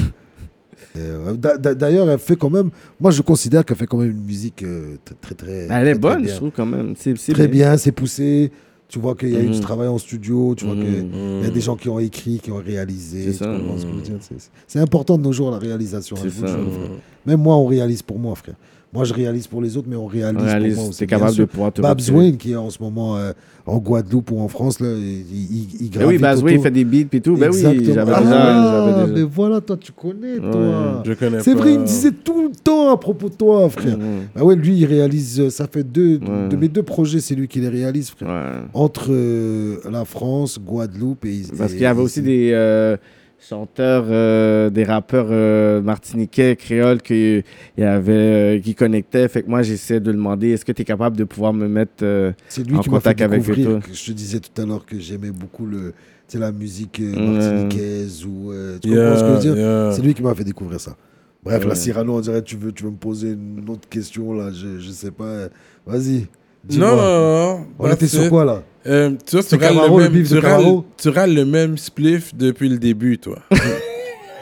Speaker 5: Et, euh, d'a- d'a- D'ailleurs, elle fait quand même. Moi, je considère qu'elle fait quand même une musique euh, t- très, très.
Speaker 4: Elle est
Speaker 5: très, très
Speaker 4: bonne,
Speaker 5: bien.
Speaker 4: je trouve, quand même. C'est c'est
Speaker 5: très bien, c'est poussé. Tu vois qu'il y a eu
Speaker 4: Mhm.
Speaker 5: du travail en studio, tu vois
Speaker 4: Mhm.
Speaker 5: qu'il y a des gens qui ont écrit, qui ont réalisé.
Speaker 4: C'est
Speaker 5: tu
Speaker 4: ça.
Speaker 5: comprends ce que je veux dire C'est- c'est- C'est important de nos jours la réalisation.
Speaker 4: C'est
Speaker 5: hein, je vous le
Speaker 4: ça.
Speaker 5: jure, frère. Même moi, on réalise pour moi, frère. Moi, je réalise pour les autres, mais on réalise,
Speaker 4: On
Speaker 5: pour moi.
Speaker 4: réalise,
Speaker 5: aussi,
Speaker 4: t'es
Speaker 5: bien
Speaker 4: capable de
Speaker 5: sûr.
Speaker 4: pouvoir te
Speaker 5: Babs
Speaker 4: motiver.
Speaker 5: Wayne, qui est en ce moment euh, en Guadeloupe ou en France, là, il, il, il
Speaker 4: Eh oui,
Speaker 5: gravite
Speaker 4: Babs Wayne, il
Speaker 5: autour.
Speaker 4: fait des beats puis tout. Ben oui, j'avais
Speaker 5: Exactement.
Speaker 4: déjà.
Speaker 5: Ah,
Speaker 4: j'avais
Speaker 5: mais
Speaker 4: déjà.
Speaker 5: voilà, toi, tu connais, toi.
Speaker 3: Je connais
Speaker 5: C'est
Speaker 3: pas.
Speaker 5: vrai, il me disait tout le temps à propos de toi, frère.
Speaker 4: Mhm.
Speaker 5: Ah ouais, lui, il réalise, euh, ça fait deux,
Speaker 4: Ouais.
Speaker 5: de mes deux projets, c'est lui qui les réalise, frère.
Speaker 4: Ouais.
Speaker 5: Entre euh, la France, Guadeloupe et...
Speaker 4: Parce
Speaker 5: et-
Speaker 4: qu'il y avait aussi
Speaker 5: et-
Speaker 4: des euh, chanteurs, euh, des rappeurs euh, martiniquais, créoles, qui, il y avait, euh, qui connectaient. Fait que moi, j'essaie de demander est-ce que tu es capable de pouvoir me mettre. euh,
Speaker 5: C'est lui
Speaker 4: en
Speaker 5: qui m'a fait
Speaker 4: contact avec
Speaker 5: découvrir,
Speaker 4: eux, toi.
Speaker 5: que je te disais tout à l'heure que j'aimais beaucoup le, tu sais, la musique euh,
Speaker 4: Ouais.
Speaker 5: martiniquaise ou... euh, tu
Speaker 3: Yeah,
Speaker 5: comprends ce que je veux dire
Speaker 3: yeah.
Speaker 5: C'est lui qui m'a fait découvrir ça. Bref,
Speaker 4: Ouais.
Speaker 5: la Cyrano, on dirait, tu veux, tu veux me poser une autre question, là, je, je sais pas. Vas-y, dis-moi.
Speaker 3: Non, non, non.
Speaker 4: bah,
Speaker 5: On était
Speaker 3: that's
Speaker 5: sur
Speaker 3: it.
Speaker 5: quoi, là
Speaker 3: Euh, tu vois, tu
Speaker 5: C'est
Speaker 3: râles,
Speaker 5: Camaro,
Speaker 3: le
Speaker 5: le
Speaker 3: même,
Speaker 5: bif
Speaker 3: tu,
Speaker 5: de
Speaker 3: râles,
Speaker 5: Camaro.
Speaker 3: tu râles le même spliff depuis le début, toi.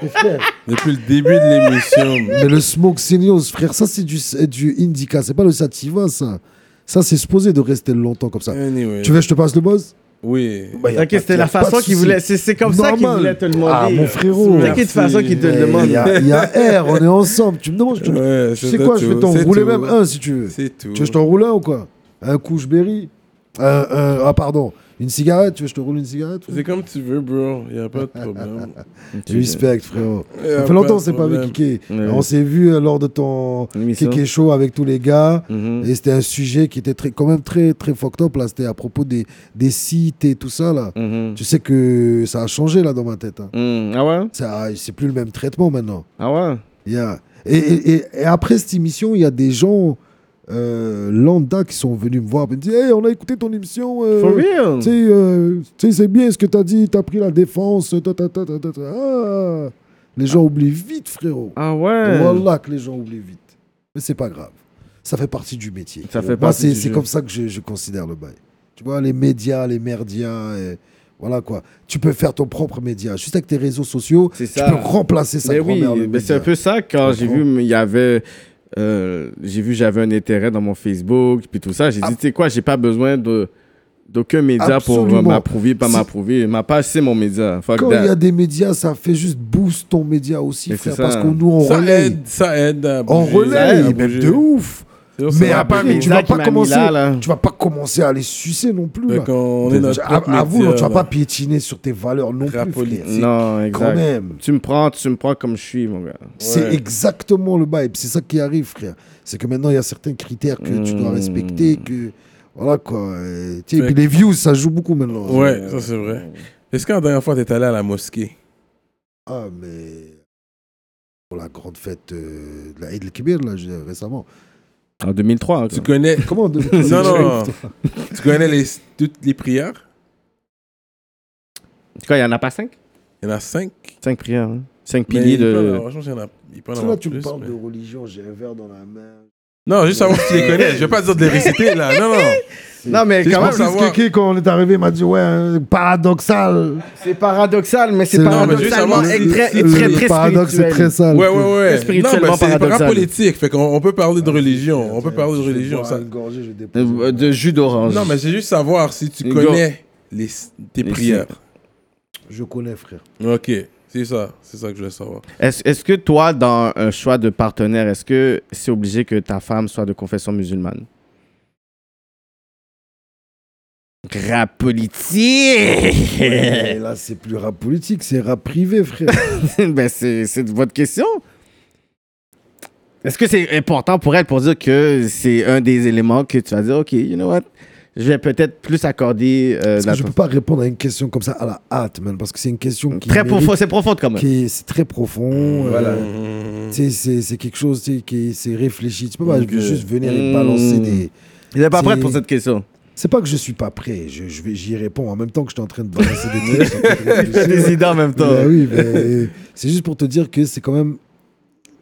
Speaker 5: Mais frère,
Speaker 3: depuis le début de l'émission. man.
Speaker 5: Mais le smoke signals, frère, ça c'est du, du indica, c'est pas le sativa, ça. Ça c'est supposé de rester longtemps comme ça.
Speaker 3: Anyway.
Speaker 5: Tu veux que je te passe le buzz
Speaker 3: Oui.
Speaker 4: ok, c'était la façon qu'il voulait. C'est c'est comme ça qu'il
Speaker 5: Normal.
Speaker 4: voulait te le demander.
Speaker 5: Ah, mon frérot.
Speaker 4: C'est de façon qu'il te
Speaker 3: Eh,
Speaker 5: Il
Speaker 4: le demande.
Speaker 5: y, a- il y a R, on est ensemble. Tu me demandes, je te...
Speaker 3: Ouais,
Speaker 5: tu
Speaker 3: c'est
Speaker 5: sais
Speaker 3: ça,
Speaker 5: quoi,
Speaker 3: tu
Speaker 5: je vais
Speaker 3: vois,
Speaker 5: t'en
Speaker 3: c'est
Speaker 5: rouler
Speaker 3: tout.
Speaker 5: même un si tu veux. Tu
Speaker 3: C'est tout.
Speaker 5: veux que je t'en roule un ou quoi Un couche-berry Un- un- Ah, pardon. Une cigarette Tu veux que je te roule une cigarette frère
Speaker 3: C'est comme tu veux, bro. Y a pas de problème.
Speaker 5: Je respecte, frérot.
Speaker 3: Y a
Speaker 5: Ça
Speaker 3: pas
Speaker 5: fait longtemps
Speaker 3: de
Speaker 5: que c'est pas vu
Speaker 3: problème.
Speaker 5: Kiké.
Speaker 4: Ouais.
Speaker 5: On s'est vu euh, lors de ton
Speaker 4: L'émission.
Speaker 5: Kiké Show avec tous les gars.
Speaker 4: Mhm.
Speaker 5: Et c'était un sujet qui était très, quand même très, très fucked up. Là, c'était à propos des, des sites et tout ça. Là.
Speaker 4: Mhm.
Speaker 5: Tu sais que ça a changé là dans ma tête. hein.
Speaker 4: Mhm. Ah ouais
Speaker 5: Ça, c'est plus le même traitement maintenant.
Speaker 4: Ah ouais
Speaker 5: Yeah. Et, et- et- et après cette émission, il y a des gens euh, lambda qui sont venus me voir et me disent Hey, on a écouté ton émission. euh,
Speaker 4: For real
Speaker 5: tu sais, euh, tu sais, c'est bien ce que tu as dit. Tu as pris la défense. ta, ta, ta, ta, ta, ta. Ah. les gens oublient vite, frérot.
Speaker 4: Ah ouais
Speaker 5: Voilà que les gens oublient vite. Mais c'est pas grave. Ça fait partie du métier.
Speaker 4: Ça fait
Speaker 5: Moi,
Speaker 4: partie
Speaker 5: c'est-
Speaker 4: du
Speaker 5: C'est
Speaker 4: jeu.
Speaker 5: comme ça que je, je considère le bail. Tu vois, les médias, les merdias, et voilà quoi. Tu peux faire ton propre média. Juste avec tes réseaux sociaux,
Speaker 4: C'est
Speaker 5: tu
Speaker 4: ça.
Speaker 5: peux remplacer sa
Speaker 4: Mais
Speaker 5: grand-mère.
Speaker 4: oui,
Speaker 5: le
Speaker 4: mais c'est
Speaker 5: média.
Speaker 4: un peu ça quand j'ai vu, mais il y avait. euh, j'ai vu, j'avais un intérêt dans mon Facebook, puis tout ça.
Speaker 5: Ah.
Speaker 4: J'ai dit, tu sais quoi, j'ai pas besoin de d'aucun média pour euh,
Speaker 5: Absolument.
Speaker 4: m'approuver, pas
Speaker 5: Si-
Speaker 4: m'approuver. Ma page, c'est mon média. Fuck
Speaker 5: Quand il y
Speaker 4: that.
Speaker 5: a des médias, ça fait juste boost ton média aussi,
Speaker 4: Mais
Speaker 5: frère,
Speaker 4: c'est
Speaker 5: parce
Speaker 4: ça.
Speaker 5: qu'on nous, on
Speaker 3: Ça
Speaker 5: relaie.
Speaker 3: aide, ça aide à
Speaker 5: On
Speaker 3: bouger, ça aide à
Speaker 5: relaie, mais
Speaker 3: bouger.
Speaker 5: de ouf.
Speaker 3: C'est ça,
Speaker 5: Mais
Speaker 3: ça
Speaker 5: à part-
Speaker 3: bouge.
Speaker 5: mais tu vas
Speaker 4: Isaac, il
Speaker 5: pas
Speaker 4: Ah, m'a mis
Speaker 5: commencer,
Speaker 4: là, là.
Speaker 5: tu vas pas commencer à les sucer non plus.
Speaker 3: Fait
Speaker 5: là.
Speaker 3: qu'on est notre propre
Speaker 5: À- Avoue,
Speaker 3: média,
Speaker 5: tu vas
Speaker 3: là.
Speaker 5: pas piétiner sur tes valeurs non
Speaker 3: Rap
Speaker 5: plus. frère.
Speaker 3: politique.
Speaker 4: Non,
Speaker 5: Quand
Speaker 4: exact.
Speaker 5: même.
Speaker 4: Tu me prends, tu me prends comme je suis, mon gars.
Speaker 5: C'est
Speaker 3: Ouais.
Speaker 5: exactement le vibe. C'est ça qui arrive, frère. C'est que maintenant, il y a certains critères que tu dois
Speaker 4: Mmh.
Speaker 3: Hmm.
Speaker 5: respecter. Que... Voilà quoi. euh,
Speaker 3: Fait
Speaker 5: tu sais, et puis
Speaker 3: que-
Speaker 5: les views, ça joue beaucoup maintenant.
Speaker 3: Ouais, ça c'est vrai. Est-ce qu'en dernière fois, t'es allé à la mosquée
Speaker 5: Ah, mais. Pour la grande fête euh, de la Eid al-Kibir, là, j'ai- récemment.
Speaker 4: En 2003. encore.
Speaker 3: Tu connais,
Speaker 5: Comment on devait-
Speaker 3: Non, non. tu connais les, toutes les prières
Speaker 4: En tout cas, il y en a pas cinq
Speaker 3: Il y en a cinq.
Speaker 4: Cinq prières. hein. Cinq
Speaker 3: mais
Speaker 4: piliers
Speaker 3: il peut en
Speaker 4: de.
Speaker 3: avoir- Je pense qu'il y en a. Il peut en
Speaker 5: Parce que
Speaker 3: avoir
Speaker 5: Là, tu me
Speaker 3: plus,
Speaker 5: parles
Speaker 3: mais-
Speaker 5: de religion, j'ai un verre dans la main.
Speaker 3: Non, juste savoir si tu les connais. Je vais pas te dire de les réciter là. Non, non.
Speaker 4: Non, mais
Speaker 3: C'est
Speaker 4: quand
Speaker 3: pour
Speaker 4: même,
Speaker 3: ça. savoir.
Speaker 5: Kiki, quand on est arrivé, il m'a dit Ouais, euh, paradoxal.
Speaker 4: c'est paradoxal, mais c'est
Speaker 5: C'est-
Speaker 3: mais juste
Speaker 4: paradoxalement
Speaker 3: savoir-
Speaker 4: et très, et
Speaker 5: Le-
Speaker 4: très,
Speaker 5: le
Speaker 4: très
Speaker 5: paradoxe, c'est
Speaker 4: spirituel.
Speaker 5: très sale.
Speaker 3: Ouais, ouais, ouais.
Speaker 4: C'est spirituellement
Speaker 3: non, mais c'est
Speaker 4: paradoxal.
Speaker 3: parapolitique. Fait qu'on on peut parler
Speaker 5: Ah,
Speaker 3: de religion. On peut
Speaker 5: Tiens,
Speaker 3: parler de
Speaker 5: je vais
Speaker 3: religion.
Speaker 5: boire
Speaker 3: ça-
Speaker 5: une gorgée, je dépose.
Speaker 4: Euh, De jus d'orange.
Speaker 3: Non, mais c'est juste savoir si tu
Speaker 4: Les
Speaker 3: connais les, tes
Speaker 4: Les
Speaker 3: prières.
Speaker 5: Je connais, frère.
Speaker 3: Ok. C'est ça. C'est ça que je voulais savoir.
Speaker 4: Est-ce est-ce que toi, dans un choix de partenaire, est-ce que c'est obligé que ta femme soit de confession musulmane? Rap politique!
Speaker 5: Ouais, mais là, c'est plus rap politique, c'est rap privé, frère.
Speaker 4: ben, c'est c'est votre question. Est-ce que c'est important pour elle pour dire que c'est un des éléments que tu vas dire, OK, you know what? je vais peut-être plus accorder. euh,
Speaker 5: Parce que
Speaker 4: la-
Speaker 5: je peux pas répondre à une question comme ça à la hâte, man, parce que c'est une question qui.
Speaker 4: Très
Speaker 5: mérite-
Speaker 4: profond, c'est profond quand même.
Speaker 5: qui est- c'est très profond. Mmh, Voilà. C'est c'est quelque chose tu sais, qui est- c'est réfléchi. Tu peux pas
Speaker 4: Ok.
Speaker 5: juste venir et
Speaker 4: Mm.
Speaker 5: balancer des.
Speaker 4: Il n'est pas
Speaker 5: C'est-
Speaker 4: prêt pour cette question.
Speaker 5: C'est pas que je suis pas prêt, je, je vais, j'y réponds en même temps que je suis en train de balancer des trucs. je suis en train de réfléchir.
Speaker 4: Des idées en même temps.
Speaker 5: Ben oui, mais c'est juste pour te dire que c'est quand même.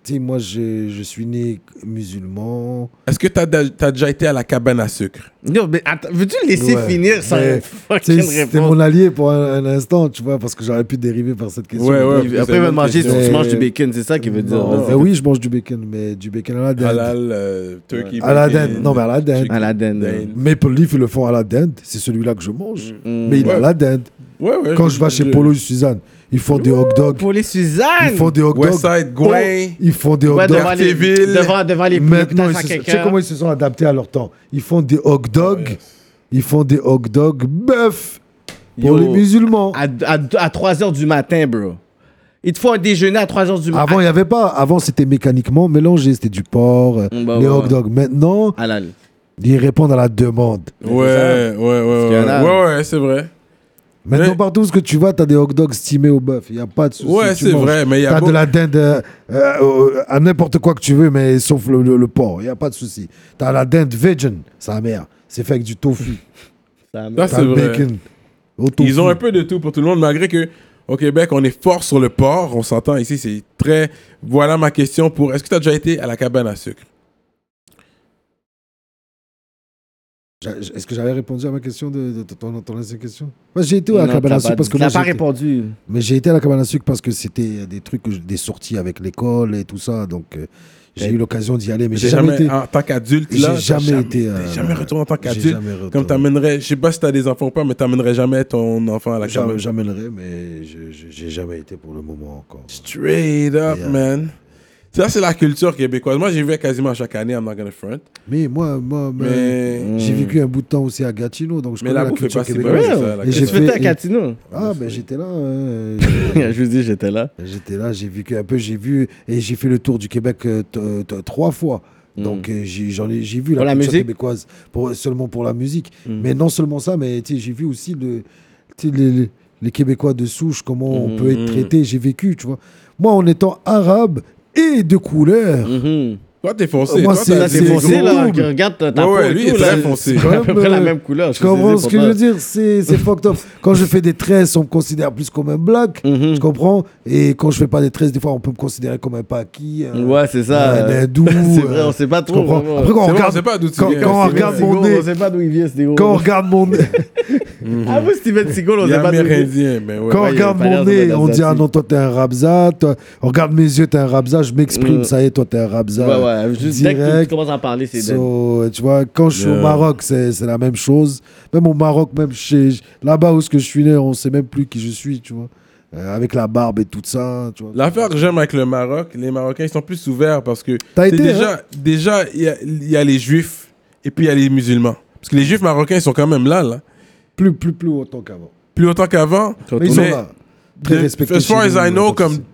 Speaker 5: Tu sais, moi, je, je suis né musulman.
Speaker 3: Est-ce que t'as as déjà été à la cabane à sucre?
Speaker 4: Non, mais attends, veux-tu le laisser
Speaker 5: Ouais,
Speaker 4: finir sans
Speaker 5: mais, Tu
Speaker 4: fucking
Speaker 5: sais, C'était
Speaker 4: réponse?
Speaker 5: mon allié pour un, un instant, tu vois, parce que j'aurais pu dériver par cette question.
Speaker 3: Ouais, ouais.
Speaker 4: Il- Après, il va te manger,
Speaker 5: question.
Speaker 4: tu manges du bacon, c'est ça qu'il veut dire.
Speaker 5: Non, ben oui, je mange du bacon, mais du bacon à la dinde.
Speaker 3: Halal, euh, turkey.
Speaker 5: À la
Speaker 3: bacon,
Speaker 5: dinde. Non, mais à la dinde.
Speaker 4: À la dinde.
Speaker 3: dinde.
Speaker 5: Maple Leaf, ils le font à la dinde. C'est celui-là que je mange.
Speaker 4: Mm.
Speaker 5: Mais il est
Speaker 3: Ouais.
Speaker 5: à la dinde.
Speaker 3: Ouais, ouais.
Speaker 5: Quand je vais chez Polo et Suzanne, ils font des hot dogs.
Speaker 4: Pour les Suzanne!
Speaker 5: Ils font des hot dogs.
Speaker 3: Westside, Gouin.
Speaker 5: Ils font des hot
Speaker 4: Ouais,
Speaker 5: dogs.
Speaker 4: devant les,
Speaker 3: Quartierville.
Speaker 4: devant, devant les
Speaker 5: Maintenant,
Speaker 4: les
Speaker 5: ils se
Speaker 4: tâches à
Speaker 5: sont- tu sais
Speaker 4: quelqu'un.
Speaker 5: comment ils se sont adaptés à leur temps. Ils font des hot dogs. Ils font des hot dogs bœuf pour
Speaker 4: Yo.
Speaker 5: les musulmans.
Speaker 4: à, à, à 3 h du matin, bro. Il te faut un déjeuner à 3 h du matin.
Speaker 5: Avant, il n'y avait pas. Avant, c'était mécaniquement mélangé. C'était du porc, euh,
Speaker 4: Mm, bah
Speaker 5: les
Speaker 4: ouais,
Speaker 5: hot
Speaker 4: ouais.
Speaker 5: dogs. Maintenant,
Speaker 4: Ah là là.
Speaker 5: ils répondent à la demande.
Speaker 3: Ouais, ouais, ouais.
Speaker 4: qu'il y en
Speaker 3: Ouais,
Speaker 4: a-
Speaker 3: ouais, ouais, c'est vrai.
Speaker 5: Maintenant,
Speaker 3: Mais-
Speaker 5: partout où ce que tu vas, tu as des hot dogs steamés au bœuf. Il n'y a pas de souci.
Speaker 3: Ouais,
Speaker 5: tu
Speaker 3: c'est
Speaker 5: manges.
Speaker 3: vrai, mais il y a
Speaker 5: T'as
Speaker 3: beau-
Speaker 5: de la dinde euh, euh, euh, à n'importe quoi que tu veux, mais sauf le, le, le porc, il n'y a pas de souci. T'as la dinde vegan, sa mère, c'est fait avec du tofu.
Speaker 4: Ça me-
Speaker 3: Ça,
Speaker 5: T'as
Speaker 3: c'est
Speaker 5: le
Speaker 3: vrai.
Speaker 5: bacon au tofu.
Speaker 3: Ils ont un peu de tout pour tout le monde, malgré que au Québec, on est fort sur le porc. On s'entend ici, c'est très. Voilà ma question pour. Est-ce que tu as déjà été à la cabane à sucre
Speaker 5: J'a- j'a- Est-ce que j'avais répondu à ma question de, de- de ton, ton ancienne question Moi, j'ai été à la
Speaker 4: Non,
Speaker 5: cabane
Speaker 4: t'as
Speaker 5: à sucre
Speaker 4: pas-
Speaker 5: parce que
Speaker 4: t'as
Speaker 5: moi,
Speaker 4: pas
Speaker 5: j'étais-
Speaker 4: répondu.
Speaker 5: mais j'ai été à la cabane à sucre parce que c'était euh, des trucs, que je- des sorties avec l'école et tout ça, donc euh, j'ai
Speaker 4: Mais-
Speaker 5: eu l'occasion d'y aller, mais j'ai jamais, été.
Speaker 3: En tant qu'adulte,
Speaker 5: J'ai
Speaker 3: là. t'as
Speaker 5: jamais été,
Speaker 3: t'es
Speaker 5: euh,
Speaker 3: jamais retourné en tant
Speaker 5: j'ai
Speaker 3: qu'adulte.
Speaker 5: jamais retourné.
Speaker 3: Comme t'amènerais. Je sais pas si t'as des enfants ou pas, mais t'amènerais jamais ton enfant à la
Speaker 5: J'am-
Speaker 3: cabane.
Speaker 5: J'amènerai, mais je- je- j'ai jamais été pour le moment encore.
Speaker 3: Straight up,
Speaker 5: Yeah.
Speaker 3: man. Ça, c'est la culture québécoise. Moi, j'y vais quasiment chaque année, I'm not gonna front.
Speaker 5: Mais moi, moi,
Speaker 3: Mais- hmm.
Speaker 5: mais j'ai vécu un bout de temps aussi à Gatineau, donc je
Speaker 3: Mais
Speaker 5: connais
Speaker 3: la
Speaker 5: la,
Speaker 3: bouffe est
Speaker 5: culture
Speaker 3: pas si
Speaker 5: québécoise.
Speaker 3: bonne,
Speaker 4: c'est
Speaker 3: ça, la
Speaker 5: Et j'ai
Speaker 4: Tu
Speaker 5: fait-
Speaker 4: fais à
Speaker 5: et-
Speaker 4: Catino?
Speaker 5: Ah, ben j'étais là. euh,
Speaker 4: Je vous dis, j'étais là.
Speaker 5: j'étais là, j'ai vécu un peu, j'ai vu, et j'ai fait le tour du Québec euh, t- euh, t- trois fois. Donc euh, j'ai j'en ai- j'ai vu la
Speaker 4: Mm. Pour la
Speaker 5: culture
Speaker 4: musique Mm.
Speaker 5: québécoise, pour, seulement pour la musique. Mais non seulement ça, mais tu sais, j'ai vu aussi le, tu sais, les, les- les Québécois de souche, comment on peut
Speaker 4: Mm.
Speaker 5: être traité. J'ai vécu, tu vois. Moi, en étant arabe et de couleur,
Speaker 4: Mhm.
Speaker 3: Toi, t'es foncé.
Speaker 5: Moi,
Speaker 3: Toi,
Speaker 5: c'est-
Speaker 3: t'as
Speaker 4: Là,
Speaker 3: des
Speaker 4: c'est
Speaker 3: gros-
Speaker 4: foncé, là.
Speaker 5: double.
Speaker 4: Regarde ta
Speaker 3: Ouais,
Speaker 4: ta peau
Speaker 3: ouais,
Speaker 4: et
Speaker 3: lui, il est
Speaker 4: tout,
Speaker 3: très
Speaker 4: là.
Speaker 3: foncé.
Speaker 4: C'est à peu près la même couleur.
Speaker 5: Tu euh, comprends ce que je veux
Speaker 4: veux
Speaker 5: dire C'est c'est fucked up. Quand je fais des tresses, on me considère plus comme un black.
Speaker 4: Mhm.
Speaker 5: Tu comprends Et quand je fais pas des tresses, des fois, on peut me considérer comme un euh. paqui. un-
Speaker 4: Ouais, c'est ça.
Speaker 5: un hindou.
Speaker 4: C'est vrai,
Speaker 5: euh,
Speaker 4: on sait pas
Speaker 5: tu
Speaker 4: trop.
Speaker 5: comprends
Speaker 4: vraiment.
Speaker 5: Après, quand
Speaker 3: C'est
Speaker 5: on
Speaker 3: bon,
Speaker 5: regarde,
Speaker 3: on sait pas d'où tu
Speaker 5: quand,
Speaker 3: viens.
Speaker 5: quand on
Speaker 3: C'est
Speaker 5: regarde
Speaker 3: vrai.
Speaker 5: mon
Speaker 4: Sigaud,
Speaker 5: nez,
Speaker 4: On sait pas d'où il vient, ce gros.
Speaker 5: quand on regarde mon nez,
Speaker 4: Ah, vous, Steven Seagal, on
Speaker 3: Il y
Speaker 4: sait
Speaker 3: a
Speaker 4: pas d'où il vient.
Speaker 3: Amérindien, mais ouais.
Speaker 5: quand on
Speaker 4: Ouais, il y a
Speaker 5: regarde
Speaker 4: pas l'air
Speaker 5: mon
Speaker 4: de
Speaker 5: nez,
Speaker 4: bon
Speaker 5: on dit ah
Speaker 4: asiatique.
Speaker 5: non toi t'es un rabza, toi, on regarde mes yeux t'es un rabza, je m'exprime
Speaker 4: Mm.
Speaker 5: ça y est toi t'es un rabza.
Speaker 4: Ouais, ouais, juste dès que tu- tu
Speaker 5: direct.
Speaker 4: commences à parler, c'est dead.
Speaker 5: So, tu vois, quand je suis au
Speaker 3: Yeah.
Speaker 5: Maroc, c'est c'est la même chose. Même au Maroc, même chez là-bas où ce que je suis né, on sait même plus qui je suis, tu vois. Euh, avec la barbe et tout ça, tu vois.
Speaker 3: L'affaire que j'aime avec le Maroc, les Marocains, ils sont plus ouverts parce que
Speaker 5: T'as
Speaker 3: c'est
Speaker 5: été, hein?
Speaker 3: déjà, déjà, il y a- il y, a les Juifs et puis il y a les musulmans. Parce que les Juifs marocains, ils sont quand même là, là.
Speaker 5: Plus, plus, plus autant qu'avant.
Speaker 3: Plus autant qu'avant.
Speaker 5: Mais ils sont
Speaker 3: mais
Speaker 5: là. Très
Speaker 3: de-
Speaker 5: respectés.
Speaker 3: As far
Speaker 5: chez nous,
Speaker 3: as I
Speaker 5: y a
Speaker 3: know,
Speaker 5: pas de souci.
Speaker 3: comme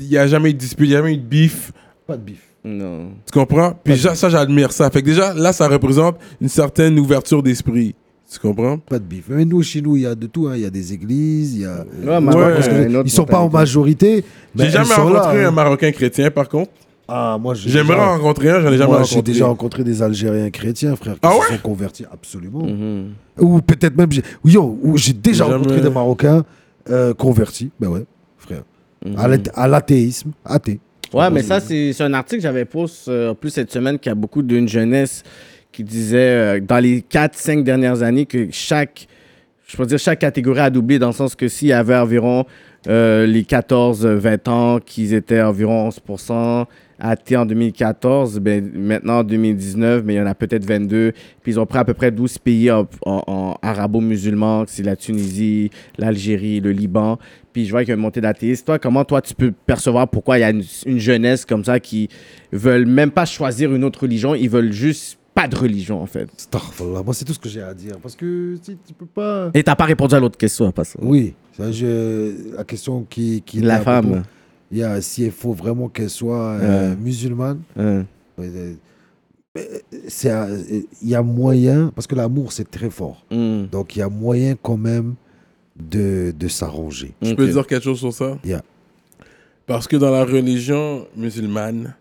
Speaker 3: il n'y a jamais eu de dispute, il n'y a jamais eu de beef.
Speaker 5: Pas de bif.
Speaker 4: Non.
Speaker 3: Tu comprends? Puis ça, ça, j'admire ça. Fait que déjà, là, ça représente une certaine ouverture d'esprit. Tu comprends?
Speaker 5: Pas de bif. Mais nous, chez nous, il y a de tout. hein. Il y a des églises, il y a.
Speaker 4: Ouais,
Speaker 5: Tu vois,
Speaker 3: ouais,
Speaker 5: parce que
Speaker 4: une autre
Speaker 5: ils sont pas en
Speaker 4: mentalité.
Speaker 5: majorité. mais
Speaker 3: J'ai jamais
Speaker 5: ils sont là,
Speaker 3: rencontré
Speaker 5: hein.
Speaker 3: un Marocain chrétien, par contre.
Speaker 5: Ah, moi, j'ai
Speaker 3: J'aimerais
Speaker 5: déjà-
Speaker 3: en rencontrer un, j'en ai jamais
Speaker 5: Moi, j'ai
Speaker 3: rencontré.
Speaker 5: déjà rencontré des Algériens chrétiens, frère, qui
Speaker 3: Ah
Speaker 5: se
Speaker 3: ouais Hmm.
Speaker 5: sont convertis, absolument.
Speaker 4: Mhm.
Speaker 5: Ou peut-être même, j'ai- ou yo, ou j'ai déjà
Speaker 3: Jamais.
Speaker 5: rencontré des Marocains euh, convertis, ben ouais, frère,
Speaker 3: Hmm.
Speaker 5: à l'ath- à l'athéisme, athée.
Speaker 4: Ouais, mais ça, c'est c'est un article que j'avais posté euh, plus cette semaine qu'il y a beaucoup d'une jeunesse qui disait euh, dans les 4-5 dernières années que chaque, je peux dire, chaque catégorie a doublé dans le sens que s'il y avait environ euh, les 14-20 ans qu'ils étaient environ 11 athées en 2014, ben, maintenant en 2019, mais il y en a peut-être 22. Puis ils ont pris à peu près 12 pays en, en- en arabo-musulmans, que c'est la Tunisie, l'Algérie, le Liban. Puis je vois qu'il y a une montée d'athéistes. Toi, comment toi, tu peux percevoir pourquoi il y a une, une jeunesse comme ça qui veulent même pas choisir une autre religion, ils veulent juste pas de religion, en fait.
Speaker 5: Astaghfirullah. moi c'est tout ce que j'ai à dire, parce que si tu peux pas...
Speaker 4: Et t'as pas répondu à l'autre question, pas ça.
Speaker 5: Oui, ça, je- la question qui... qui
Speaker 4: La
Speaker 5: était à
Speaker 4: femme.
Speaker 5: propos, Il y a, si il faut vraiment qu'elle soit euh,
Speaker 4: Euh.
Speaker 5: musulmane,
Speaker 4: Hein.
Speaker 5: euh, c'est un- il y a moyen, parce que l'amour, c'est très fort.
Speaker 4: Hmm.
Speaker 5: Donc, il y a moyen quand même de, de s'arranger.
Speaker 3: Je peux dire quelque chose sur ça
Speaker 5: Yeah.
Speaker 3: Parce que dans la religion musulmane,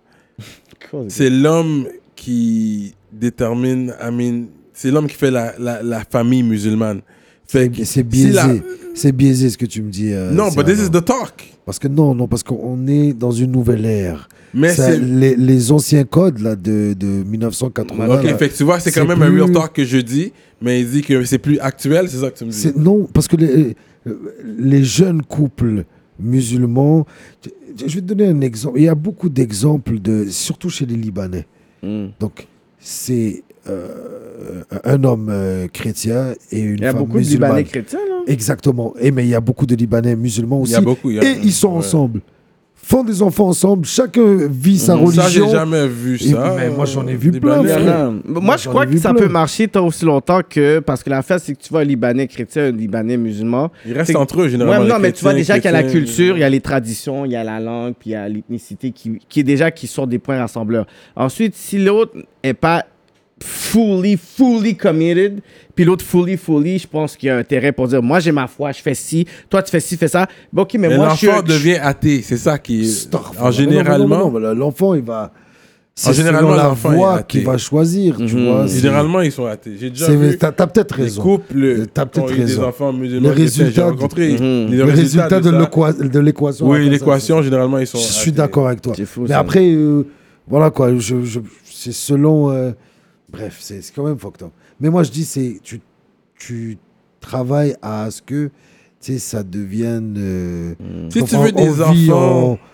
Speaker 3: c'est l'homme qui détermine, I mean, c'est l'homme qui fait la, la, la famille musulmane. Fait que
Speaker 5: C'est
Speaker 3: si
Speaker 5: biaisé. Euh,
Speaker 3: la-
Speaker 5: C'est biaisé ce que tu me dis. euh,
Speaker 3: Non, but this
Speaker 5: Cyrano.
Speaker 3: is the talk.
Speaker 5: Parce que non, non, parce qu'on est dans une nouvelle ère.
Speaker 3: Mais
Speaker 5: Ça,
Speaker 3: c'est.
Speaker 5: les, les anciens codes là, de, de 1980.
Speaker 3: Ok,
Speaker 5: là,
Speaker 3: fait que tu vois, c'est quand
Speaker 5: C'est
Speaker 3: même un real
Speaker 5: plus-
Speaker 3: talk que je dis, mais il dit que c'est plus actuel, c'est ça que tu me dis.
Speaker 5: c'est- non, parce que les, euh, les jeunes couples musulmans. Je je vais te donner un exemple. Il y a beaucoup d'exemples, de, surtout chez les Libanais.
Speaker 4: Hmm.
Speaker 5: Donc, c'est euh, un homme euh, chrétien et une
Speaker 4: Il y a
Speaker 5: femme
Speaker 4: beaucoup de
Speaker 5: musulmane.
Speaker 4: Libanais chrétiens, là.
Speaker 5: Exactement. Et mais il y a beaucoup de Libanais musulmans
Speaker 3: Il
Speaker 5: aussi.
Speaker 3: y a beaucoup. il y a-
Speaker 5: Et ils sont
Speaker 3: Ouais.
Speaker 5: ensemble, font des enfants ensemble. Chacun vit sa
Speaker 3: Mhm. Ça, j'ai
Speaker 5: religion.
Speaker 3: jamais vu
Speaker 5: Et-
Speaker 3: ça.
Speaker 5: mais moi, j'en ai
Speaker 3: euh,
Speaker 5: vu
Speaker 3: des
Speaker 5: plein,
Speaker 3: Libanais.
Speaker 5: frère.
Speaker 4: Non, non. Hmm. Moi,
Speaker 5: Moi,
Speaker 4: je
Speaker 5: j'en
Speaker 4: crois
Speaker 5: ai
Speaker 4: que
Speaker 5: vu
Speaker 4: ça
Speaker 5: plein.
Speaker 4: peut marcher tant aussi longtemps que. Parce que l'affaire, c'est que tu vois un Libanais chrétien, un Libanais musulman.
Speaker 3: Ils restent
Speaker 4: C'est-
Speaker 3: entre eux, généralement.
Speaker 4: Ouais,
Speaker 3: les
Speaker 4: non, mais tu vois
Speaker 3: chrétiens,
Speaker 4: déjà qu'il y a la
Speaker 3: chrétiens.
Speaker 4: culture, il y a les traditions, il y a la langue, puis il y a l'ethnicité qui, qui est déjà qui sont des points rassembleurs. Ensuite, si l'autre n'est pas fully, fully committed, puis l'autre fully, fully, je pense qu'il y a un terrain pour dire moi j'ai ma foi, je fais ci, toi tu fais ci, fais ça. Bon, ok, mais
Speaker 3: Mais
Speaker 4: moi je suis.
Speaker 3: l'enfant devient athée, c'est ça qui.
Speaker 5: Starfire.
Speaker 3: En
Speaker 5: Mais non, mais non,
Speaker 3: généralement,
Speaker 5: mais non, mais l'enfant, il va. C'est
Speaker 3: généralement,
Speaker 5: selon la
Speaker 3: l'enfant est
Speaker 5: voie
Speaker 3: raté.
Speaker 5: qu'il va choisir, tu vois. c'est-
Speaker 3: Mhm. généralement, ils sont athées. J'ai déjà
Speaker 5: c'est-
Speaker 3: vu
Speaker 5: T'as t'as peut-être
Speaker 3: des
Speaker 5: raison.
Speaker 3: couples
Speaker 5: T'as
Speaker 3: qui ont
Speaker 5: peut-être
Speaker 3: eu des
Speaker 5: raison.
Speaker 3: enfants musulmans.
Speaker 5: Les
Speaker 3: chrétiens. J'ai
Speaker 5: résultats de-
Speaker 3: rencontrés.
Speaker 4: Mhm.
Speaker 5: Le résultat de
Speaker 3: ça-
Speaker 5: l'équa- de l'équation. hein.
Speaker 3: Oui,
Speaker 5: après,
Speaker 3: l'équation, généralement, ils sont.
Speaker 5: ça, Je suis
Speaker 3: athées.
Speaker 5: d'accord avec toi.
Speaker 4: C'est fou,
Speaker 5: Mais
Speaker 4: ça.
Speaker 5: après, euh, voilà quoi. je- je- C'est selon. euh, Bref, c'est c'est quand même fucked up. Mais moi, je dis, c'est tu, tu travailles à ce que tu sais, ça devienne. euh,
Speaker 3: Si tu
Speaker 5: on-
Speaker 3: veux
Speaker 5: on
Speaker 3: des
Speaker 5: vit
Speaker 3: enfants. Ah,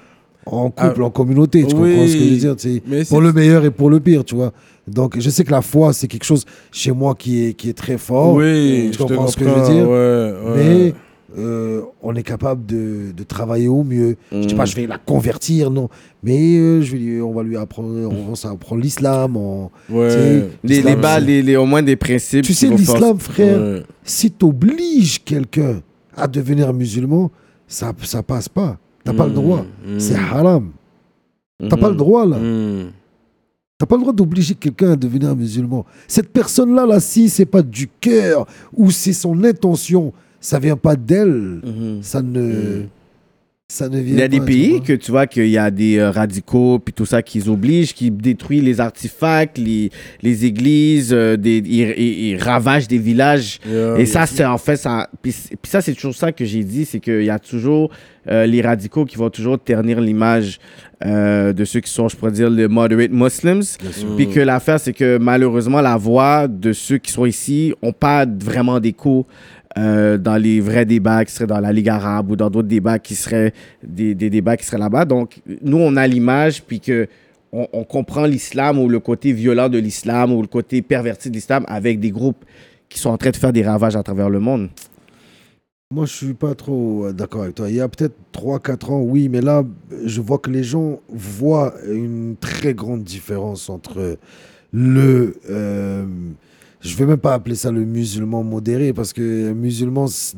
Speaker 5: En, en couple, en communauté, tu
Speaker 3: Oui.
Speaker 5: comprends ce que je veux dire tu sais.
Speaker 3: Mais si
Speaker 5: Pour le meilleur et pour le pire, tu vois. Donc, je sais que la foi, c'est quelque chose chez moi qui est, qui est très fort.
Speaker 3: oui,
Speaker 5: tu
Speaker 3: je te
Speaker 5: comprends
Speaker 3: comprends
Speaker 5: ce que je veux dire.
Speaker 3: ouais, ouais.
Speaker 5: Mais euh, on est capable de, de travailler au mieux. Je
Speaker 3: Mm.
Speaker 5: dis pas, je vais la convertir, non. Mais euh, je vais lui- on va lui apprendre, on va s'apprendre l'islam. on-
Speaker 3: Ouais.
Speaker 5: tu sais,
Speaker 4: Les, les
Speaker 5: l'islam,
Speaker 4: bas,
Speaker 5: c'est-
Speaker 4: les, les- au moins des principes.
Speaker 5: Tu
Speaker 4: qui
Speaker 5: sais,
Speaker 4: vont faire-
Speaker 5: l'islam, frère,
Speaker 3: Ouais.
Speaker 5: si tu obliges quelqu'un à devenir musulman, ça, ça passe pas. T'as pas le droit.
Speaker 3: Mm, mm.
Speaker 5: C'est haram. T'as
Speaker 4: Mhm.
Speaker 5: pas le droit, là.
Speaker 3: Mm.
Speaker 5: T'as pas le droit d'obliger quelqu'un à devenir musulman. Cette personne-là, là, si c'est pas du cœur ou c'est son intention, ça vient pas d'elle.
Speaker 3: Mm-hmm.
Speaker 4: Mhm.
Speaker 5: Ça ne,
Speaker 3: Mm.
Speaker 5: ça ne vient.
Speaker 4: Il y a des
Speaker 5: pas,
Speaker 4: pays
Speaker 5: tu
Speaker 4: que tu vois qu'il y a des euh, radicaux puis tout ça qui obligent, qui détruisent les artefacts, les, les églises, euh, des, ils, ils- ils ravagent des villages.
Speaker 3: Yeah.
Speaker 4: Et ça, c'est en fait ça. Puis, c'est- puis ça, c'est toujours ça que j'ai dit, c'est qu'il y a toujours euh, les radicaux qui vont toujours ternir l'image euh, de ceux qui sont, je pourrais dire, les moderate Muslims.
Speaker 5: Mm.
Speaker 4: Puis que l'affaire, c'est que malheureusement, la voix de ceux qui sont ici n'ont pas vraiment d'écho euh, dans les vrais débats qui seraient dans la Ligue arabe ou dans d'autres débats qui seraient des, des débats qui seraient là-bas. Donc, nous, on a l'image, puis que on, on comprend l'islam ou le côté violent de l'islam ou le côté perverti de l'islam avec des groupes qui sont en train de faire des ravages à travers le monde.
Speaker 5: vois. Moi, je suis pas trop euh, d'accord avec toi. Il y a peut-être 3-4 ans, oui, mais là, je vois que les gens voient une très grande différence entre le. euh, je vais même pas appeler ça le musulman modéré parce que musulman, c'est-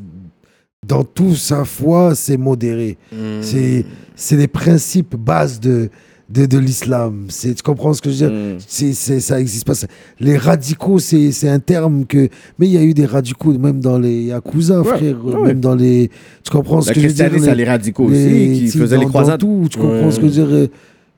Speaker 5: dans toute sa foi, c'est modéré.
Speaker 3: Mm.
Speaker 5: C'est c'est les principes bases de, de, de l'islam. C'est- Tu comprends ce que je veux dire c'est, c'est- Ça existe pas. C'est- Les radicaux, c'est, c'est un terme que. Mais il y a eu des radicaux, même dans les Yakuza, frère.
Speaker 4: ouais.
Speaker 5: Même dans les. Tu comprends ce
Speaker 4: La
Speaker 5: que je veux dire
Speaker 4: christianité, ça les radicaux aussi, qui
Speaker 5: tu sais,
Speaker 4: faisaient
Speaker 5: dans-
Speaker 4: les croisades.
Speaker 5: Dans tout, tu comprends
Speaker 3: Ouais.
Speaker 5: ce que je veux dire euh,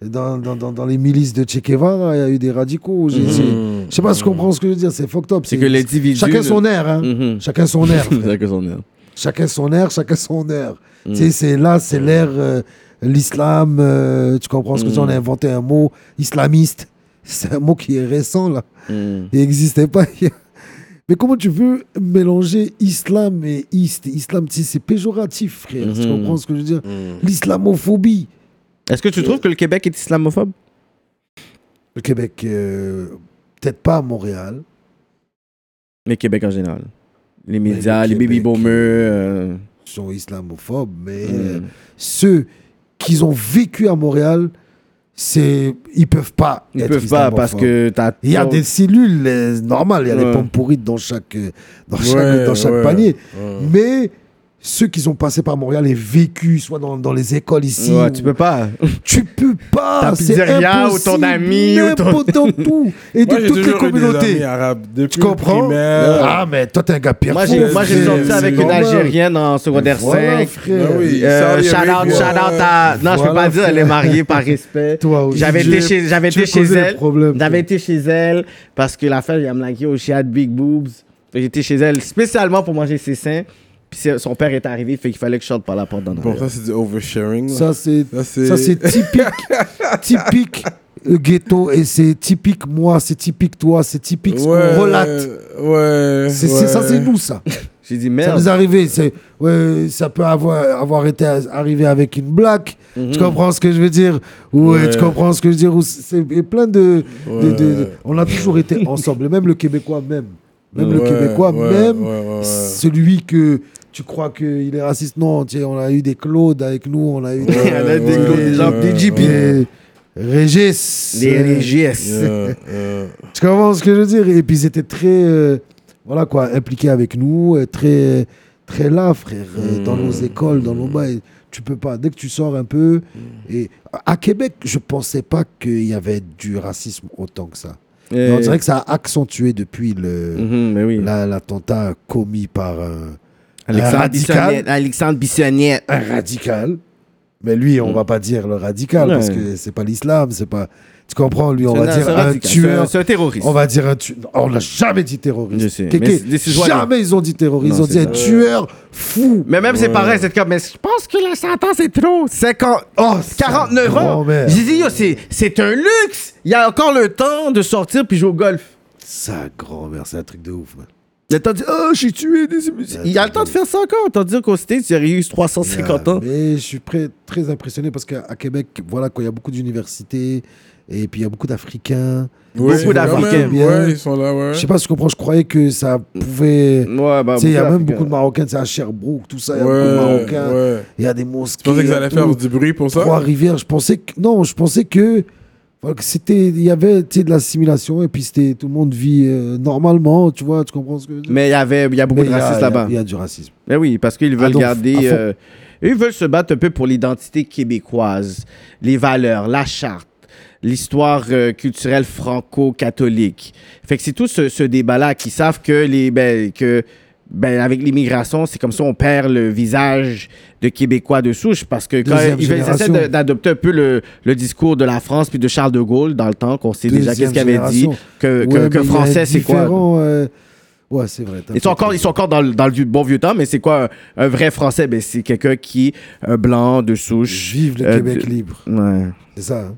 Speaker 5: dans, dans, dans, dans les milices de Che Guevara, il y a eu des radicaux. J'ai- j'ai-
Speaker 3: Mm.
Speaker 5: Je sais pas, je comprends ce que je veux dire. C'est fucked up.
Speaker 4: Mhm. C'est que l'individu.
Speaker 5: Chacun son air, hein.
Speaker 4: Mhm.
Speaker 5: Chacun son air. frère.
Speaker 4: Chacun son air.
Speaker 5: Chacun son air, chacun son heure.
Speaker 4: Mm.
Speaker 5: Tu sais, c'est là, c'est l'ère, euh, l'islam, euh, tu comprends ce que c'est, on a
Speaker 4: Mm.
Speaker 5: inventé un mot, islamiste. C'est un mot qui est récent, là.
Speaker 4: Mm.
Speaker 5: Il n'existait pas. Mais comment tu veux mélanger islam et ist Islam, tu sais, c'est péjoratif, frère. Tu
Speaker 4: Mhm.
Speaker 5: comprends ce que je veux dire
Speaker 3: Mm.
Speaker 5: L'islamophobie.
Speaker 4: Est-ce que tu trouves que le Québec est islamophobe
Speaker 5: Le Québec, euh, peut-être pas à Montréal.
Speaker 4: Mais Québec en général. Les
Speaker 5: le
Speaker 4: médias, les
Speaker 5: Québec,
Speaker 4: baby boomers. euh,
Speaker 5: sont islamophobes, mais
Speaker 4: Mm.
Speaker 5: euh, ceux qui ont vécu à Montréal, c'est ils peuvent pas.
Speaker 4: Ils
Speaker 5: être
Speaker 4: peuvent pas parce
Speaker 5: islamophobes.
Speaker 4: que t'as.
Speaker 5: il y a des cellules euh, normales, il y a
Speaker 4: Ouais.
Speaker 5: des pommes pourries dans chaque euh, dans chaque,
Speaker 3: Ouais,
Speaker 5: dans chaque
Speaker 3: ouais.
Speaker 5: panier,
Speaker 3: Ouais.
Speaker 5: mais ceux qui ont passé par Montréal et vécu soit dans, dans les écoles ici,
Speaker 4: Ouais,
Speaker 5: ou-
Speaker 4: tu peux pas.
Speaker 5: tu peut pas.
Speaker 4: Ta
Speaker 5: c'est
Speaker 4: pizzeria ou ton
Speaker 5: impossible,
Speaker 4: ami ou ton-
Speaker 5: n'importe où, tout. Et
Speaker 3: Moi,
Speaker 5: de
Speaker 3: j'ai
Speaker 5: toutes
Speaker 3: toujours
Speaker 5: les
Speaker 3: eu des
Speaker 5: communautés.
Speaker 3: amis arabes. Depuis
Speaker 5: Tu comprends
Speaker 3: primaire.
Speaker 5: Ah, mais toi, t'es un gars pire.
Speaker 4: Moi, j'ai,
Speaker 5: fou,
Speaker 4: moi, j'ai
Speaker 5: frère,
Speaker 4: sorti
Speaker 5: c'est
Speaker 4: avec une
Speaker 5: normal.
Speaker 4: Algérienne en secondaire 5.
Speaker 5: Voilà, frère.
Speaker 3: Ben oui.
Speaker 4: Euh,
Speaker 3: Saudi
Speaker 4: shout out,
Speaker 3: Arabia.
Speaker 4: shout out à. Non, je peux
Speaker 5: Voilà,
Speaker 4: pas dire, elle est mariée par respect.
Speaker 5: Toi aussi.
Speaker 4: J'avais
Speaker 5: Tu
Speaker 4: été
Speaker 5: veux-
Speaker 4: chez, j'avais
Speaker 5: tu
Speaker 4: été
Speaker 5: veux
Speaker 4: chez
Speaker 5: causer le
Speaker 4: elle.
Speaker 5: problème,
Speaker 4: J'avais
Speaker 5: toi.
Speaker 4: été chez elle parce que la fête, elle me dit, oh, she had big boobs. Fait que J'étais chez elle spécialement pour manger ses seins. Puis c'est- son père est arrivé, fait qu'il fallait que je sorte par la porte d'en
Speaker 3: Bon,
Speaker 4: arrière.
Speaker 3: ça, c'est du oversharing. là.
Speaker 5: Ça, c'est
Speaker 3: Ça, c'est-
Speaker 5: ça, c'est typique, typique euh, ghetto et c'est typique moi, c'est typique toi, c'est typique ce
Speaker 3: Ouais,
Speaker 5: qu'on relate.
Speaker 3: Ouais.
Speaker 5: C'est c'est- ça,
Speaker 3: ouais.
Speaker 5: c'est nous, ça.
Speaker 4: J'ai dit,
Speaker 5: Ça
Speaker 4: merde.
Speaker 5: nous est arrivé. C'est, ouais, ça peut avoir, avoir été à- arrivé avec une blague. Tu comprends ce que je veux dire Ou euh,
Speaker 3: Mhm. Ouais.
Speaker 5: tu comprends ce que je veux dire Ou c'est et plein de, de-
Speaker 3: Ouais.
Speaker 5: de- de- On a toujours été ensemble. Et même le Québécois, même. Même le
Speaker 3: Ouais,
Speaker 5: Québécois,
Speaker 3: ouais,
Speaker 5: même
Speaker 3: ouais, ouais, ouais.
Speaker 5: celui que tu crois qu'il est raciste. Non, tu sais, on a eu des Claude avec nous, on a eu
Speaker 3: Ouais,
Speaker 4: Elle a des
Speaker 3: ouais,
Speaker 4: gros, des gens,
Speaker 3: ouais,
Speaker 4: des
Speaker 5: JP,
Speaker 4: JP.
Speaker 5: des Régis.
Speaker 4: Des
Speaker 5: euh,
Speaker 4: des JS.
Speaker 3: Yeah, yeah.
Speaker 5: tu comprends ce que je veux dire Et puis ils étaient très, euh, voilà quoi, impliqués avec nous, euh, très, très là, frère, euh, dans nos
Speaker 4: Hmm.
Speaker 5: écoles, dans nos bails. Tu peux pas. Dès que tu sors un peu,
Speaker 4: Hmm.
Speaker 5: et à à Québec, je pensais pas qu'il y avait du racisme autant que ça.
Speaker 4: Euh,
Speaker 5: Mais on dirait que ça a accentué depuis le
Speaker 4: mhm, mais oui.
Speaker 5: la- l'attentat commis par un, un
Speaker 4: Alexandre
Speaker 5: radical, Euh,
Speaker 4: Bissonnette. Alexandre Bissonnette.
Speaker 5: un radical. Mais lui, on va pas dire le radical parce
Speaker 4: Hmm. Ouais.
Speaker 5: que c'est pas l'islam, c'est pas. Tu comprends Lui, on
Speaker 4: C'est
Speaker 5: va
Speaker 4: un-
Speaker 5: dire
Speaker 4: c'est un
Speaker 5: un
Speaker 4: radical, c'est un-
Speaker 5: tueur.
Speaker 4: C'est un terroriste.
Speaker 5: On va dire un tueur. On n'a jamais dit
Speaker 4: Je
Speaker 5: terroriste.
Speaker 4: sais,
Speaker 5: Kéké,
Speaker 4: mais c'est- this is what-
Speaker 5: jamais ils ont dit terroriste.
Speaker 4: Non,
Speaker 5: Ils ont
Speaker 4: c'est
Speaker 5: dit un
Speaker 4: ça.
Speaker 5: tueur fou.
Speaker 4: Mais même c'est pareil, c'est comme, mais je pense que la sentence est trop. 50, oh, 49 ans.
Speaker 5: grand-mère.
Speaker 4: J'ai dit, yo, c'est, c'est un luxe. Il y a encore le temps de sortir puis jouer au golf.
Speaker 5: Sa grand-mère, c'est un truc de ouf. man.
Speaker 4: Il y a le temps de dire, oh, j'ai tué des émissions. Il y a le temps de faire ça encore. Tandis qu'au States, il y aurait eu 350 ans.
Speaker 5: Mais je suis prêt- très impressionné parce qu'à à Québec, voilà quoi, il y a beaucoup d'universités et puis il y a beaucoup
Speaker 4: Hein?
Speaker 5: d'Africains.
Speaker 3: Ouais,
Speaker 4: Beaucoup
Speaker 3: quand
Speaker 4: d'Africains.
Speaker 3: même, Ouais, ils sont là, ouais.
Speaker 5: Je sais pas si tu comprends, je croyais que ça pouvait.
Speaker 4: Ouais, bah,
Speaker 5: Tu sais, il y a même
Speaker 4: d'Africains.
Speaker 5: beaucoup de Marocains, c'est à Sherbrooke, tout ça, il y a beaucoup de
Speaker 3: Ouais,
Speaker 5: Marocains. euh, Il
Speaker 3: ouais.
Speaker 5: y a des
Speaker 3: Tu
Speaker 5: monstres.
Speaker 3: pensais qu'ils allaient faire du bruit pour ça?
Speaker 5: Trois rivières, je pensais que non, je pensais que voilà, que c'était il y avait tu sais, de l'assimilation et puis c'était tout le monde vit euh, normalement, tu vois, tu comprends ce que je veux dire
Speaker 4: Mais il y avait, il y a beaucoup
Speaker 5: Mais
Speaker 4: de
Speaker 5: il y a- il
Speaker 4: racistes
Speaker 5: y a-
Speaker 4: là-bas.
Speaker 5: Il y a du racisme.
Speaker 4: Mais Ben oui, parce qu'ils veulent
Speaker 5: Ah, donc, à
Speaker 4: garder.
Speaker 5: fond.
Speaker 4: euh, ils veulent se battre un peu pour l'identité québécoise, les valeurs, la charte, l'histoire euh, culturelle franco-catholique. Fait que c'est tout ce, ce débat-là qui savent que les. Ben, que, ben, avec l'immigration, c'est comme ça on perd le visage de Québécois de souche parce que quand
Speaker 5: Deuxième
Speaker 4: ils, veulent- ils essaient
Speaker 5: génération.
Speaker 4: de- d'adopter un peu le, le discours de la France puis de Charles de Gaulle dans le temps qu'on sait déjà qu'est-ce
Speaker 5: Deuxième
Speaker 4: qu'il avait dit,
Speaker 5: génération.
Speaker 4: que,
Speaker 5: Ouais,
Speaker 4: que- que
Speaker 5: mais il y a
Speaker 4: français c'est quoi.
Speaker 5: différents, euh, Ouais, c'est vrai. t'as
Speaker 4: Ils sont
Speaker 5: peut-être
Speaker 4: encore, ils sont encore dans, le- dans le vieux- bon vieux temps, mais c'est quoi un, un vrai Français? Ben, c'est quelqu'un qui est un blanc, de souche.
Speaker 5: Vive le
Speaker 4: euh,
Speaker 5: Québec
Speaker 4: de-
Speaker 5: libre.
Speaker 4: Ouais.
Speaker 5: C'est ça. hein.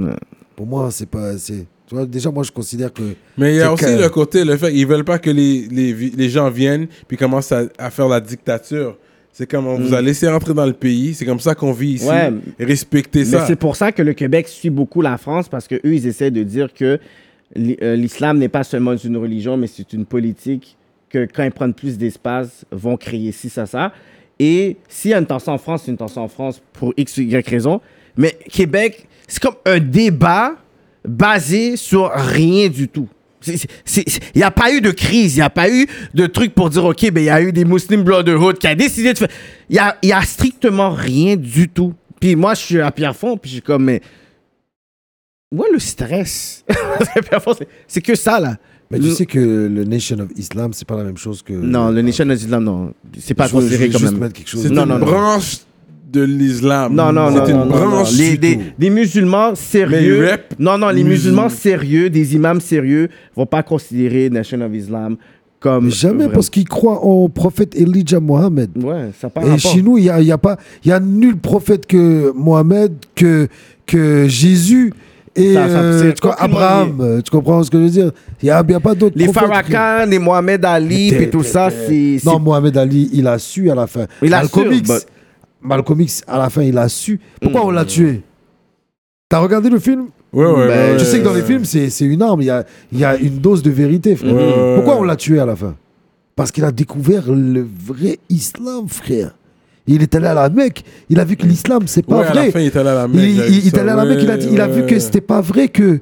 Speaker 4: Ouais.
Speaker 5: Pour moi, c'est pas assez. Tu vois, déjà moi je considère que
Speaker 3: Mais il y a
Speaker 5: C'est
Speaker 3: aussi
Speaker 5: que-
Speaker 3: le côté, le fait, ils veulent pas que les, les, vi- les gens viennent puis commencent à, à faire la dictature. C'est comme on
Speaker 5: Mm.
Speaker 3: vous a laissé rentrer dans le pays, c'est comme ça qu'on vit ici.
Speaker 4: Ouais.
Speaker 3: Respectez
Speaker 4: Mais
Speaker 3: ça.
Speaker 4: c'est pour ça que le Québec suit beaucoup la France, parce que eux, ils essaient de dire que l'i- euh, l'islam n'est pas seulement une religion, mais c'est une politique que quand ils prennent plus d'espace, vont créer ci, ça, ça. Et s'il y a une tension en France, c'est une tension en France pour X ou Y raison. Mais Québec, c'est comme un débat basé sur rien du tout. Il n'y a pas eu de crise, il n'y a pas eu de truc pour dire, OK, ben, il y a eu des Muslim Brotherhood qui a décidé de faire. Il n'y a, il y a strictement rien du tout. Puis moi, je suis à Pierrefonds, puis je suis comme, mais. Moi, le stress. Parce que Pierrefonds, c'est- c'est que ça, là.
Speaker 5: mais tu
Speaker 4: Le-
Speaker 5: sais que le Nation of Islam, c'est pas la même chose que
Speaker 4: Non, le Nation of Islam, non. C'est pas
Speaker 5: Je voulais
Speaker 4: considéré comme
Speaker 5: juste
Speaker 4: la même.
Speaker 5: mettre quelque chose.
Speaker 3: C'est une
Speaker 4: Non, non, non.
Speaker 3: branche de l'islam.
Speaker 4: Non, non, non.
Speaker 3: C'est
Speaker 4: non,
Speaker 3: une
Speaker 4: non,
Speaker 3: branche.
Speaker 4: non. Les,
Speaker 5: du
Speaker 4: des,
Speaker 5: tout.
Speaker 4: des musulmans sérieux.
Speaker 3: Mais ils rappent
Speaker 4: non, non, les
Speaker 3: musulmans.
Speaker 4: musulmans sérieux, des imams sérieux, vont pas considérer Nation of Islam comme.
Speaker 5: Mais jamais
Speaker 4: vraiment-
Speaker 5: parce qu'ils croient au prophète Elijah Mohammed.
Speaker 4: Ouais, ça part
Speaker 5: Et chez nous, il n'y a, il y a pas, il y a nul prophète que Mohamed, que, que Jésus et
Speaker 4: Ça, ça,
Speaker 5: euh,
Speaker 4: c'est
Speaker 5: tu vois,
Speaker 4: aucunement
Speaker 5: Abraham. euh, Tu comprends ce que je veux dire Il n'y a, il y a pas d'autres
Speaker 4: Les
Speaker 5: prophètes qui-
Speaker 4: Farrakhan, les Mohamed Ali,
Speaker 5: T'es-
Speaker 4: et tout
Speaker 5: t'es-
Speaker 4: ça,
Speaker 5: t'es-
Speaker 4: c'est. c'est-
Speaker 5: Non, Mohamed Ali, il a su à la fin.
Speaker 4: Il a
Speaker 5: Malcolm
Speaker 4: su,
Speaker 5: X,
Speaker 4: but- Hmm.
Speaker 5: Malcolm X, à la fin, il a su. Pourquoi on l'a tué T'as regardé le film
Speaker 3: Ouais, ouais,
Speaker 4: Ben,
Speaker 3: ouais,
Speaker 5: Tu sais que dans
Speaker 3: ouais.
Speaker 5: les films, c'est c'est une arme. Il y a, il y a une dose de vérité, frère.
Speaker 3: euh, Ouais.
Speaker 5: Pourquoi on l'a tué à la fin Parce qu'il a découvert le vrai islam, frère. Il est allé à la Mecque. Il a vu que l'islam, c'est pas
Speaker 3: Ouais, à
Speaker 5: vrai.
Speaker 3: la fin, il est allé à la
Speaker 5: il,
Speaker 3: Mecque.
Speaker 5: il-
Speaker 3: j'ai
Speaker 5: il
Speaker 3: vu
Speaker 5: est
Speaker 3: ça,
Speaker 5: allé à la Mecque. Il a, dit- il a
Speaker 3: ouais,
Speaker 5: vu que
Speaker 3: ouais.
Speaker 5: c'était pas vrai que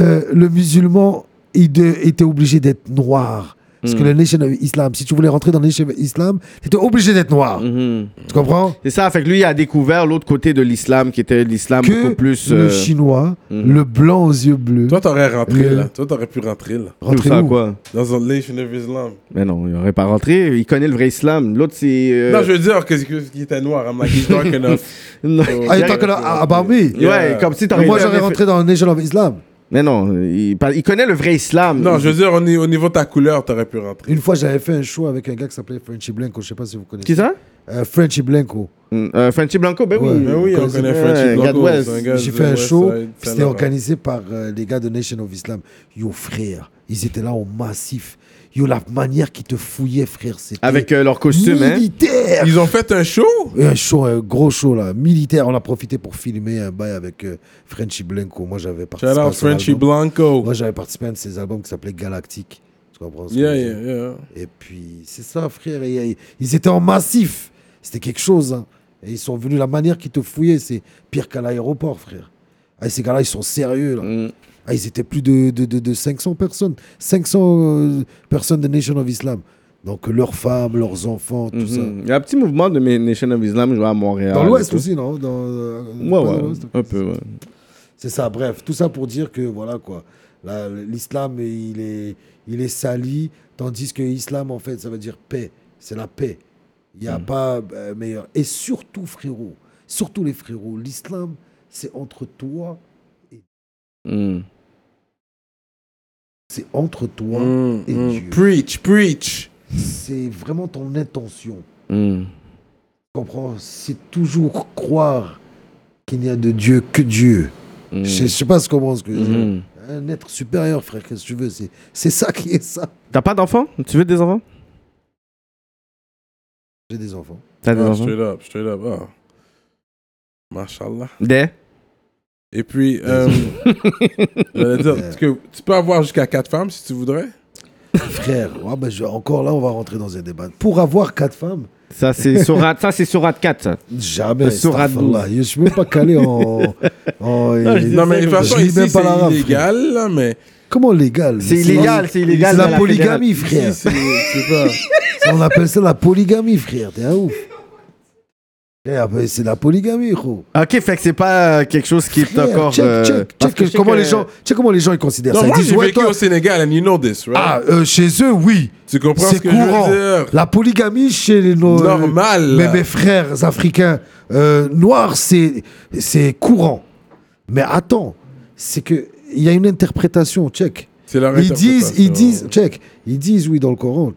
Speaker 5: euh, le musulman il de- était obligé d'être noir. Parce
Speaker 3: Hmm.
Speaker 5: que le Nation of Islam, si tu voulais rentrer dans le Nation of Islam, t'étais obligé d'être noir.
Speaker 3: Hmm.
Speaker 5: Tu comprends
Speaker 4: Mhm. C'est ça, fait que lui, il a découvert l'autre côté de l'islam, qui était l'islam
Speaker 5: Que
Speaker 4: beaucoup plus.
Speaker 5: le
Speaker 4: euh,
Speaker 5: chinois, le blanc aux yeux bleus.
Speaker 3: hmm. Toi, t'aurais rentré
Speaker 5: Euh.
Speaker 3: là. Toi, t'aurais pu rentrer là.
Speaker 4: nous,
Speaker 5: Rentrez
Speaker 4: ça,
Speaker 5: où
Speaker 4: quoi.
Speaker 3: Dans un Nation of Islam.
Speaker 4: Mais non, il aurait pas rentré. Il connaît le vrai islam. L'autre, c'est. euh,
Speaker 3: Non, je veux dire que que- qu'il était noir. I'm like, he's dark enough.
Speaker 4: non.
Speaker 3: So-
Speaker 5: Ah, il est encore là. Ah, bah oui.
Speaker 4: Ouais, comme si t'aurais
Speaker 5: Moi,
Speaker 4: été un
Speaker 5: j'aurais
Speaker 4: effet-
Speaker 5: rentré dans le Nation of Islam.
Speaker 4: Mais non, il, par- il connaît le vrai islam.
Speaker 3: Non, je veux dire, au ni- au niveau de ta couleur, t'aurais pu rentrer.
Speaker 5: Une fois, j'avais fait un show avec un gars qui s'appelait Frenchy Blanco. Je sais pas si vous connaissez.
Speaker 4: Qui ça
Speaker 5: Euh, Frenchy Blanco.
Speaker 4: Mm, euh, Frenchy Blanco, ben
Speaker 5: Ouais.
Speaker 4: oui.
Speaker 3: Mais oui, on
Speaker 5: Connaissez-
Speaker 3: connaît
Speaker 4: Ouais,
Speaker 3: Frenchy
Speaker 4: gars de
Speaker 3: Blanco.
Speaker 4: West.
Speaker 3: c'est un gars
Speaker 5: J'ai
Speaker 3: du
Speaker 5: fait un
Speaker 3: West
Speaker 5: show.
Speaker 3: Side,
Speaker 5: puis C'était
Speaker 3: Saint-Laurent.
Speaker 5: organisé par euh, les gars de Nation of Islam. Yo, frère, ils étaient là au massif. Yo, la manière qu'ils te fouillaient, frère, c'était
Speaker 4: Avec euh, leur costume, hein.
Speaker 5: militaire.
Speaker 3: Ils ont fait un show
Speaker 5: Et Un show, un gros show là, militaire. On a profité pour filmer un bail avec euh, Frenchy Blanco. Moi, j'avais participé.
Speaker 3: Shout
Speaker 5: à
Speaker 3: out
Speaker 5: son
Speaker 3: Frenchy
Speaker 5: album.
Speaker 3: Blanco.
Speaker 5: Moi, j'avais participé à un de ses albums qui s'appelait Galactique. Tu comprends ce que
Speaker 3: Yeah,
Speaker 5: je veux dire
Speaker 3: yeah, yeah.
Speaker 5: Et puis, c'est ça, frère. et- et- ils étaient en massif. C'était quelque chose. hein. Et ils sont venus, la manière qu'ils te fouillaient, c'est pire qu'à l'aéroport, frère. Ah, ces gars-là, ils sont sérieux. Là.
Speaker 4: Mm.
Speaker 5: Ah, ils étaient plus de, de, de- de 500 personnes. 500 euh, personnes de Nation of Islam. Donc, leurs femmes, leurs enfants, tout ça.
Speaker 4: Mhm. Il y a un petit mouvement de mes- Nation of Islam je vois, à Montréal.
Speaker 5: Dans l'Ouest
Speaker 4: et tout.
Speaker 5: aussi, non Dans, euh,
Speaker 4: Ouais,
Speaker 5: pas dans
Speaker 4: ouais.
Speaker 5: l'Ouest, ok.
Speaker 4: Un peu, ouais.
Speaker 5: C'est ça, bref, tout ça pour dire que voilà quoi. La- L'islam, il est, il est sali, tandis que islam, en fait, ça veut dire paix. C'est la paix. Il n'y a pas euh, meilleur. Et surtout, frérot, surtout les frérots, l'islam, c'est entre toi,
Speaker 4: Mm.
Speaker 5: c'est entre toi
Speaker 3: Mm,
Speaker 5: et
Speaker 3: mm.
Speaker 5: Dieu.
Speaker 3: Preach, preach.
Speaker 5: C'est vraiment ton intention.
Speaker 4: Mm.
Speaker 5: Tu comprends C'est toujours croire qu'il n'y a de Dieu que Dieu.
Speaker 4: Mm.
Speaker 5: Je ne sais pas ce- comment ce que je-
Speaker 4: Mhm.
Speaker 5: Un être supérieur, frère, qu'est-ce que tu veux C'est c'est ça qui est ça.
Speaker 4: T'as pas d'enfants Tu veux des enfants
Speaker 5: J'ai des enfants.
Speaker 4: T'as des
Speaker 3: Ah,
Speaker 4: enfants
Speaker 3: straight up, straight up. Ah. Mashallah.
Speaker 4: Des
Speaker 3: Et puis, euh, j'allais dire, parce que tu peux avoir jusqu'à quatre femmes si tu voudrais.
Speaker 5: Frère, ouais, ben, je- encore là, on va rentrer dans un débat. Pour avoir quatre femmes,
Speaker 4: Ça, c'est Surat, ça, c'est Surat 4, ça.
Speaker 5: jamais.
Speaker 4: Sur
Speaker 5: astaghfirullah. Je suis même pas calé en. en-
Speaker 4: je dis
Speaker 5: et-
Speaker 4: ça
Speaker 3: Non, mais de toute
Speaker 5: je
Speaker 3: façon,
Speaker 5: lis
Speaker 3: ici,
Speaker 5: même pas la
Speaker 3: c'est
Speaker 5: raf,
Speaker 3: illégal, là, mais
Speaker 5: frère. Comment légal
Speaker 4: C'est illégal, c'est illégal
Speaker 5: C'est
Speaker 4: dans
Speaker 5: la
Speaker 4: la
Speaker 5: polygamie, frère.
Speaker 3: ici, c'est c'est pas...
Speaker 5: Ça, on appelle ça la polygamie, frère. T'es un ouf. Frère, ben, c'est la polygamie, gros.
Speaker 4: Ok, fait que c'est pas euh, quelque chose qui est
Speaker 5: Frère,
Speaker 4: encore.
Speaker 5: check,
Speaker 4: euh,
Speaker 5: check,
Speaker 4: parce
Speaker 5: check
Speaker 4: que je sais
Speaker 5: comment
Speaker 4: que-
Speaker 5: les gens, check comment les gens ils considèrent
Speaker 3: Non,
Speaker 5: ça. Ils
Speaker 3: moi,
Speaker 5: disent,
Speaker 3: j'ai
Speaker 5: ouais,
Speaker 3: vécu
Speaker 5: toi,
Speaker 3: au Sénégal, and you know this, right?
Speaker 5: ah, euh, chez eux, oui.
Speaker 3: tu comprends ce
Speaker 5: C'est
Speaker 3: que
Speaker 5: courant.
Speaker 3: je veux dire?
Speaker 5: La polygamie chez les no-
Speaker 3: Normal,
Speaker 5: euh, mes,
Speaker 3: là.
Speaker 5: mes frères africains euh, noirs, c'est c'est courant. Mais attends, c'est que il y a une interprétation. Check.
Speaker 3: C'est leur
Speaker 5: Ils disent, ils
Speaker 3: interprétation.
Speaker 5: disent, check. Ils disent oui dans le Coran.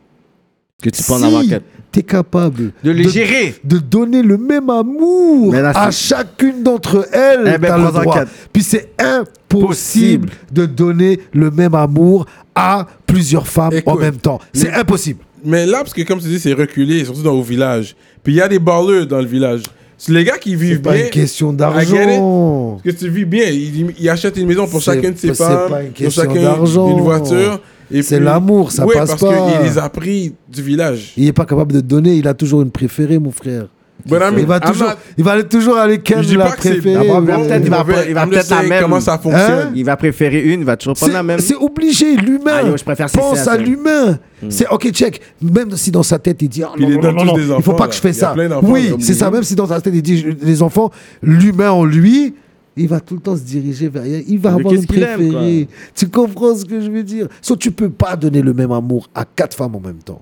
Speaker 4: Que tu peux en avoir
Speaker 5: Si
Speaker 4: quatre.
Speaker 5: t'es capable
Speaker 4: De les gérer.
Speaker 5: de donner le même amour
Speaker 4: Mais là, c'est-
Speaker 5: à chacune d'entre elles,
Speaker 4: Eh ben,
Speaker 5: t'as le
Speaker 4: prends-en
Speaker 5: droit.
Speaker 4: quatre.
Speaker 5: Puis c'est impossible
Speaker 4: Possible.
Speaker 5: de donner le même amour à plusieurs femmes en
Speaker 3: Écoute,
Speaker 5: même temps. C'est impossible.
Speaker 3: Mais là, parce que comme tu dis, c'est reculé, surtout dans, au village. Puis il y a des balleux dans le village. C'est les gars qui
Speaker 5: C'est
Speaker 3: vivent
Speaker 5: pas
Speaker 3: bien.
Speaker 5: une question
Speaker 3: I get it.
Speaker 5: d'argent.
Speaker 3: Parce que tu vis bien. Ils, ils achètent une maison pour
Speaker 5: C'est-
Speaker 3: chacune de ses
Speaker 5: c'est
Speaker 3: femmes.
Speaker 5: pas une
Speaker 3: pour
Speaker 5: question
Speaker 3: chacun
Speaker 5: d'argent.
Speaker 3: une voiture. et
Speaker 5: C'est
Speaker 3: puis-
Speaker 5: l'amour, ça
Speaker 3: oui,
Speaker 5: passe
Speaker 3: parce
Speaker 5: pas.
Speaker 3: qu'il les a pris du village.
Speaker 5: Il est pas capable de donner, il a toujours une préférée, mon frère.
Speaker 3: But I mean,
Speaker 5: Il va
Speaker 3: I'm
Speaker 5: toujours,
Speaker 3: not-
Speaker 5: il va aller toujours aller ken
Speaker 3: je dis
Speaker 5: la
Speaker 3: pas que c'est
Speaker 5: préférée.
Speaker 3: bon,
Speaker 4: il va
Speaker 5: ouais.
Speaker 4: peut-être- il va
Speaker 3: mauvais.
Speaker 4: pre- il va
Speaker 3: I'm
Speaker 4: peut-être
Speaker 3: just
Speaker 4: la
Speaker 3: saying
Speaker 4: même.
Speaker 3: Comment ça
Speaker 5: Hein
Speaker 3: fonctionne?
Speaker 4: Il va préférer une, il va toujours prendre la même.
Speaker 5: C'est c'est obligé, l'humain.
Speaker 4: Ah, yo, je préfère
Speaker 5: Pense
Speaker 4: CCA,
Speaker 5: à
Speaker 4: ça. Hmm.
Speaker 5: l'humain. C'est ok, check. Même si dans sa tête il dit, Ah,
Speaker 3: Puis
Speaker 5: non,
Speaker 3: les
Speaker 5: non,
Speaker 3: donne
Speaker 5: non,
Speaker 3: tous
Speaker 5: non,
Speaker 3: des
Speaker 5: il faut
Speaker 3: enfants,
Speaker 5: pas que je fais
Speaker 3: là. Il y a
Speaker 5: ça.
Speaker 3: plein d'enfants,
Speaker 5: Oui,
Speaker 3: là,
Speaker 5: c'est ça.
Speaker 3: oubliés.
Speaker 5: Même si dans sa tête il dit, les enfants, l'humain en lui. Il va tout le temps se diriger vers elle. Il va
Speaker 4: Mais
Speaker 5: avoir
Speaker 4: qu'est-ce
Speaker 5: une
Speaker 4: qu'il aime,
Speaker 5: préférée. Tu comprends ce que je veux dire Soit tu peux pas donner le même amour à quatre femmes en même temps.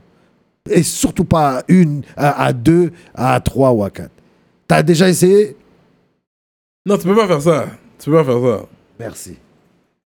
Speaker 5: Et surtout pas à une, à, à deux, à trois ou à quatre. T'as déjà essayé
Speaker 3: Non, tu peux pas faire ça. Tu peux pas faire ça.
Speaker 5: Merci.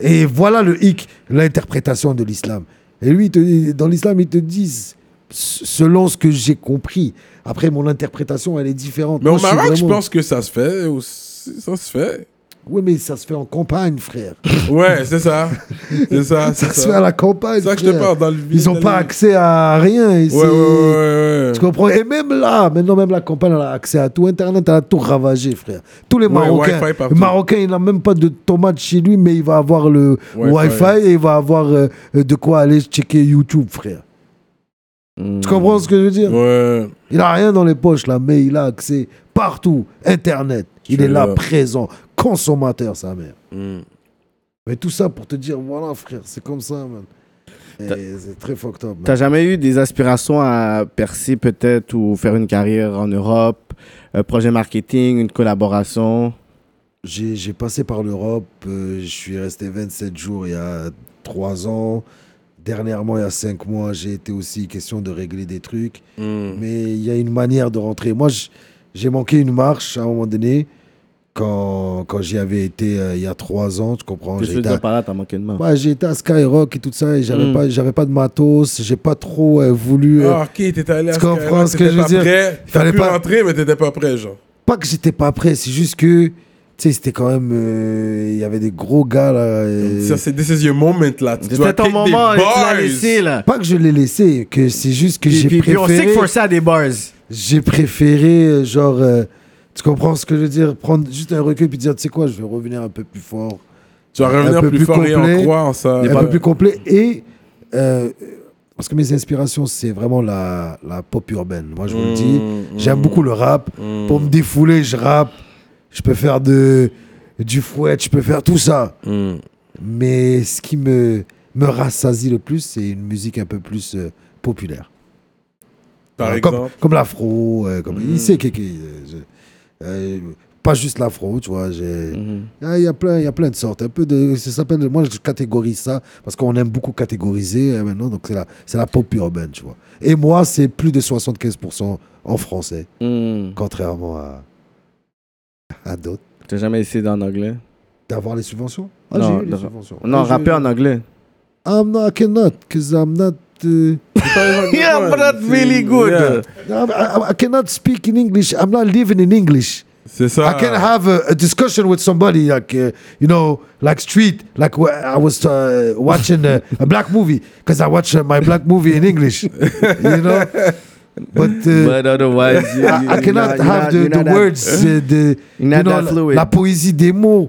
Speaker 5: Et voilà le hic, l'interprétation de l'islam. Et lui, il te- dans l'islam, ils te disent, s- selon ce que j'ai compris, après mon interprétation, elle est différente.
Speaker 3: Mais
Speaker 5: Moi,
Speaker 3: au
Speaker 5: je suis
Speaker 3: Maroc, je
Speaker 5: vraiment-
Speaker 3: pense que ça se fait. aussi. Ça se fait.
Speaker 5: Oui, mais ça se fait en campagne, frère.
Speaker 3: Ouais, c'est ça. C'est ça.
Speaker 5: Ça,
Speaker 3: C'est
Speaker 5: se fait à
Speaker 3: ça.
Speaker 5: la campagne.
Speaker 3: C'est ça que je te
Speaker 5: frère.
Speaker 3: parle. Dans le
Speaker 5: Ils n'ont
Speaker 3: dans
Speaker 5: pas
Speaker 3: le-
Speaker 5: accès à rien ici.
Speaker 3: Ouais, ouais, ouais, ouais.
Speaker 5: Tu comprends Et même là, maintenant, même la campagne, elle a accès à tout. Internet, elle a tout ravagé, frère. Tous les
Speaker 3: Ouais,
Speaker 5: Marocains.
Speaker 3: Wi-Fi partout.
Speaker 5: Le Marocain, il n'a même pas de tomate chez lui, mais il va avoir le
Speaker 3: Wi-Fi.
Speaker 5: Wi-Fi, et il va avoir euh, de quoi aller checker YouTube, frère.
Speaker 4: Mm.
Speaker 5: Tu comprends ce que je veux dire
Speaker 3: Ouais.
Speaker 5: Il n'a rien dans les poches, là, mais il a accès partout. Internet. Il
Speaker 3: Straight
Speaker 5: est là,
Speaker 3: up.
Speaker 5: présent. Consommateur, sa mère.
Speaker 3: Mm.
Speaker 5: Mais tout ça pour te dire, voilà, frère, c'est comme ça, man. Et C'est très fucked up. man.
Speaker 4: T'as jamais eu des aspirations à percer peut-être ou faire une carrière en Europe, un projet marketing, une collaboration?
Speaker 5: J'ai j'ai passé par l'Europe, euh, je suis resté 27 jours il y a 3 ans. Dernièrement, il y a 5 mois, j'ai été aussi question de régler des trucs.
Speaker 3: mm.
Speaker 5: Mais il y a une manière de rentrer. Moi, j- j'ai manqué une marche à un moment donné quand, quand j'y avais été euh, il y a 3 ans, tu comprends
Speaker 4: Qu'est-ce
Speaker 5: J'ai
Speaker 4: que tu
Speaker 5: été
Speaker 4: veux
Speaker 5: à-
Speaker 4: dire par là, Mm. t'as manqué de main?
Speaker 5: Ouais, j'ai été à Skyrock et tout ça, et j'avais pas, j'avais pas de matos, j'ai pas trop euh, voulu. euh,
Speaker 3: Ah, ok, t'étais allé à
Speaker 5: Tu
Speaker 3: ce
Speaker 5: comprends
Speaker 3: gars-là,
Speaker 5: ce que
Speaker 3: t'étais
Speaker 5: je veux
Speaker 3: pas
Speaker 5: dire?
Speaker 3: prêt.
Speaker 5: Fallait
Speaker 3: T'as pu
Speaker 5: pas-
Speaker 3: rentrer, mais t'étais pas prêt, genre.
Speaker 5: pas que j'étais pas prêt, c'est juste que, tu sais, c'était quand même. euh, Il y avait des gros gars là. euh,
Speaker 3: Ça, c'est this is your moment, là. Tu dois
Speaker 4: C'était
Speaker 3: kick
Speaker 4: ton
Speaker 3: des
Speaker 4: moment, et tu
Speaker 3: bars.
Speaker 4: l'as laissé, là.
Speaker 5: pas que je l'ai laissé, que c'est juste que
Speaker 4: Puis,
Speaker 5: j'ai
Speaker 4: puis- puis on sait
Speaker 5: préféré.
Speaker 4: que for ça des bars.
Speaker 5: J'ai préféré, euh, genre. euh, tu comprends ce que je veux dire Prendre juste un recul puis dire, tu sais quoi, je vais revenir un peu plus fort.
Speaker 3: Tu vas revenir
Speaker 5: Un peu
Speaker 3: plus,
Speaker 5: plus
Speaker 3: fort et en
Speaker 5: complet.
Speaker 3: croire en ça.
Speaker 5: un
Speaker 3: Ouais.
Speaker 5: peu plus complet. Et euh, parce que mes inspirations, c'est vraiment la, la pop urbaine. Moi, je
Speaker 4: Mmh.
Speaker 5: vous le dis,
Speaker 4: Mm,
Speaker 5: j'aime beaucoup le rap. Pour me défouler, je rappe. Je peux faire de, du fouet, je peux faire tout ça.
Speaker 4: mm.
Speaker 5: Mais ce qui me, me rassasie le plus, c'est une musique un peu plus euh, populaire.
Speaker 3: Par
Speaker 5: Voilà,
Speaker 3: exemple.
Speaker 5: comme, comme l'afro, euh,
Speaker 4: Hmm.
Speaker 5: comme il sait que, que, euh, je- euh, pas juste l'afro, tu vois. j'ai-
Speaker 4: Hmm.
Speaker 5: Ah, Il y a plein, il y a plein de sortes. Un peu de, ça s'appelle. Moi, je catégorise ça parce qu'on aime beaucoup catégoriser euh, maintenant. Donc c'est la, c'est la pop urbaine, tu vois. Et moi, c'est plus de 75% en français,
Speaker 4: Mhm.
Speaker 5: contrairement à à d'autres.
Speaker 4: T'as jamais essayé en anglais?
Speaker 5: D'avoir les subventions. Ah,
Speaker 4: Non,
Speaker 5: j'ai eu les
Speaker 4: de-
Speaker 5: subventions.
Speaker 4: Non,
Speaker 5: Ah, j'ai eu-
Speaker 4: rapper en anglais.
Speaker 5: I'm not, I cannot, 'cause I'm not. euh,
Speaker 4: Yeah, but that's really good.
Speaker 3: Yeah.
Speaker 5: I'm- I, I cannot speak in English. I'm not living in English.
Speaker 3: C'est ça.
Speaker 4: Uh,
Speaker 5: I can have a, a discussion with somebody like uh, you know like street like wh- I was uh, watching uh, a black movie because I watch uh, my black movie in English you know but, uh,
Speaker 4: But otherwise, you-
Speaker 5: I,
Speaker 4: you-
Speaker 5: I
Speaker 4: you're
Speaker 5: cannot
Speaker 4: not- you're
Speaker 5: have
Speaker 4: not-
Speaker 5: the,
Speaker 4: you're
Speaker 5: the
Speaker 4: not that-
Speaker 5: words uh, the,
Speaker 4: You're
Speaker 5: you
Speaker 4: not
Speaker 5: know,
Speaker 4: that
Speaker 5: la,
Speaker 4: fluid.
Speaker 5: la poésie des mots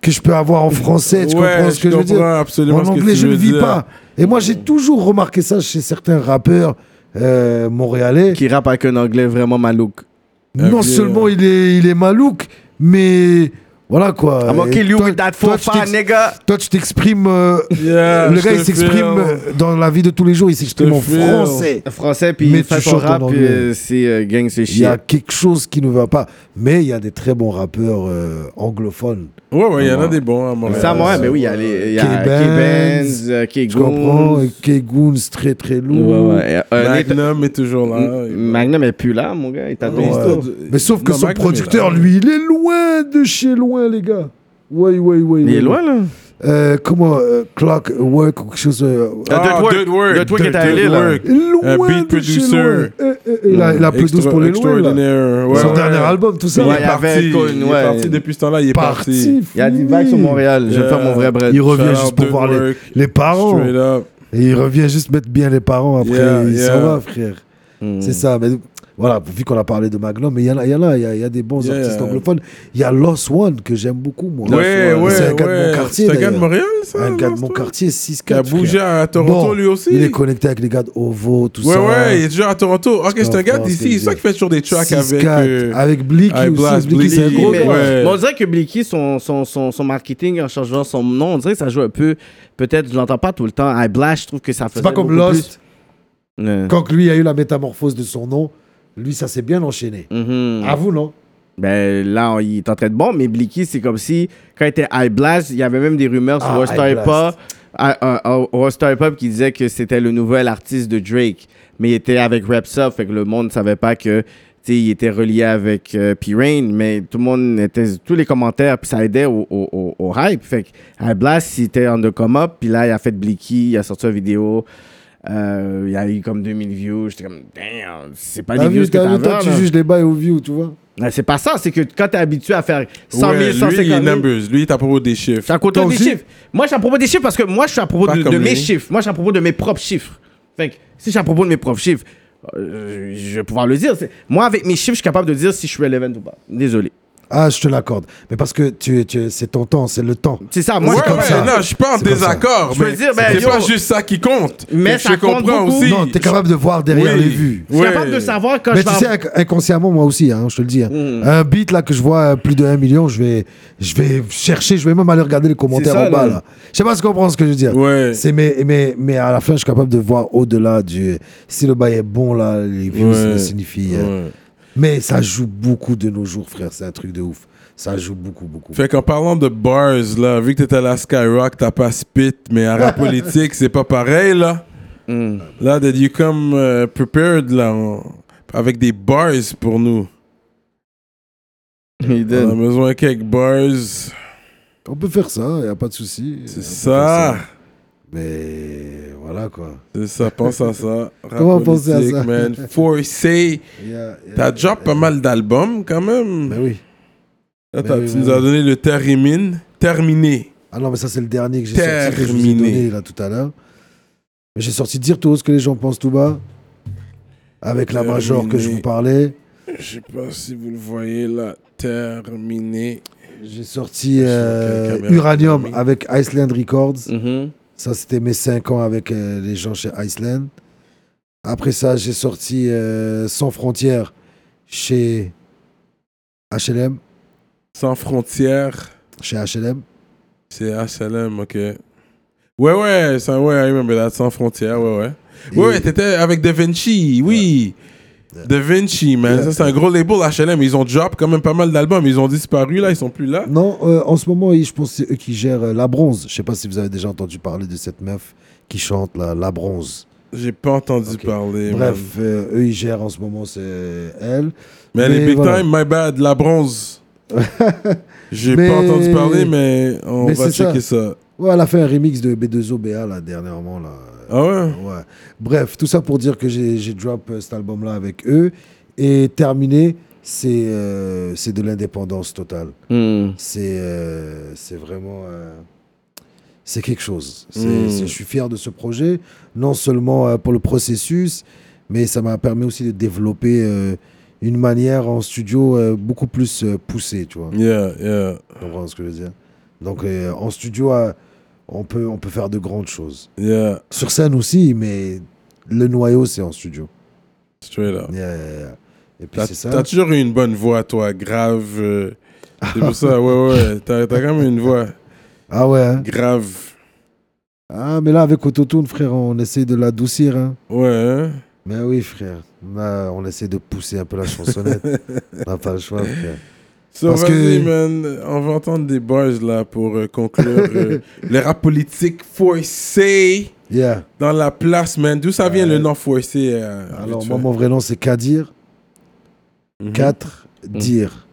Speaker 5: que je peux avoir en français tu
Speaker 3: Ouais,
Speaker 5: comprends ce que je veux dire
Speaker 3: comprends absolument
Speaker 5: en
Speaker 3: ce que
Speaker 5: anglais,
Speaker 3: tu
Speaker 5: je
Speaker 3: veux
Speaker 5: ne vis
Speaker 3: dire.
Speaker 5: pas et moi j'ai toujours remarqué ça chez certains rappeurs euh, montréalais
Speaker 4: Qui rappe avec un anglais vraiment malouk.
Speaker 5: non
Speaker 3: vieux,
Speaker 5: seulement il est, il est malouk, mais voilà quoi.
Speaker 4: I'm
Speaker 5: Et
Speaker 4: gonna kill you
Speaker 5: toi-
Speaker 4: with that
Speaker 5: toi,
Speaker 4: four
Speaker 5: tu t'ex-
Speaker 4: five, nigga.
Speaker 5: Toi, tu t'exprimes. euh,
Speaker 3: Yeah,
Speaker 5: le
Speaker 3: je
Speaker 5: gars,
Speaker 3: te
Speaker 5: il s'exprime
Speaker 3: file.
Speaker 5: euh, dans la vie de tous les jours, il s'exprime en
Speaker 3: file.
Speaker 4: hein.
Speaker 5: français.
Speaker 4: Euh, Français, puis
Speaker 5: Mais
Speaker 4: il fait
Speaker 5: tu
Speaker 4: son
Speaker 5: chantes en
Speaker 4: rap, puis
Speaker 5: anglais.
Speaker 4: euh, c'est euh, gang, c'est
Speaker 5: Il y
Speaker 4: shit.
Speaker 5: a quelque chose qui ne va pas. Mais il y a des très bons rappeurs euh, anglophones.
Speaker 3: Ouais, ouais, il y en a des bons à Montréal.
Speaker 4: Ça, moi,
Speaker 5: Euh,
Speaker 4: mais oui, il y a les il y a
Speaker 5: K-Benz,
Speaker 4: K-Benz, euh,
Speaker 5: Tu comprends
Speaker 4: K-Goons.
Speaker 5: Kegoons, très très lourd.
Speaker 4: Ouais, ouais. Euh, Nathan- Mm,
Speaker 3: Magnum est toujours là.
Speaker 4: Magnum est plus là, mon gars. Il t'a
Speaker 5: Ouais.
Speaker 4: donné
Speaker 3: Ouais.
Speaker 5: Mais sauf que
Speaker 3: Non,
Speaker 5: son
Speaker 3: Mac,
Speaker 5: producteur,
Speaker 3: il est là.
Speaker 5: lui, il est loin de chez loin, les gars. Ouais, ouais, ouais.
Speaker 4: Il
Speaker 5: ouais.
Speaker 4: est loin, là.
Speaker 5: Euh, Comment euh, Clockwork ou quelque chose. euh,
Speaker 3: Ah, Dirtwork.
Speaker 4: Dirtwork est allé, là.
Speaker 3: Dirtwork.
Speaker 5: Loin
Speaker 3: Un beat
Speaker 5: de chez
Speaker 3: producer. Mm.
Speaker 5: loin. Euh, euh, Il a, il a plus 12 pour les loin. là.
Speaker 3: Extraordinaire. Ouais,
Speaker 5: Son
Speaker 3: ouais.
Speaker 5: dernier album, tout ça.
Speaker 3: Il
Speaker 4: Ouais,
Speaker 5: il
Speaker 4: il
Speaker 3: est
Speaker 5: est
Speaker 4: y avait
Speaker 3: parti.
Speaker 4: Cohen,
Speaker 3: Il
Speaker 4: ouais.
Speaker 3: est parti depuis ce temps-là. Il est
Speaker 5: parti.
Speaker 3: parti.
Speaker 4: Il y a des
Speaker 5: fini.
Speaker 4: vagues sur Montréal. Je vais
Speaker 3: Yeah.
Speaker 4: faire mon vrai bread.
Speaker 5: Il revient
Speaker 3: Shout
Speaker 5: juste
Speaker 3: out
Speaker 5: pour
Speaker 3: Dirk
Speaker 5: voir les,
Speaker 3: Work.
Speaker 5: les parents.
Speaker 3: Straight up.
Speaker 5: Et il revient juste mettre bien les parents après.
Speaker 3: Yeah,
Speaker 5: il s'en
Speaker 3: yeah. Mm.
Speaker 5: va, frère. C'est ça. Mais voilà, vu qu'on a parlé de Magnum, mais il y en a, il y en a, il y a, il y a des bons
Speaker 3: Yeah.
Speaker 5: artistes anglophones. Il y a Lost One que j'aime beaucoup, moi.
Speaker 3: Ouais, ouais,
Speaker 5: C'est un gars de
Speaker 3: ouais.
Speaker 5: mon quartier.
Speaker 3: C'est un gars de
Speaker 5: d'ailleurs.
Speaker 3: Montréal, ça
Speaker 5: Un gars de mon
Speaker 3: toi
Speaker 5: quartier,
Speaker 3: Qui
Speaker 5: 6-4.
Speaker 3: a bougé
Speaker 5: frère.
Speaker 3: à Toronto,
Speaker 5: Bon,
Speaker 3: lui aussi.
Speaker 5: Il est connecté avec les gars de Ovo, tout
Speaker 3: Ouais,
Speaker 5: ça.
Speaker 3: ouais, il est toujours à Toronto. Ok,
Speaker 5: C'est
Speaker 3: c'est un
Speaker 5: en
Speaker 3: gars
Speaker 5: France,
Speaker 3: d'ici.
Speaker 5: les
Speaker 3: C'est ça
Speaker 5: gars.
Speaker 3: qui fait toujours des tracks
Speaker 5: 6-4,
Speaker 3: avec. euh,
Speaker 5: avec Blicky
Speaker 3: avec Blast,
Speaker 5: aussi. Blicky, c'est un
Speaker 3: Blicky,
Speaker 5: gros
Speaker 4: mais,
Speaker 5: gars.
Speaker 3: ouais.
Speaker 4: mais on dirait que Blicky, son, son, son, son marketing en changeant son nom, on dirait que ça joue un peu. Peut-être, je l'entends pas tout le temps. I Blash, je trouve que ça fait.
Speaker 5: C'est pas comme Lost. Quand lui a eu la métamorphose de son nom, lui, ça s'est bien enchaîné.
Speaker 4: Mm. Mhm.
Speaker 5: À vous, non
Speaker 4: Ben là, on- il est en train de bon, mais Blicky, c'est comme si quand il était à Blast, il y avait même des rumeurs sur
Speaker 5: Ah,
Speaker 4: Worcester
Speaker 5: High
Speaker 4: Hip Hop. Ah,
Speaker 5: Blast.
Speaker 4: à- à- à Worcester Hip Hop qui disait que c'était le nouvel artiste de Drake, mais il était avec Repsa, fait que le monde ne savait pas que tu sais, il était relié avec euh, P-Rain, mais tout le monde était, tous les commentaires, puis ça aidait au, au- au- au hype. Fait que High Blast, il était en the come up, puis là, il a fait Blicky, il a sorti une vidéo, euh, il a eu comme 2000 views. J'étais comme, damn, c'est pas
Speaker 5: T'as
Speaker 4: des
Speaker 5: vu,
Speaker 4: views que
Speaker 5: t'as vu,
Speaker 4: t'avais,
Speaker 5: toi, tu
Speaker 4: là.
Speaker 5: juges les bails aux views, tu vois
Speaker 4: Ouais, C'est pas ça, c'est que quand t'es habitué à faire 100 000,
Speaker 3: Ouais,
Speaker 4: 150
Speaker 3: lui, il est
Speaker 4: 000,
Speaker 3: numbers. Lui, il est à propos des chiffres.
Speaker 4: c'est à côté
Speaker 5: Toi
Speaker 4: des
Speaker 5: aussi?
Speaker 4: chiffres. Moi, je suis à propos des chiffres parce que moi, je suis à propos
Speaker 3: Pas
Speaker 4: de, de
Speaker 3: comme
Speaker 4: mes
Speaker 3: lui.
Speaker 4: chiffres. Moi, je suis à propos de mes propres chiffres. Fait que si je suis à propos de mes propres chiffres, euh, je je vais pouvoir le dire. C'est- Moi, avec mes chiffres, je suis capable de dire si je suis relevant ou pas. Désolé.
Speaker 5: Ah, je te l'accorde. Mais parce que tu, tu, c'est ton temps, c'est le temps.
Speaker 4: C'est ça, moi,
Speaker 5: C'est
Speaker 3: ouais,
Speaker 5: comme
Speaker 3: ouais,
Speaker 5: ça.
Speaker 3: non, je suis pas en
Speaker 5: C'est comme ça.
Speaker 3: désaccord,
Speaker 4: Je veux
Speaker 3: mais
Speaker 4: dire, ben,
Speaker 3: c'est
Speaker 4: yo,
Speaker 3: pas juste ça qui compte.
Speaker 4: mais
Speaker 3: je
Speaker 4: ça compte
Speaker 3: comprends
Speaker 4: beaucoup.
Speaker 3: aussi.
Speaker 4: Non,
Speaker 5: T'es capable de voir derrière
Speaker 3: Oui.
Speaker 5: les vues.
Speaker 4: Je suis
Speaker 3: Ouais.
Speaker 4: capable de savoir quand
Speaker 5: Mais
Speaker 4: je Mm.
Speaker 5: tu sais,
Speaker 4: vais
Speaker 5: inc- inconsciemment, moi aussi, hein, je te le dis. hein. Un beat là que je vois euh, plus de 1 million, je vais, je vais chercher, je vais même aller regarder les commentaires
Speaker 4: ça,
Speaker 5: en bas.
Speaker 4: là.
Speaker 5: Là. Je sais pas ce qu'on pense, ce que je veux dire.
Speaker 3: Ouais.
Speaker 5: C'est mais, mais, mais à la fin, je suis capable de voir au-delà du. Si le bail est bon, là, les views
Speaker 3: Ouais.
Speaker 5: ça signifie. euh, Mais ça joue beaucoup de nos jours, frère. C'est un truc de ouf. Ça joue beaucoup, beaucoup.
Speaker 3: Fait qu'en parlant de bars, là, vu que t'étais à la Skyrock, t'as pas spit, mais à rap politique, c'est pas pareil, là.
Speaker 5: euh,
Speaker 3: Là, did you come euh, prepared, là, en- avec des bars pour nous.
Speaker 4: Mm.
Speaker 3: On
Speaker 5: euh,
Speaker 3: a besoin de quelques bars,
Speaker 5: On peut faire ça, il a pas de souci. On peut
Speaker 3: c'est
Speaker 5: faire
Speaker 3: ça.
Speaker 5: Mais voilà, quoi.
Speaker 3: C'est ça, pense à ça. Rap
Speaker 5: Comment penser à
Speaker 3: politique,
Speaker 5: ça?
Speaker 3: man. Forcé,
Speaker 5: Il y a- il y a-
Speaker 3: t'as déjà pas mal d'albums, quand
Speaker 5: Mais
Speaker 3: même.
Speaker 5: Ben oui.
Speaker 3: Là,
Speaker 5: ben
Speaker 3: t'as-
Speaker 5: oui,
Speaker 3: tu
Speaker 5: mais
Speaker 3: nous
Speaker 5: oui.
Speaker 3: as donné le Termine, terminé.
Speaker 5: Ah non, mais ça, c'est le dernier que j'ai sorti, que je vous ai
Speaker 3: Terminé.
Speaker 5: donné, là, tout à l'heure. Mais j'ai sorti Dire tout haut ce que les gens pensent tout bas, avec la major que je vous
Speaker 3: Terminé.
Speaker 5: parlais.
Speaker 3: Je sais pas si vous le voyez, là. Terminé.
Speaker 5: J'ai sorti euh,
Speaker 3: Avec la caméra.
Speaker 5: Uranium avec Iceland Records.
Speaker 4: Mhm.
Speaker 5: Ça, c'était mes 5 ans avec euh, les gens chez Iceland. Après ça, j'ai sorti euh, Sans frontières chez HLM.
Speaker 3: Sans frontières.
Speaker 5: Chez HLM.
Speaker 3: C'est HLM, ok. Ouais, ouais, ça, ouais, I remember that, Sans Frontières, ouais, ouais. Ouais,
Speaker 5: Et-
Speaker 3: ouais, t'étais avec Da Vinci, oui. Da Vinci, man, ça c'est un gros label HLM. Ils ont drop quand même pas mal d'albums. Ils ont disparu là, ils sont plus là.
Speaker 5: Non, euh, en ce moment, ils- je pense que c'est eux qui gèrent euh, La Bronze. Je sais pas si vous avez déjà entendu parler de cette meuf qui chante là, La Bronze.
Speaker 3: J'ai pas entendu
Speaker 5: Ok.
Speaker 3: parler.
Speaker 5: Bref,
Speaker 3: man.
Speaker 5: euh, eux, ils gèrent en ce moment, c'est elle.
Speaker 3: Mais, les big
Speaker 5: voilà.
Speaker 3: time, my bad, la bronze. J'ai
Speaker 5: Mais-
Speaker 3: pas entendu parler, mais on
Speaker 5: Mais
Speaker 3: va
Speaker 5: c'est
Speaker 3: checker ça.
Speaker 5: Ouais, elle a fait un remix de B2OBA là, dernièrement. Là.
Speaker 3: Ah ouais?
Speaker 5: Ouais. Bref, tout ça pour dire que j'ai j'ai drop euh, cet album-là avec eux. Et terminé, c'est euh, c'est de l'indépendance totale.
Speaker 4: Mhm.
Speaker 5: C'est euh, c'est vraiment. euh, c'est quelque chose. C'est-
Speaker 3: Mm.
Speaker 5: c'est- Je suis fier de ce projet, non seulement euh, pour le processus, mais ça m'a permis aussi de développer euh, une manière en studio euh, beaucoup plus euh, poussée, tu vois.
Speaker 3: Yeah, yeah,
Speaker 5: Tu comprends ce que je veux dire Donc euh, en studio, euh, on, peut, on peut faire de grandes choses.
Speaker 3: yeah,
Speaker 5: Sur scène aussi, mais le noyau, c'est en studio.
Speaker 3: straight up.
Speaker 5: Yeah, yeah, yeah. Et puis
Speaker 3: T'as
Speaker 5: c'est ça.
Speaker 3: t'as toujours eu une bonne voix, toi, grave. euh, c'est pour ça, ouais, ouais. T'as t'as quand même une voix
Speaker 5: Ah ouais. hein.
Speaker 3: grave.
Speaker 5: Ah, mais là, avec Autotune, frère, on essaie de l'adoucir. Hein.
Speaker 3: Ouais, hein?
Speaker 5: Mais oui, frère. Là, on essaie de pousser un peu la chansonnette. on n'a pas le choix, frère.
Speaker 3: So,
Speaker 5: Parce
Speaker 3: vas-y,
Speaker 5: que-
Speaker 3: man. On va entendre des bars, là, pour euh, conclure. euh, le rap politique forcé
Speaker 5: Yeah.
Speaker 3: dans la place, man. D'où ça vient le nom forcé? euh,
Speaker 5: Alors,
Speaker 3: tu
Speaker 5: moi,
Speaker 3: vois?
Speaker 5: mon vrai nom, c'est Kadir.
Speaker 3: Mhm.
Speaker 5: 4, dire.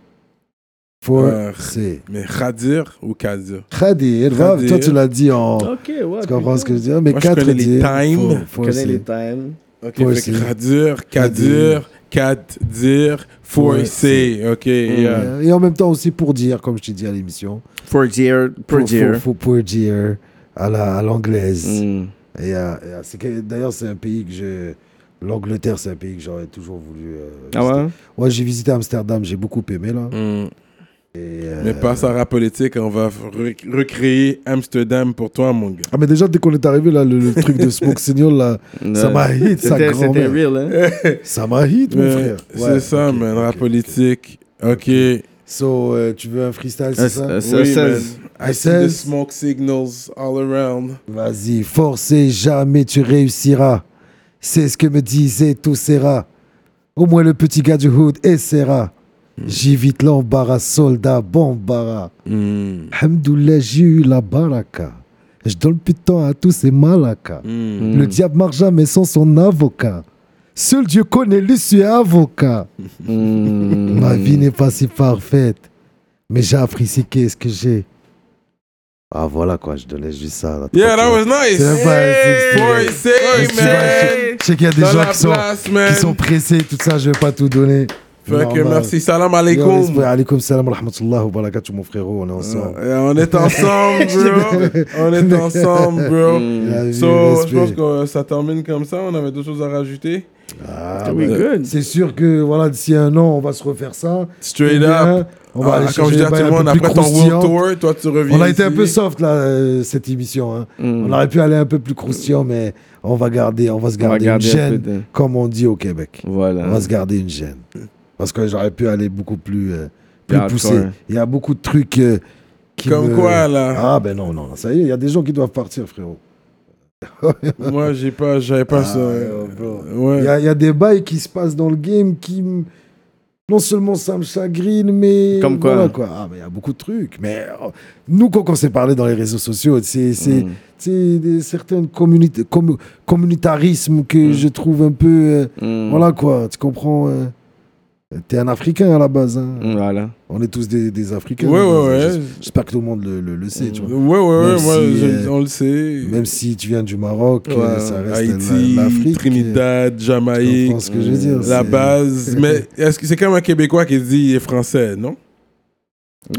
Speaker 5: Faut,
Speaker 3: Euh,
Speaker 5: c'est.
Speaker 3: Mais Khadir ou Kadir?
Speaker 5: Khadir. va,
Speaker 3: Khadir. Oh,
Speaker 5: Toi, tu l'as dit en.
Speaker 4: Ok, ouais.
Speaker 5: Tu comprends ce que je veux dire Mais
Speaker 3: Moi, je
Speaker 5: 4
Speaker 3: connais
Speaker 5: et
Speaker 3: les
Speaker 5: dire.
Speaker 3: times.
Speaker 5: faut- faut
Speaker 4: connais les
Speaker 5: essayer.
Speaker 4: times.
Speaker 3: Ok,
Speaker 5: Forcé.
Speaker 3: fait que Khadir, Kadir, Kadir, forcé. Ok, yeah.
Speaker 5: Et en même temps aussi pour dire, comme je t'ai dit à l'émission.
Speaker 4: For dear,
Speaker 5: Pour- Pour, pour, pour dire à la- à l'anglaise.
Speaker 4: Mm.
Speaker 5: Et, euh, et, euh, c'est que- D'ailleurs, c'est un pays que je. L'Angleterre, c'est un pays que j'aurais toujours voulu. euh,
Speaker 4: Ah
Speaker 5: visiter.
Speaker 4: ouais?
Speaker 5: Ouais, j'ai visité Amsterdam, j'ai beaucoup aimé là.
Speaker 3: Mm.
Speaker 5: Et, euh,
Speaker 3: Mais passe à rap politique, on va re- recréer Amsterdam pour toi, mon gars.
Speaker 5: Ah, mais déjà, dès qu'on est arrivé là, le, le truc de Smoke Signal là, ça m'a hit, ça
Speaker 4: C'était c'était
Speaker 5: grand-mère.
Speaker 4: real, hein?
Speaker 5: Ça m'a hit, mon
Speaker 3: Mais
Speaker 5: frère.
Speaker 3: Euh, c'est ça, man, rap politique. Ok.
Speaker 5: So, euh, tu veux un freestyle, c'est ça
Speaker 4: Euh,
Speaker 3: Oui,
Speaker 4: ça-
Speaker 3: man. I see the
Speaker 5: SS.
Speaker 3: smoke signals all around.
Speaker 5: Vas-y, force et jamais tu réussiras. C'est ce que me disait Tocera. Au moins le petit gars du hood essaiera. J'évite l'embarras, soldat, bombara.
Speaker 3: Mm.
Speaker 5: Hmm. Hamdoullah, j'ai eu la baraka. Je donne le putain à tous ces malakas.
Speaker 3: Mm.
Speaker 5: Le diable marche jamais sans son avocat. Seul Dieu connaît l'issue avocat.
Speaker 4: Mm.
Speaker 5: Ma vie n'est pas si parfaite, mais j'ai apprécié qu'est-ce que j'ai. Ah voilà quoi, je donnais juste ça. là,
Speaker 3: Yeah, that
Speaker 5: tranquille.
Speaker 3: was nice.
Speaker 5: C'est pas- c'est- c'est-
Speaker 3: Boy,
Speaker 5: Ouais,
Speaker 3: say,
Speaker 5: tu vois,
Speaker 3: man.
Speaker 5: Je je sais qu'il y a des
Speaker 3: Dans
Speaker 5: gens
Speaker 3: la
Speaker 5: qui sont,
Speaker 3: place, man.
Speaker 5: qui sont pressés, tout ça, je vais pas tout donner.
Speaker 3: Fait que
Speaker 5: Normal.
Speaker 3: Euh, merci. Salam
Speaker 5: Yo,
Speaker 3: alaikum.
Speaker 5: respect. Alaikum salam wa rahmatullah wa barakatuh, mon frérot, on est ensemble.
Speaker 3: Euh, On est ensemble, bro. on est ensemble, bro.
Speaker 5: La vie,
Speaker 3: So, je
Speaker 5: Hmm. respect.
Speaker 3: pense que euh, ça termine comme ça. On avait deux choses à rajouter.
Speaker 5: Ah,
Speaker 4: We
Speaker 5: bah,
Speaker 4: good.
Speaker 5: C'est sûr que voilà, d'ici un an, on va se refaire ça.
Speaker 3: Straight
Speaker 5: Eh bien,
Speaker 3: up.
Speaker 5: On va
Speaker 3: Ah,
Speaker 5: aller
Speaker 3: comme
Speaker 5: chercher
Speaker 3: je dis
Speaker 5: des
Speaker 3: à tout
Speaker 5: bails
Speaker 3: le
Speaker 5: un
Speaker 3: monde,
Speaker 5: peu plus
Speaker 3: après ton World
Speaker 5: croustillantes.
Speaker 3: Tour, toi, tu reviens.
Speaker 5: On a été un
Speaker 3: ici. Mm.
Speaker 5: peu soft là, euh, cette émission. hein.
Speaker 4: Mm.
Speaker 5: On aurait pu aller un peu plus croustillant, mais on va garder, on va se
Speaker 4: va
Speaker 5: garder,
Speaker 4: garder un
Speaker 5: une
Speaker 4: peu
Speaker 5: gêne,
Speaker 4: de-
Speaker 5: comme on dit au Québec.
Speaker 4: Voilà.
Speaker 5: On va se garder une gêne. Parce que j'aurais pu aller beaucoup plus, euh, plus
Speaker 4: Hardcore.
Speaker 5: poussé. Il y a beaucoup de trucs euh, qui
Speaker 3: hein. Comme
Speaker 5: me-
Speaker 3: quoi, là.
Speaker 5: Ah ben non, non, ça y est, il y a des gens qui doivent partir, frérot.
Speaker 3: Moi, j'ai pas, j'avais pas Ah, ça.
Speaker 5: euh, bro. Il
Speaker 3: Ouais.
Speaker 5: y, a- il y a des bails qui se passent dans le game qui m- non seulement ça me chagrine, mais
Speaker 4: Comme quoi.
Speaker 5: voilà, Ah, mais il y a beaucoup de trucs. Mais oh, nous, quand on s'est parlé dans les réseaux sociaux, c'est c'est
Speaker 3: Mm.
Speaker 5: c'est des- certaines communautés, com- communautarisme que
Speaker 3: Mm.
Speaker 5: je trouve un peu, euh,
Speaker 4: Mm.
Speaker 5: voilà quoi. Tu comprends euh, T'es un Africain à la base. hein.
Speaker 4: Voilà.
Speaker 5: On est tous des, des Africains.
Speaker 3: Ouais,
Speaker 5: à la
Speaker 3: ouais,
Speaker 5: base, hein.
Speaker 3: ouais.
Speaker 5: J'es- J'espère que tout le monde le, le- le sait. Tu vois.
Speaker 3: Ouais, ouais, ouais,
Speaker 5: Même
Speaker 3: moi,
Speaker 5: si,
Speaker 3: je-
Speaker 5: euh,
Speaker 3: on le sait.
Speaker 5: Même si tu viens du Maroc,
Speaker 3: Mm. Ouais,
Speaker 5: euh, ça reste
Speaker 3: Haïti,
Speaker 5: la- l'Afrique.
Speaker 3: Trinidad,
Speaker 5: Je
Speaker 3: Jamaïque,
Speaker 5: comprends ce que
Speaker 4: Mm.
Speaker 5: je veux dire.
Speaker 3: la
Speaker 5: c'est-
Speaker 3: base. Mais est-ce que c'est comme un Québécois qui dit il est français, non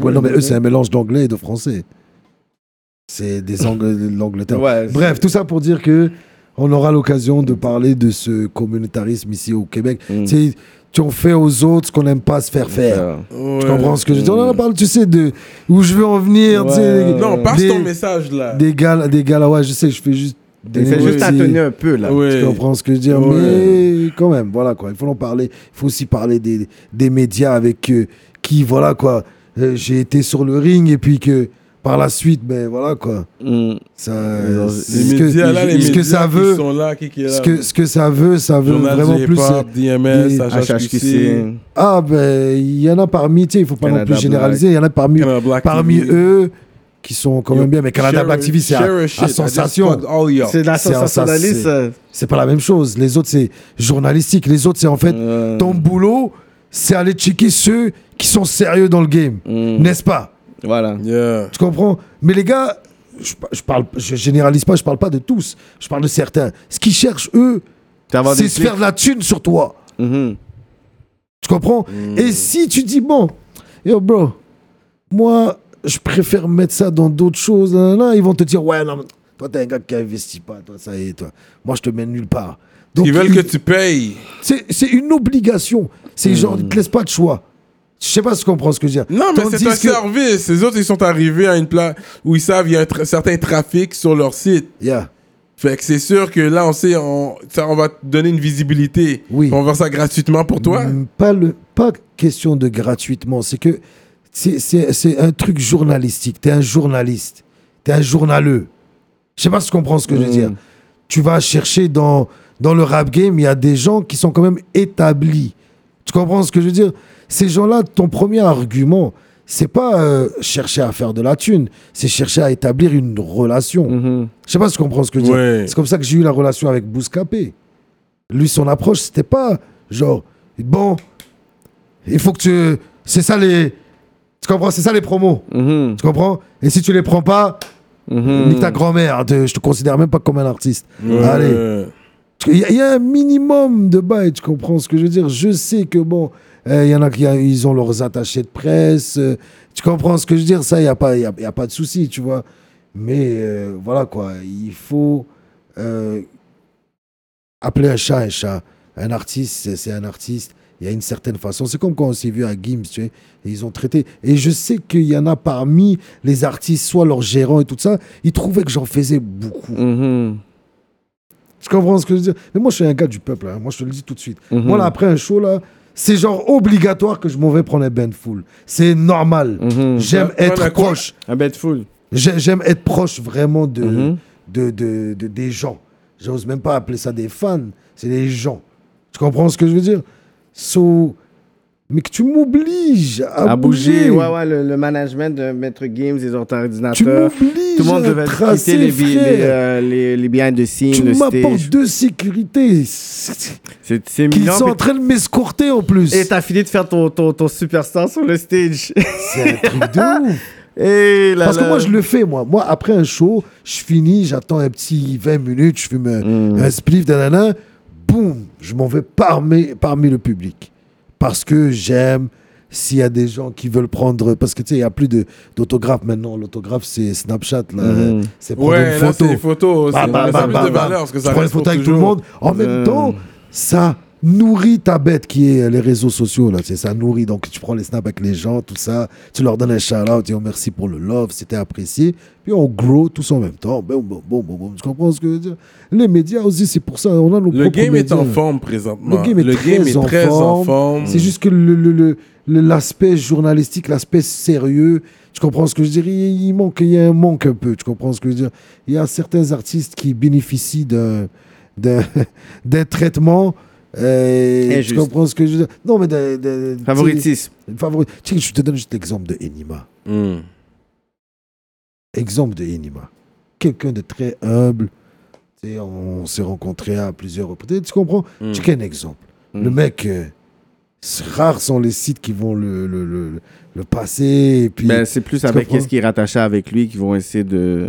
Speaker 5: Ouais, non, mais eux, c'est un mélange d'anglais et de français. C'est des Anglais de l'Angleterre.
Speaker 4: Ouais, c'est-
Speaker 5: Bref, tout ça pour dire que on aura l'occasion de parler de ce communautarisme ici au Québec.
Speaker 4: Mm.
Speaker 5: Tu sais, tu en fais aux autres ce qu'on n'aime pas se faire faire. Tu comprends ce que je dis On
Speaker 3: Mm.
Speaker 5: en parle, tu sais, de où je veux en venir. tu sais,
Speaker 4: Ouais.
Speaker 3: Non, passe
Speaker 5: des,
Speaker 3: ton message là.
Speaker 5: Des gars, des gars là, ouais, je sais, je fais juste.
Speaker 4: Il fait
Speaker 5: des-
Speaker 4: juste
Speaker 5: des-
Speaker 4: tâtonner un peu, là.
Speaker 3: Ouais.
Speaker 5: tu comprends ce que je veux dire
Speaker 3: Ouais.
Speaker 5: Mais quand même, voilà quoi. Il faut en parler. Il faut aussi parler des, des médias avec euh, qui, voilà quoi. euh, J'ai été sur le ring et puis que par la suite, ben voilà quoi.
Speaker 4: Mm.
Speaker 5: Ça, euh,
Speaker 3: Les
Speaker 5: ce que-
Speaker 3: médias là, les
Speaker 5: ce
Speaker 3: médias
Speaker 5: que ça
Speaker 3: qui
Speaker 5: veut,
Speaker 3: sont là, qui, qui est là.
Speaker 5: ce que, ce que ça veut, ça veut
Speaker 3: Journal du
Speaker 5: vraiment plus.
Speaker 3: hip-hop,
Speaker 5: euh,
Speaker 3: DMS,
Speaker 5: les-
Speaker 3: HHQC,
Speaker 4: HHQC.
Speaker 5: Ah ben, il y en a parmi, tu sais, il faut pas
Speaker 4: Canada
Speaker 5: non plus
Speaker 4: Black.
Speaker 5: généraliser. Il y en a parmi,
Speaker 3: Canada Black
Speaker 5: parmi
Speaker 3: TV.
Speaker 5: eux qui sont quand même bien. Mais Canada
Speaker 3: Share
Speaker 5: Black
Speaker 3: it,
Speaker 5: TV, c'est
Speaker 3: share
Speaker 5: à,
Speaker 3: it, shit. I
Speaker 5: à
Speaker 3: just
Speaker 5: sensation.
Speaker 3: fucked all y'all.
Speaker 4: C'est de la
Speaker 5: C'est un- ça,
Speaker 4: sensationnaliste.
Speaker 5: c'est-
Speaker 4: euh,
Speaker 5: C'est pas la même chose. Les autres, c'est journalistique. Les autres, c'est en fait
Speaker 4: Ouais.
Speaker 5: ton boulot, c'est aller checker ceux qui sont sérieux dans le game,
Speaker 4: Mm.
Speaker 5: n'est-ce pas
Speaker 4: Voilà.
Speaker 3: Yeah.
Speaker 5: Tu comprends Mais les gars, je, pa- je parle, je généralise pas, je parle pas de tous. Je parle de certains. Ce qu'ils cherchent eux,
Speaker 4: Tu vas avoir
Speaker 5: c'est
Speaker 4: des
Speaker 5: se faire de la thune sur toi.
Speaker 4: clics. Mhm.
Speaker 5: Tu comprends
Speaker 3: Hmm.
Speaker 5: Et si tu dis bon, yo bro, moi, je préfère mettre ça dans d'autres choses. nan, nan, nan, ils vont te dire ouais non, mais toi t'es un gars qui investit pas, toi ça y est, toi. Moi je te mène nulle part. Donc,
Speaker 3: Ils veulent que tu payes.
Speaker 5: C'est c'est une obligation. C'est genre, ils te laissent pas de choix. Je sais pas si tu comprends ce que je veux dire.
Speaker 3: Hmm. Non, mais
Speaker 5: Tandis
Speaker 3: c'est un
Speaker 5: que-
Speaker 3: service. Les autres, ils sont arrivés à une place où ils savent il y a un tra- certain trafic sur leur site.
Speaker 5: Yeah.
Speaker 3: Fait que c'est sûr que là, on sait, on, ça, on va te donner une visibilité.
Speaker 5: Oui.
Speaker 3: On va faire ça gratuitement pour toi.
Speaker 5: Mm, Pas, le, pas question de gratuitement. C'est que c'est- c'est c'est un truc journalistique. T'es un journaliste. T'es un journaleux. Je sais pas si tu comprends ce que je
Speaker 3: Mm.
Speaker 5: veux dire. Tu vas chercher dans, dans le rap game, il y a des gens qui sont quand même établis. Tu comprends ce que je veux dire Ces gens-là, ton premier argument, c'est pas euh, chercher à faire de la thune, c'est chercher à établir une
Speaker 3: Mm.
Speaker 5: relation.
Speaker 4: Mhm.
Speaker 5: Je sais pas si tu comprends ce que je veux
Speaker 3: Ouais.
Speaker 5: dire. C'est comme ça que j'ai eu la relation avec Bouscapé. Lui, son approche, c'était pas genre, bon, il faut que tu. C'est ça les. Tu comprends C'est ça les promos.
Speaker 4: Mhm.
Speaker 5: Tu comprends Et si tu les prends pas,
Speaker 4: Mhm.
Speaker 5: nique ta grand-mère. te- Je te considère même pas comme un artiste.
Speaker 3: Hmm. Ouais.
Speaker 5: Allez. Il y, a- il y a un minimum de bail, tu comprends ce que je veux dire Je sais que bon, euh, il y en a qui a- ils ont leurs attachés de presse, euh, tu comprends ce que je veux dire Ça, il n'y a, pas- il y a, il y a pas de souci, tu vois. Mais euh, voilà quoi, il faut euh, appeler un chat un chat. Un artiste, c'est- c'est un artiste, il y a une certaine façon. C'est comme quand on s'est vu à Gims, tu sais, et ils ont traité. Et je sais qu'il y en a parmi les artistes, soit leurs gérants et tout ça, ils trouvaient que j'en faisais beaucoup.
Speaker 4: Mhm.
Speaker 5: Tu comprends ce que je veux dire Mais moi, je suis un gars du peuple. hein. Moi, je te le dis tout de suite.
Speaker 4: Mhm.
Speaker 5: Moi, là, après un show, là, c'est genre obligatoire que je m'en vais prendre un bain de foule. C'est normal.
Speaker 4: Mhm.
Speaker 5: J'aime
Speaker 3: Ouais,
Speaker 5: être
Speaker 3: ouais, quoi
Speaker 5: proche.
Speaker 4: Un bête full.
Speaker 5: J'ai- J'aime être proche vraiment de,
Speaker 4: Mhm.
Speaker 5: de, de- de- des gens. J'ose même pas appeler ça des fans. C'est des gens. Tu comprends ce que je veux dire So, Mais que tu m'obliges à,
Speaker 4: À bouger. Ouais, ouais, le, le management de Maître Games, les ordinateurs.
Speaker 5: Tu m'obliges
Speaker 4: Tout le monde
Speaker 5: à
Speaker 4: devait
Speaker 5: tracer,
Speaker 4: quitter les, bi-
Speaker 5: frère.
Speaker 4: les, euh, les, les behind the scenes,
Speaker 5: Tu
Speaker 4: le
Speaker 5: m'apportes
Speaker 4: stage.
Speaker 5: deux sécurités c'est-
Speaker 4: C'est c'est
Speaker 5: qui
Speaker 4: mignon.
Speaker 5: sont en
Speaker 4: puis-
Speaker 5: train de m'escorter en plus.
Speaker 4: Et t'as fini de faire ton, ton, ton superstar sur le stage.
Speaker 5: C'est un truc de ouf.
Speaker 4: Et là,
Speaker 5: Parce que
Speaker 4: là.
Speaker 5: moi, je le fais, moi. Moi, après un show, je finis, j'attends un petit 20 minutes, je fume un, un spliff, nanana, boum, je m'en vais parmi, parmi le public. Parce que j'aime, s'il y a des gens qui veulent prendre... Parce que, tu sais, il n'y a plus de- d'autographe maintenant. L'autographe, c'est Snapchat, là. C'est prendre
Speaker 3: Ouais,
Speaker 5: une
Speaker 3: là,
Speaker 5: photo.
Speaker 3: c'est les photos.
Speaker 5: Bah,
Speaker 3: c'est
Speaker 5: bah,
Speaker 3: ça a
Speaker 5: bah,
Speaker 3: plus
Speaker 5: bah,
Speaker 3: de
Speaker 5: bah.
Speaker 3: valeur parce que
Speaker 5: Tu
Speaker 3: ça
Speaker 5: prends une
Speaker 3: reste
Speaker 5: photo
Speaker 3: pour
Speaker 5: avec tout le
Speaker 3: toujours. Euh.
Speaker 5: monde. En même temps, ça nourrit ta bête qui est les réseaux sociaux là c'est ça nourrit donc tu prends les snaps avec les gens tout ça tu leur donnes un shout out dis oh, merci pour le love c'était apprécié puis on grow tous en même temps bon bon bon bon, bon. tu comprends ce que je veux dire les médias aussi c'est pour ça on a nos
Speaker 3: Le
Speaker 5: propres
Speaker 3: game est
Speaker 5: médias.
Speaker 3: en forme présentement.
Speaker 5: Le game est, très, en forme. C'est
Speaker 4: Hmm.
Speaker 5: juste que le- le- le- le- l'aspect journalistique, l'aspect sérieux, tu comprends ce que je dirais il, il manque, il y a un manque un peu. Tu comprends ce que je veux dire Il y a certains artistes qui bénéficient d'un d'un d'un traitement. euh, tu
Speaker 4: Injuste.
Speaker 5: comprends ce que je veux dire Non, mais d'un- d'un-
Speaker 4: Favoritisme.
Speaker 5: tu sais, favori- tu sais, je te donne juste l'exemple de Enima.
Speaker 3: Hmm.
Speaker 5: Exemple de Enima. Quelqu'un de très humble. Tu sais, on s'est rencontrés à plusieurs reprises. Tu comprends
Speaker 3: Mm.
Speaker 5: Tu un exemple. Le mec, euh, c'est- rares sont les sites qui vont le, le, le, le passer. Et puis,
Speaker 4: Ben, c'est plus
Speaker 5: Tu
Speaker 4: avec
Speaker 5: comprends?
Speaker 4: qu'est-ce qui est rattaché avec lui qu'ils vont essayer de.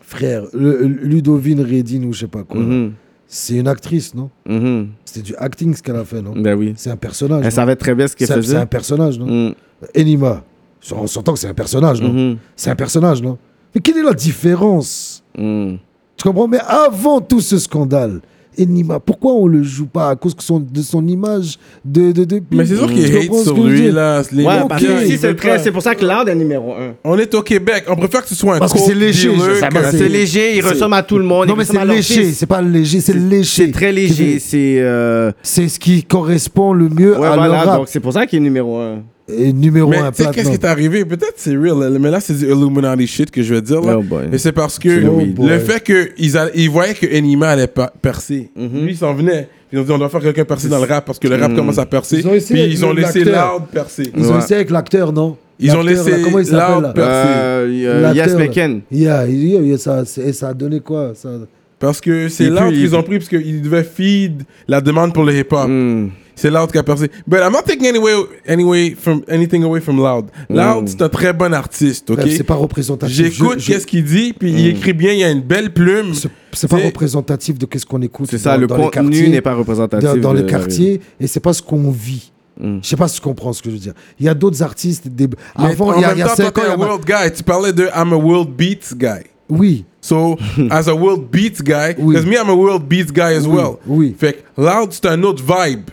Speaker 5: frère, le- Ludovine Redin ou je sais pas quoi,
Speaker 4: Mhm.
Speaker 5: c'est une actrice, non
Speaker 4: Mhm.
Speaker 5: C'était du acting ce qu'elle a fait, non
Speaker 4: Ben oui.
Speaker 5: Hmm. C'est un personnage.
Speaker 4: Elle
Speaker 5: non
Speaker 4: savait très bien ce qu'elle
Speaker 5: C'est un- c'est
Speaker 4: faisait.
Speaker 5: un personnage, non
Speaker 4: Mhm.
Speaker 5: Enima, on s'entend que c'est un personnage, non
Speaker 4: Mhm.
Speaker 5: C'est un personnage, non Mais quelle est la différence
Speaker 4: Mhm.
Speaker 5: Tu comprends Mais avant tout ce scandale, Enima, pourquoi on le joue pas à cause que son- de son image de, de, de
Speaker 3: Mais c'est sûr qu'il
Speaker 5: Tu
Speaker 3: hate
Speaker 5: comprends ce
Speaker 3: sur
Speaker 5: que je veux
Speaker 3: lui,
Speaker 5: dire
Speaker 3: là. Les
Speaker 4: Ouais,
Speaker 3: mecs,
Speaker 4: parce
Speaker 3: ils
Speaker 4: que si
Speaker 3: veulent
Speaker 4: c'est
Speaker 3: pas.
Speaker 4: très- c'est pour ça que l'art est numéro un.
Speaker 3: On est au Québec. On préfère que ce soit un
Speaker 5: Parce que
Speaker 3: coke
Speaker 5: c'est léger,
Speaker 3: dealer
Speaker 5: ça,
Speaker 3: que-
Speaker 5: bah,
Speaker 4: Ben, C'est léger, il ressemble à tout le monde.
Speaker 5: Non,
Speaker 4: il
Speaker 5: mais
Speaker 4: ressemble
Speaker 5: c'est
Speaker 4: à leur
Speaker 5: léger,
Speaker 4: fils.
Speaker 5: c'est pas léger, c'est léger. Ah,
Speaker 4: C'est très léger. C'est. euh,
Speaker 5: C'est ce qui correspond le mieux
Speaker 4: Ouais,
Speaker 5: à
Speaker 4: voilà,
Speaker 5: leur rap.
Speaker 4: donc c'est pour ça qu'il est numéro un.
Speaker 5: Et numéro
Speaker 3: Mais
Speaker 5: un,
Speaker 3: tu sais, qu'est-ce
Speaker 5: platinum.
Speaker 3: qui est arrivé? Peut-être c'est real, là, mais là, c'est du Illuminati shit que je veux dire. Là.
Speaker 4: Oh boy.
Speaker 3: Et c'est parce que
Speaker 5: Oh
Speaker 3: le
Speaker 5: boy.
Speaker 3: fait qu'ils a- ils voyaient que Enima allait pa- percer, lui, il s'en venait. Ils ont dit, on doit faire quelqu'un percer dans le rap parce que le rap commence à percer.
Speaker 5: Ils ont essayé
Speaker 3: Puis ils
Speaker 5: avec
Speaker 3: ont
Speaker 5: le-
Speaker 3: laissé
Speaker 5: l'acteur.
Speaker 3: Loud percer.
Speaker 5: Ils ont
Speaker 4: Ouais.
Speaker 5: essayé avec l'acteur, non
Speaker 3: Ils ont
Speaker 5: L'acteur,
Speaker 3: laissé
Speaker 5: là, Comment il s'appelle
Speaker 3: Loud
Speaker 5: là
Speaker 3: Percy.
Speaker 4: Euh, y- euh,
Speaker 5: L'acteur,
Speaker 4: Yes
Speaker 5: là.
Speaker 4: Mecken.
Speaker 5: Yeah, yeah, yeah, ça, c'est- et ça a donné quoi ça
Speaker 3: Parce que
Speaker 4: Et
Speaker 3: c'est Loud
Speaker 4: puis,
Speaker 3: qu'ils
Speaker 4: il-
Speaker 3: ont pris parce qu'ils devaient feed la demande pour le hip-hop. C'est Loud qui a percé. But I'm not taking any way- anyway from, anything away from Loud. Loud, c'est un très bon artiste, OK?
Speaker 5: Bref, Ben, C'est pas représentatif.
Speaker 3: J'écoute
Speaker 5: Je- Hmm. je-
Speaker 3: qu'est-ce qu'il dit, puis il écrit bien, il y a une belle plume.
Speaker 5: c'est- C'est pas
Speaker 3: C'est-
Speaker 5: représentatif de qu'est-ce qu'on écoute.
Speaker 4: C'est ça,
Speaker 5: dans-
Speaker 4: le
Speaker 5: dans les
Speaker 4: contenu
Speaker 5: quartiers.
Speaker 4: n'est pas représentatif.
Speaker 5: dans, dans
Speaker 4: de
Speaker 5: les
Speaker 4: la Hmm.
Speaker 5: quartiers et c'est pas ce qu'on vit. Je sais pas si tu comprends ce que je veux dire. Il y a d'autres artistes. Des...
Speaker 3: Mais
Speaker 5: Avant,
Speaker 3: en
Speaker 5: il y a,
Speaker 3: même
Speaker 5: il y a
Speaker 3: temps, toi,
Speaker 5: cinq ans,
Speaker 3: t'es
Speaker 5: il y
Speaker 3: un
Speaker 5: a-
Speaker 3: world guy. Tu parlais de I'm a world beats guy.
Speaker 5: Oui,
Speaker 3: So, as a world beats guy,
Speaker 5: Oui.
Speaker 3: because me, I'm a world beats guy as
Speaker 5: Oui,
Speaker 3: well.
Speaker 5: oui.
Speaker 3: Fait que Loud, c'est un autre vibe.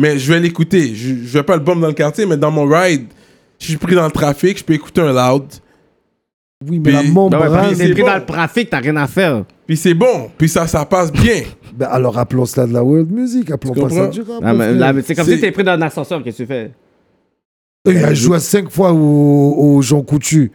Speaker 3: Mais je vais l'écouter. Je, je vais pas le bomber dans le quartier, mais dans mon ride, je suis pris dans le trafic, je peux écouter un Loud.
Speaker 5: oui, mais la
Speaker 3: Puis-
Speaker 4: Ben ouais,
Speaker 5: membrane.
Speaker 4: parce que
Speaker 3: Bravo,
Speaker 4: t'es
Speaker 3: c'est
Speaker 4: pris
Speaker 3: bon.
Speaker 4: dans le trafic, t'as rien à faire.
Speaker 3: Puis c'est bon. Puis ça, ça passe bien.
Speaker 5: Ben, alors appelons cela de la world music, appelons
Speaker 3: Tu
Speaker 5: pas ça
Speaker 3: comprends?
Speaker 5: du rap.
Speaker 4: Ah,
Speaker 5: mon
Speaker 4: mais
Speaker 5: frère.
Speaker 4: là, mais c'est comme
Speaker 3: C'est-
Speaker 4: si t'es pris dans un ascenseur, qu'est-ce que tu fais
Speaker 5: Euh, Il a joué cinq fois au, au Jean Coutu.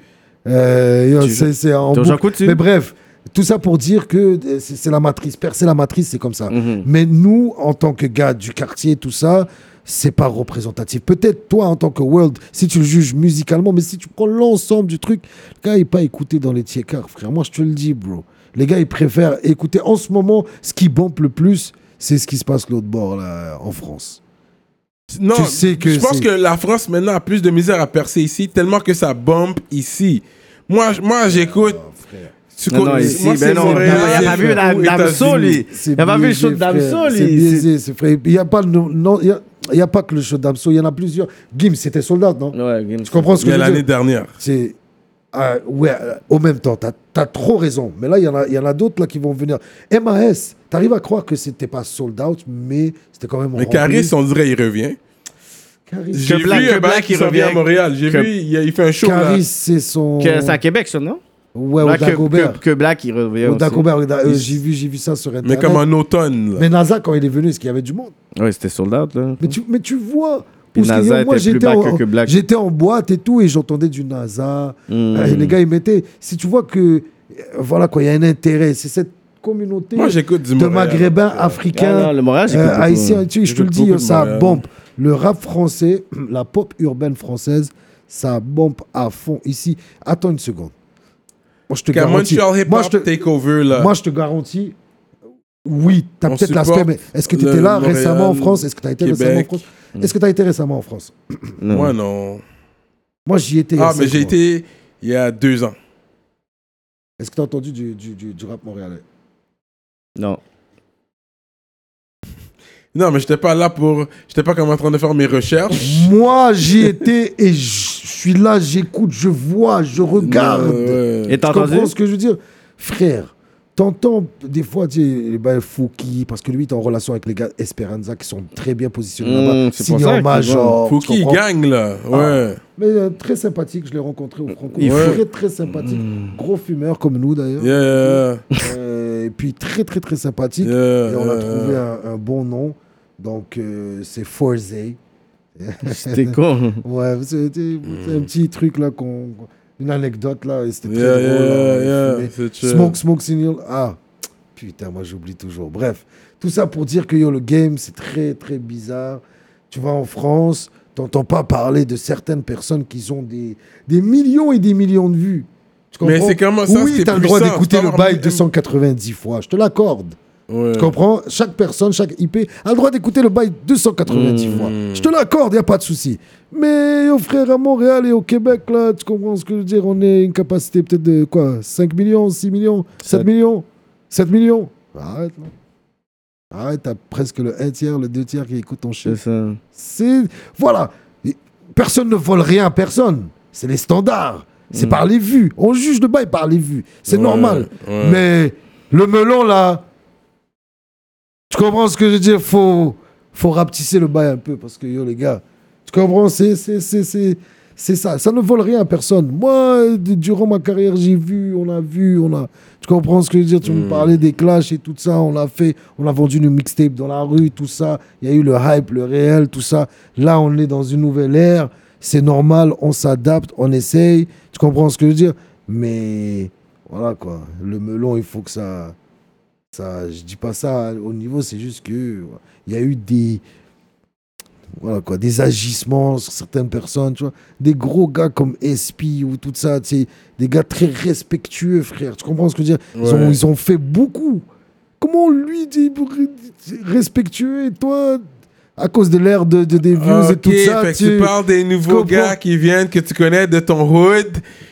Speaker 5: Euh, yo, c'est c'est en
Speaker 4: t'es au
Speaker 5: boucle.
Speaker 4: Jean Coutu.
Speaker 5: Mais bref, tout ça pour dire que euh, c'est c'est la matrice. Percer la matrice, c'est comme ça.
Speaker 4: Hmm. Mhm.
Speaker 5: Mais nous, en tant que gars du quartier, tout ça, c'est pas représentatif. Peut-être toi, en tant que world, si tu le juges musicalement, mais si tu prends l'ensemble du truc, le gars n'est pas écouté dans les tiers-quarts, frère. Moi, je te le dis, bro. Les gars, ils préfèrent écouter. En ce moment, ce qui bombe le plus, c'est ce qui se passe l'autre bord, là, en France.
Speaker 3: Non,
Speaker 5: Tu sais que
Speaker 3: je pense
Speaker 5: c'est-
Speaker 3: que la France maintenant a plus de misère à percer ici, tellement que ça bombe ici. Moi, je- moi j'écoute. Tu
Speaker 4: Non, non,
Speaker 3: connais-
Speaker 4: ici,
Speaker 3: moi,
Speaker 4: ben
Speaker 3: c'est
Speaker 4: non,
Speaker 3: Montréal,
Speaker 4: ben, il a pas
Speaker 3: c'est
Speaker 4: vu la-
Speaker 3: aux
Speaker 4: la
Speaker 3: États-Unis.
Speaker 4: Damso, lui.
Speaker 5: C'est
Speaker 4: Il a pas vu le
Speaker 5: biaisé,
Speaker 4: show de Damso,
Speaker 5: frère.
Speaker 4: lui.
Speaker 5: C'est biaisé, c'est vrai. Il n'y a pas non, non, il y a- il y a pas que le show de Damso, il y en a plusieurs. Gims, c'était soldat, non
Speaker 4: Ouais,
Speaker 5: Tu comprends ce que
Speaker 3: Mais
Speaker 5: je veux
Speaker 3: l'année
Speaker 5: dire
Speaker 3: dernière.
Speaker 5: C'est ah, ouais, euh, au même temps, t'as as trop raison. Mais là, il y en a, il y en a d'autres là qui vont venir. MAS, t'arrives à croire que c'était pas sold out, mais c'était quand même.
Speaker 3: Mais
Speaker 5: rempli.
Speaker 3: Caris, on dirait, il revient.
Speaker 5: Caris,
Speaker 3: J'ai vu
Speaker 4: Black- que
Speaker 3: un bail
Speaker 4: Black,
Speaker 3: qui
Speaker 4: il
Speaker 3: revient à
Speaker 4: revient.
Speaker 3: Montréal. J'ai
Speaker 4: Que-
Speaker 3: vu, il, a- il fait un show là.
Speaker 5: Caris, c'est son.
Speaker 4: Que- C'est à Québec, ça, non
Speaker 5: Ouais, au
Speaker 4: Là, que,
Speaker 5: Dagobert.
Speaker 4: que, que Black, il revient.
Speaker 5: Au
Speaker 4: aussi.
Speaker 5: Dagobert, au Da- euh, j'ai vu, j'ai vu ça sur
Speaker 3: Mais
Speaker 5: internet.
Speaker 3: comme en automne. là.
Speaker 5: Mais NASA, quand il est venu, est-ce qu'il y avait du monde
Speaker 4: Ouais, c'était sold out, là.
Speaker 5: Mais tu, mais tu vois.
Speaker 4: Puis
Speaker 5: où ce qu'il y a.
Speaker 4: NASA était
Speaker 5: moi,
Speaker 4: plus
Speaker 5: j'étais
Speaker 4: black
Speaker 5: en,
Speaker 4: que black. Hmm.
Speaker 5: j'étais en boîte et tout, et j'entendais du NASA. Euh, les gars, ils mettaient. Si tu vois que, euh, voilà quoi, il y a un intérêt. C'est cette communauté
Speaker 3: Moi, j'écoute du
Speaker 5: de
Speaker 3: Montréal.
Speaker 5: Maghrébins,
Speaker 4: Ah,
Speaker 5: Africains,
Speaker 4: non, le Montréal, j'écoute
Speaker 5: euh,
Speaker 4: beaucoup.
Speaker 5: haïtiens. Tu sais, je te le
Speaker 3: J'écoute
Speaker 5: dis,
Speaker 3: beaucoup de
Speaker 5: ça
Speaker 3: Montréal.
Speaker 5: bombe. Le rap français, la pop urbaine française, ça bombe à fond ici. Attends une seconde. Moi, je te
Speaker 3: Qu'à
Speaker 5: garantis.
Speaker 3: Montreal Hip
Speaker 5: Moi, je
Speaker 3: Hop
Speaker 5: te,
Speaker 3: Takeover là.
Speaker 5: moi, je te garantis. Oui, tu as
Speaker 3: On
Speaker 5: peut-être l'aspect,
Speaker 3: supporte
Speaker 5: mais est-ce que tu
Speaker 3: le
Speaker 5: étais là
Speaker 3: Montréal,
Speaker 5: récemment en France Est-ce que tu as été récemment en
Speaker 3: Québec.
Speaker 5: France Est-ce que tu as été récemment en France
Speaker 4: Non.
Speaker 3: Moi, non.
Speaker 5: Moi, j'y étais. il y a
Speaker 3: Ah, mais
Speaker 5: cinq
Speaker 3: j'ai
Speaker 5: mois.
Speaker 3: été il y a deux ans.
Speaker 5: Est-ce que tu as entendu du, du, du, du rap montréalais
Speaker 4: Non.
Speaker 3: Non, mais j'étais pas là pour. J'étais pas comme en train de faire mes recherches.
Speaker 5: Moi, j'y étais et je suis là, j'écoute, je vois, je regarde.
Speaker 3: Euh, ouais.
Speaker 4: Et t'as
Speaker 5: Tu comprends
Speaker 4: entendu
Speaker 5: ce que je veux dire Frère, T'entends des fois, tu sais, les bails Fouki, parce que lui, il est en relation avec les gars Esperanza qui sont très bien positionnés
Speaker 4: Mmh,
Speaker 5: là-bas.
Speaker 4: c'est pour
Speaker 5: Signés
Speaker 4: ça
Speaker 5: en
Speaker 4: qu'ils
Speaker 5: major.
Speaker 3: Faut
Speaker 5: tu
Speaker 3: qu'il
Speaker 5: comprends Ah.
Speaker 3: gagne, là. Ouais.
Speaker 5: Mais euh, très sympathique, je l'ai rencontré au Franco.
Speaker 4: Il faut-
Speaker 5: Très, très sympathique. Gros fumeur comme nous d'ailleurs.
Speaker 3: Mmh. Yeah,
Speaker 5: Euh, et puis très, très, très sympathique.
Speaker 3: yeah, Euh.
Speaker 5: Et on a
Speaker 3: yeah.
Speaker 5: trouvé un, un bon nom. Donc, euh, c'est Forzay.
Speaker 4: C'était con.
Speaker 5: Ouais, c'était un petit truc là, qu'on, une anecdote là, et c'était très
Speaker 3: Mmh. Yeah,
Speaker 5: drôle. là,
Speaker 3: yeah,
Speaker 5: on
Speaker 3: yeah,
Speaker 5: a fumé.
Speaker 3: c'est chill.
Speaker 5: Smoke, smoke, signal. Ah, putain, moi j'oublie toujours. Bref, tout ça pour dire que yo, le game, c'est très, très bizarre. Tu vas en France, t'entends pas parler de certaines personnes qui ont des, des millions et des millions de vues. Tu
Speaker 3: Mais
Speaker 5: comprends
Speaker 3: c'est comment ça,
Speaker 5: Oui,
Speaker 3: c'est
Speaker 5: t'as le droit
Speaker 3: puissant,
Speaker 5: d'écouter
Speaker 3: c'est
Speaker 5: le
Speaker 3: pas
Speaker 5: bail
Speaker 3: vraiment-
Speaker 5: 290 fois, je te l'accorde.
Speaker 3: Ouais.
Speaker 5: Tu comprends Chaque personne, chaque IP a le droit d'écouter le bail 290 fois. Je te l'accorde, il n'y a pas de souci. Mais au frère à Montréal et au Québec, là, tu comprends ce que je veux dire On est une capacité peut-être de quoi 5 millions, 6 millions, 7,
Speaker 4: Sept.
Speaker 5: millions 7 millions Arrête, là. Arrête, t'as presque le 1 tiers, le 2 tiers qui écoute ton
Speaker 4: C'est
Speaker 5: chiffre.
Speaker 4: ça.
Speaker 5: C'est. Voilà. Personne ne vole rien à personne. C'est les standards. C'est par les vues. On juge le bail par les vues. C'est
Speaker 3: Ouais,
Speaker 5: normal.
Speaker 3: ouais.
Speaker 5: Mais le melon, là. Tu comprends ce que je veux dire faut, faut rapetisser le bail un peu parce que, yo, les gars. Tu comprends C'est, c'est, c'est, c'est, c'est ça. Ça ne vole rien à personne. Moi, d- durant ma carrière, j'ai vu, on a vu, on a. Tu comprends ce que je veux dire Tu me parlais des clashs et tout ça. On a fait, on a vendu une mixtape dans la rue, tout ça. Il y a eu le hype, le réel, tout ça. Là, on est dans une nouvelle ère. C'est normal, on s'adapte, on essaye. Tu comprends ce que je veux dire Mais voilà quoi. Le melon, il faut que ça. ça je dis pas ça au niveau, c'est juste que. Il y a eu des voilà quoi, des agissements sur certaines personnes, tu vois. Des gros gars comme Espy ou tout ça, tu sais, des gars très respectueux, frère. Tu comprends ce que je veux dire ils, ont,
Speaker 3: Ouais.
Speaker 5: ils ont fait beaucoup. Comment lui dit respectueux et toi, à cause de l'ère de, de- des views et
Speaker 3: Ah, Ok,
Speaker 5: tout ça,
Speaker 3: fait que
Speaker 5: tu-
Speaker 3: tu parles des nouveaux
Speaker 5: comprends.
Speaker 3: gars qui viennent, que tu connais de ton hood,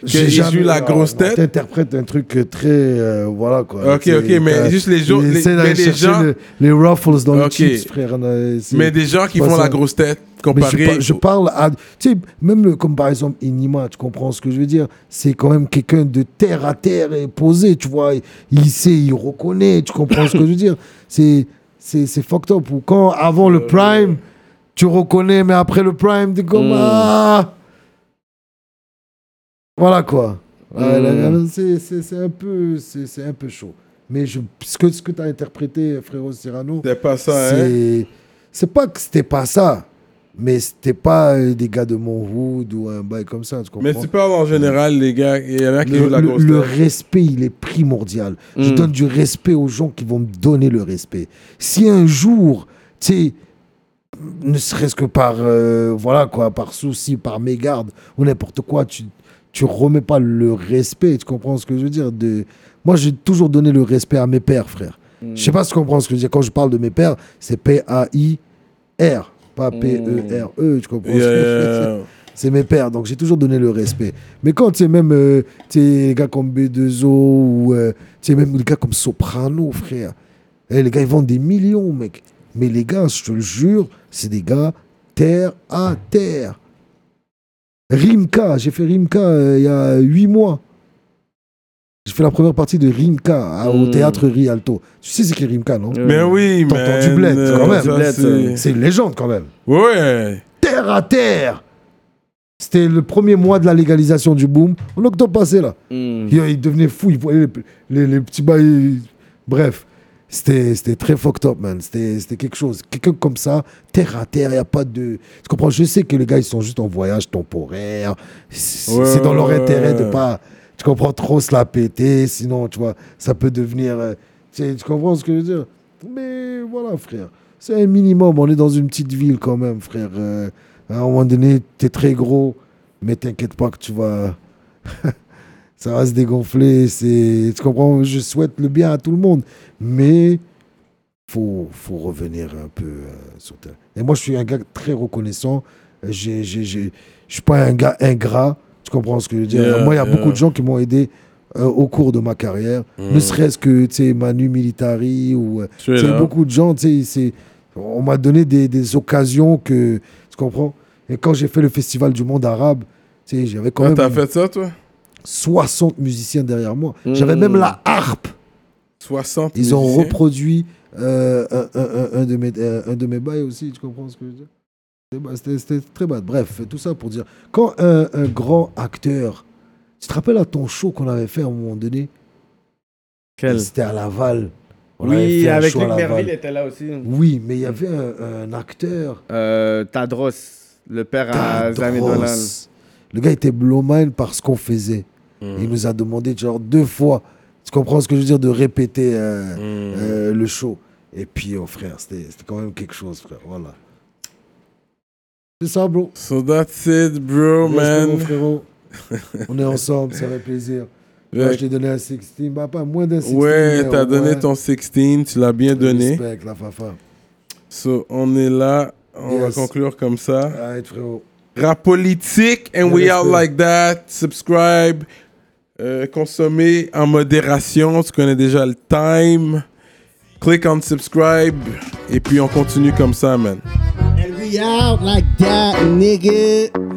Speaker 5: J'ai
Speaker 3: qui
Speaker 5: jamais-
Speaker 3: jouent la
Speaker 5: non,
Speaker 3: grosse
Speaker 5: non,
Speaker 3: tête.
Speaker 5: T'interprètes un truc euh, très. euh, voilà quoi.
Speaker 3: Ok,
Speaker 5: Tu sais,
Speaker 3: ok, mais
Speaker 5: t'as-
Speaker 3: juste les gens-
Speaker 5: il
Speaker 3: les-
Speaker 5: essaie
Speaker 3: mais
Speaker 5: d'aller
Speaker 3: les
Speaker 5: chercher
Speaker 3: gens-
Speaker 5: le- les ruffles dans
Speaker 3: Ok.
Speaker 5: les chips, frère. euh, c'est-
Speaker 3: Mais des gens qui
Speaker 5: Pas
Speaker 3: font
Speaker 5: ça.
Speaker 3: la grosse tête,
Speaker 5: Mais je,
Speaker 3: comparé.
Speaker 5: par- je parle à. Tu sais, même le- comme par exemple Inima, tu comprends ce que je veux dire C'est quand même quelqu'un de terre à terre et posé, tu vois. Il, il sait, il reconnaît, tu comprends ce que je veux dire C'est c'est c'est fucked up. Ou quand, avant le prime, tu reconnais, mais après le prime, t'es comme.
Speaker 4: Mm.
Speaker 5: Ah Voilà quoi. Ouais,
Speaker 4: Mm.
Speaker 5: la- la- c'est- C'est c'est un, peu- c'est- c'est un peu chaud. Mais je, ce que, ce que tu as interprété, frérot Cyrano,
Speaker 3: C'est pas ça, hein.
Speaker 5: c'est c'est pas que c'était pas ça, mais c'était pas euh, des gars de Monhood ou un bail comme ça, tu comprends
Speaker 3: Mais tu parles en général, les gars, il y en a qui
Speaker 5: le,
Speaker 3: jouent la
Speaker 5: le-
Speaker 3: grosse
Speaker 5: le
Speaker 3: tête.
Speaker 5: respect, il est primordial. Je
Speaker 4: Mm.
Speaker 5: donne du respect aux gens qui vont me donner le respect. Si un jour, tu sais, ne serait-ce que par, euh, voilà quoi, par souci, par mégarde ou n'importe quoi, tu tu remets pas le respect, tu comprends ce que je veux dire de... Moi, j'ai toujours donné le respect à mes pères, frère.
Speaker 3: Mm.
Speaker 5: Je sais pas si tu comprends ce que je veux dire. Quand je parle de mes pères, c'est P-A-I-R, pas P-E-R-E, E, tu comprends ce que
Speaker 3: Yeah,
Speaker 5: je veux dire
Speaker 3: yeah, yeah.
Speaker 5: c'est mes pères, donc j'ai toujours donné le respect. Mais quand tu es même euh, tu sais, les gars comme B2O ou euh, tu sais, même les gars comme Soprano, frère. Eh, les gars, ils vendent des millions, mec. Mais les gars, je te le jure, c'est des gars terre à terre. Rimka, j'ai fait Rimka euh, il y a huit mois. J'ai fait la première partie de Rimka à- au
Speaker 4: Mm.
Speaker 5: théâtre Rialto. Tu sais ce qu'est Rimka, non
Speaker 4: Ouais.
Speaker 3: Mais oui, mais.
Speaker 5: T'entends du bled, euh, quand même.
Speaker 4: Du bled,
Speaker 5: C'est une légende quand même
Speaker 3: Ouais.
Speaker 5: terre à terre. C'était le premier mois de la légalisation du boom, en octobre passé là.
Speaker 4: Mm.
Speaker 5: Yo,
Speaker 3: Mmh.
Speaker 5: Il devenait fou, il voyait les, les- les petits bails. Bref, c'était c'était très fucked up, man. C'était c'était quelque chose. Quelqu'un comme ça, terre à terre, il n'y a pas de. Tu comprends Je sais que les gars, ils sont juste en voyage temporaire. C'est
Speaker 3: Ouais,
Speaker 5: c'est dans leur
Speaker 3: ouais,
Speaker 5: intérêt de
Speaker 3: ouais.
Speaker 5: pas. Tu comprends Trop se la péter, sinon, tu vois, ça peut devenir. euh, tu sais, tu comprends ce que je veux dire Mais voilà, frère. C'est un minimum. On est dans une petite ville quand même, frère. Euh, à un moment donné, t'es très gros, mais t'inquiète pas que tu vas ça va se dégonfler. C'est, tu comprends Je souhaite le bien à tout le monde, mais faut faut revenir un peu euh, sur terre. Et moi, je suis un gars très reconnaissant. J'ai, j'ai, j'ai- je suis pas un gars ingrat. Tu comprends ce que je veux dire
Speaker 3: Yeah,
Speaker 5: Moi, il y a
Speaker 3: yeah. Mm.
Speaker 5: beaucoup de gens qui m'ont aidé. euh, au cours de ma carrière, ne serait-ce que tu sais Manu Militari ou euh,
Speaker 3: Tu es
Speaker 5: tu sais,
Speaker 3: là.
Speaker 5: beaucoup de gens, tu sais, c'est- on m'a donné des, des occasions que tu comprends. Et quand j'ai fait le festival du monde arabe, tu sais, j'avais quand
Speaker 3: Ah,
Speaker 5: même
Speaker 3: T'as
Speaker 5: une-
Speaker 3: fait ça, toi
Speaker 4: Mmh.
Speaker 5: 60 musiciens derrière moi. J'avais même la harpe.
Speaker 3: 60
Speaker 5: Ils ont
Speaker 3: musiciens.
Speaker 5: reproduit euh, un, un- un- un de mes, euh, un de mes bails aussi, tu comprends ce que je veux dire C'était ba- C'était c'était très bad. Bref, tout ça pour dire, quand un, un grand acteur, tu te rappelles à ton show qu'on avait fait à un moment donné
Speaker 4: Quel?
Speaker 5: C'était à Laval. On avait
Speaker 4: Oui,
Speaker 5: fait un
Speaker 4: avec
Speaker 5: show à
Speaker 4: Luc
Speaker 5: Laval.
Speaker 4: Merville était là aussi.
Speaker 5: Oui, mais il y avait un, un acteur,
Speaker 4: Euh, Tadros, le père à Ah, Zami
Speaker 5: Tadros.
Speaker 4: Donald.
Speaker 5: Le gars était blowman par ce qu'on faisait.
Speaker 3: Mm.
Speaker 5: Il
Speaker 4: Mmh.
Speaker 5: nous a demandé genre deux fois, tu comprends ce que je veux dire, de répéter euh,
Speaker 3: Eh, Mm.
Speaker 5: euh, le show. Et puis, oh, frère, c'était c'était quand même quelque chose, frère. Voilà. C'est ça, bro.
Speaker 3: So that's it, bro,
Speaker 5: Respect,
Speaker 3: man.
Speaker 5: mon frérot. On est ensemble, ça fait plaisir. Là, je t'ai donné un 16, bah pas moins d'un 16.
Speaker 3: Ouais,
Speaker 5: mais
Speaker 3: t'as
Speaker 5: au
Speaker 3: donné
Speaker 5: moins,
Speaker 3: ton 16, tu l'as bien donné.
Speaker 5: Respect, la fafa.
Speaker 3: So, on est là, on va
Speaker 5: Yes.
Speaker 3: conclure comme ça.
Speaker 5: Alright, frérot.
Speaker 3: Rap politique, and
Speaker 5: Le
Speaker 3: we out
Speaker 5: respect.
Speaker 3: like that. Subscribe, euh, consommez en modération, tu connais déjà le time. Click on subscribe, et puis on continue comme ça, man.
Speaker 6: And we out like that, nigga.